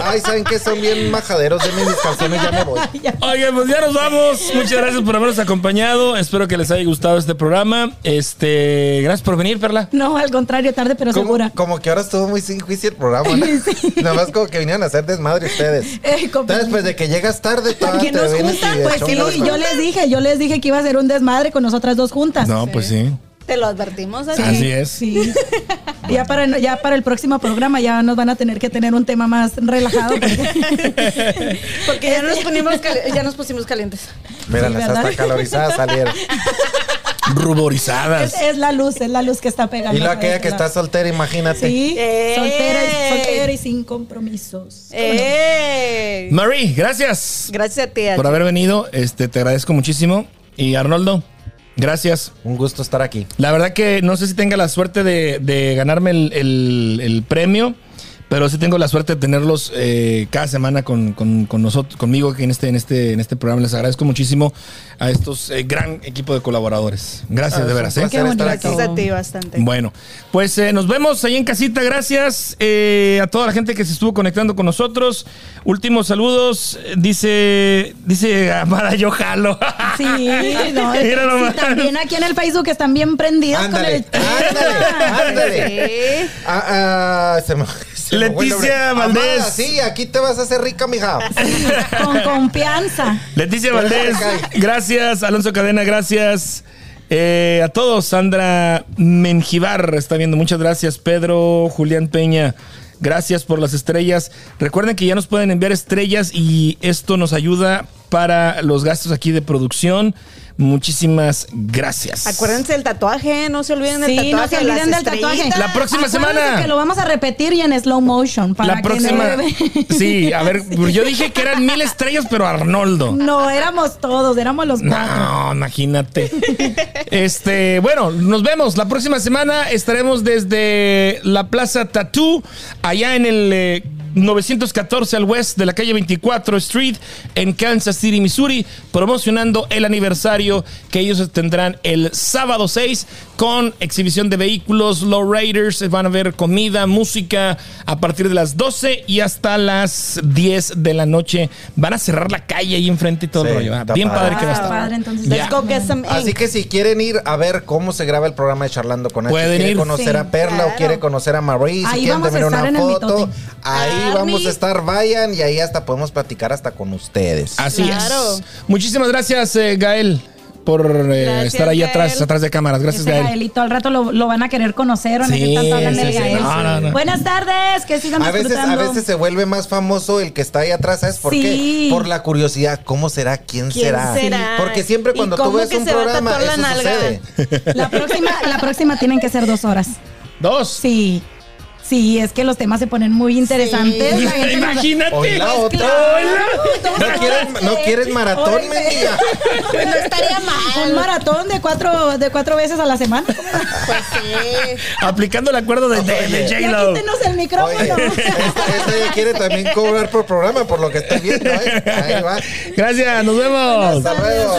[SPEAKER 5] Ay, ¿saben qué? Son bien majaderos. Denme mis canciones, ya me voy.
[SPEAKER 6] Ya.
[SPEAKER 3] Oigan, pues ya nos vamos. Muchas gracias por habernos acompañado. Espero que les haya gustado este programa. Este, gracias por venir, Perla.
[SPEAKER 6] No, al contrario, tarde pero
[SPEAKER 5] Como,
[SPEAKER 6] segura.
[SPEAKER 5] como que ahora estuvo muy sin juicio el programa, ¿no?
[SPEAKER 6] Sí.
[SPEAKER 5] Nada más como que vinieron a hacer desmadre ustedes.
[SPEAKER 6] Eh, como-
[SPEAKER 5] Entonces, después de que llegas tarde, todavía
[SPEAKER 6] Que
[SPEAKER 5] te
[SPEAKER 6] nos
[SPEAKER 5] vienes
[SPEAKER 6] juntan,
[SPEAKER 5] y
[SPEAKER 6] pues sí,
[SPEAKER 5] echamos
[SPEAKER 6] yo les dije, yo les dije que iba a ser un desmadre con nosotras dos juntas.
[SPEAKER 3] pues sí.
[SPEAKER 4] Te lo advertimos así.
[SPEAKER 3] Así es.
[SPEAKER 6] Sí. ya, para, ya para el próximo programa ya nos van a tener que tener un tema más relajado. porque-
[SPEAKER 4] Porque ya nos, pusimos cali- ya nos pusimos calientes.
[SPEAKER 5] Mira,
[SPEAKER 6] Sí,
[SPEAKER 5] las
[SPEAKER 6] ¿verdad?
[SPEAKER 5] hasta calorizadas salieron.
[SPEAKER 3] Ruborizadas.
[SPEAKER 6] es, eh, es la luz, es la luz que está pegando.
[SPEAKER 5] Y la
[SPEAKER 6] otra vez,
[SPEAKER 5] aquella que
[SPEAKER 6] la-
[SPEAKER 5] está soltera, imagínate.
[SPEAKER 6] Sí,
[SPEAKER 4] ¡Eh!
[SPEAKER 6] soltera, y, soltera y sin compromisos.
[SPEAKER 4] ¡Ey!
[SPEAKER 3] Marie, gracias
[SPEAKER 4] Eh, Gracias a ti. H.
[SPEAKER 3] por haber venido. Este, te agradezco muchísimo. Y Arnoldo, gracias.
[SPEAKER 5] Un gusto estar aquí.
[SPEAKER 3] La verdad que no sé si tenga la suerte de, de ganarme el, el- el premio, pero sí tengo la suerte de tenerlos eh, cada semana con, con- con nosotros, conmigo aquí en este, en este, en este programa. Les agradezco muchísimo a estos eh, gran equipo de colaboradores. Gracias,
[SPEAKER 5] Ah,
[SPEAKER 3] de
[SPEAKER 5] es
[SPEAKER 3] veras.
[SPEAKER 5] un
[SPEAKER 3] ¿eh?
[SPEAKER 5] placer
[SPEAKER 6] Qué
[SPEAKER 5] estar
[SPEAKER 6] bonito.
[SPEAKER 5] aquí.
[SPEAKER 4] Gracias a ti bastante.
[SPEAKER 3] Bueno, pues eh, nos vemos ahí en casita. Gracias eh, a toda la gente que se estuvo conectando con nosotros. Últimos saludos. eh, Dice, dice Amara, yo jalo.
[SPEAKER 6] Sí, no, es que
[SPEAKER 3] Mira nomás.
[SPEAKER 6] sí, también aquí en el Facebook están bien prendidas
[SPEAKER 5] Ándale,
[SPEAKER 6] con el
[SPEAKER 5] ándale, ándale.
[SPEAKER 4] Sí.
[SPEAKER 5] Ah, ah, se me- se me fue el nombre.
[SPEAKER 3] Leticia Valdés.
[SPEAKER 5] Amada, sí, aquí te vas a hacer rica, mija.
[SPEAKER 6] con confianza.
[SPEAKER 3] Leticia Valdés, gracias. Alonso Cadena, gracias. Eh, a todos, Sandra Menjivar está viendo. Muchas gracias, Pedro, Julián Peña. Gracias por las estrellas. Recuerden que ya nos pueden enviar estrellas y esto nos ayuda para los gastos aquí de producción. Muchísimas gracias.
[SPEAKER 4] Acuérdense del tatuaje, no se olviden del
[SPEAKER 6] Sí,
[SPEAKER 4] tatuaje.
[SPEAKER 6] no se
[SPEAKER 4] las
[SPEAKER 6] olviden del tatuaje.
[SPEAKER 4] estrellitas.
[SPEAKER 3] La próxima
[SPEAKER 6] Acuérdense
[SPEAKER 3] semana.
[SPEAKER 6] que lo vamos a repetir y en slow motion para
[SPEAKER 3] La
[SPEAKER 6] que
[SPEAKER 3] próxima.
[SPEAKER 6] no-
[SPEAKER 3] Sí, a ver, yo dije que eran mil estrellas, pero Arnoldo.
[SPEAKER 6] No, éramos todos, éramos los cuatro.
[SPEAKER 3] No, imagínate. Este, bueno, nos vemos la próxima semana. Estaremos desde la Plaza Tatú, allá en el eh, 914 al west de la calle 24 Street, en Kansas City, Missouri, promocionando el aniversario que ellos tendrán el sábado 6 con exhibición de vehículos, low riders, van a ver comida, música a partir de las 12 y hasta las 10 de la noche. Van a cerrar la calle ahí enfrente y todo el
[SPEAKER 5] Sí,
[SPEAKER 3] rollo. Ah,
[SPEAKER 5] está
[SPEAKER 3] Bien
[SPEAKER 5] padre.
[SPEAKER 3] padre que va a
[SPEAKER 6] Ah,
[SPEAKER 3] estar.
[SPEAKER 6] padre, entonces
[SPEAKER 3] Ya.
[SPEAKER 4] Let's go get some ink.
[SPEAKER 5] Así que si quieren ir a ver cómo se graba el programa de Charlando con H,
[SPEAKER 3] Pueden
[SPEAKER 5] quiere
[SPEAKER 3] ir.
[SPEAKER 5] conocer
[SPEAKER 6] Sí,
[SPEAKER 5] a Perla o
[SPEAKER 4] claro.
[SPEAKER 5] quiere conocer a Marie, si
[SPEAKER 6] Ahí
[SPEAKER 5] quieren
[SPEAKER 6] vamos a
[SPEAKER 5] tener
[SPEAKER 6] estar
[SPEAKER 5] una
[SPEAKER 6] en el
[SPEAKER 5] foto,
[SPEAKER 6] mitote.
[SPEAKER 5] ahí
[SPEAKER 4] Army.
[SPEAKER 5] vamos a estar, vayan y ahí hasta podemos platicar hasta con ustedes.
[SPEAKER 3] Así
[SPEAKER 4] Claro.
[SPEAKER 3] es. Muchísimas gracias, eh, Gael, por eh,
[SPEAKER 4] Gracias,
[SPEAKER 3] estar ahí
[SPEAKER 4] Gael.
[SPEAKER 3] atrás, atrás de cámaras. Gracias,
[SPEAKER 6] Ese
[SPEAKER 3] Gael.
[SPEAKER 6] Gaelito, al rato lo, lo van a querer conocer, van a
[SPEAKER 3] Sí,
[SPEAKER 6] que tanto hablan
[SPEAKER 3] sí,
[SPEAKER 6] del
[SPEAKER 3] sí.
[SPEAKER 6] Gael.
[SPEAKER 3] No, no, no.
[SPEAKER 6] Buenas tardes, que sigan
[SPEAKER 5] A veces, a
[SPEAKER 6] disfrutando.
[SPEAKER 5] veces se vuelve más famoso el que está ahí atrás, ¿sabes por
[SPEAKER 6] Sí.
[SPEAKER 5] qué? Por la curiosidad, ¿cómo será? ¿Quién,
[SPEAKER 4] ¿Quién
[SPEAKER 5] será?
[SPEAKER 4] será?
[SPEAKER 5] Porque siempre
[SPEAKER 4] ¿Y
[SPEAKER 5] cuando tú
[SPEAKER 4] cómo
[SPEAKER 5] ves
[SPEAKER 4] que
[SPEAKER 5] un
[SPEAKER 4] se va a
[SPEAKER 5] programa,
[SPEAKER 4] tatuar la
[SPEAKER 5] eso
[SPEAKER 4] nalga?
[SPEAKER 5] sucede.
[SPEAKER 6] La próxima, la próxima tienen que ser dos horas.
[SPEAKER 3] Dos.
[SPEAKER 6] Sí. Sí, es que los temas se ponen muy interesantes. La gente nos-
[SPEAKER 5] Hoy
[SPEAKER 3] Imagínate.
[SPEAKER 5] la
[SPEAKER 6] Pues
[SPEAKER 5] otra.
[SPEAKER 6] claro,
[SPEAKER 5] ¿No quieres, no quieres maratón,
[SPEAKER 6] Ahora-
[SPEAKER 5] mendiga?
[SPEAKER 4] no estaría mal.
[SPEAKER 6] Un maratón de cuatro, de cuatro veces a la semana.
[SPEAKER 4] Pues sí.
[SPEAKER 3] Aplicando el acuerdo de, de, de
[SPEAKER 6] Ya
[SPEAKER 3] J-Lo.
[SPEAKER 6] quítenos el
[SPEAKER 5] Oye,
[SPEAKER 6] micrófono.
[SPEAKER 5] esta, esta ya quiere también cobrar por programa, por lo que estoy viendo. ¿eh? Ahí va.
[SPEAKER 3] Gracias, nos vemos.
[SPEAKER 5] Hasta luego.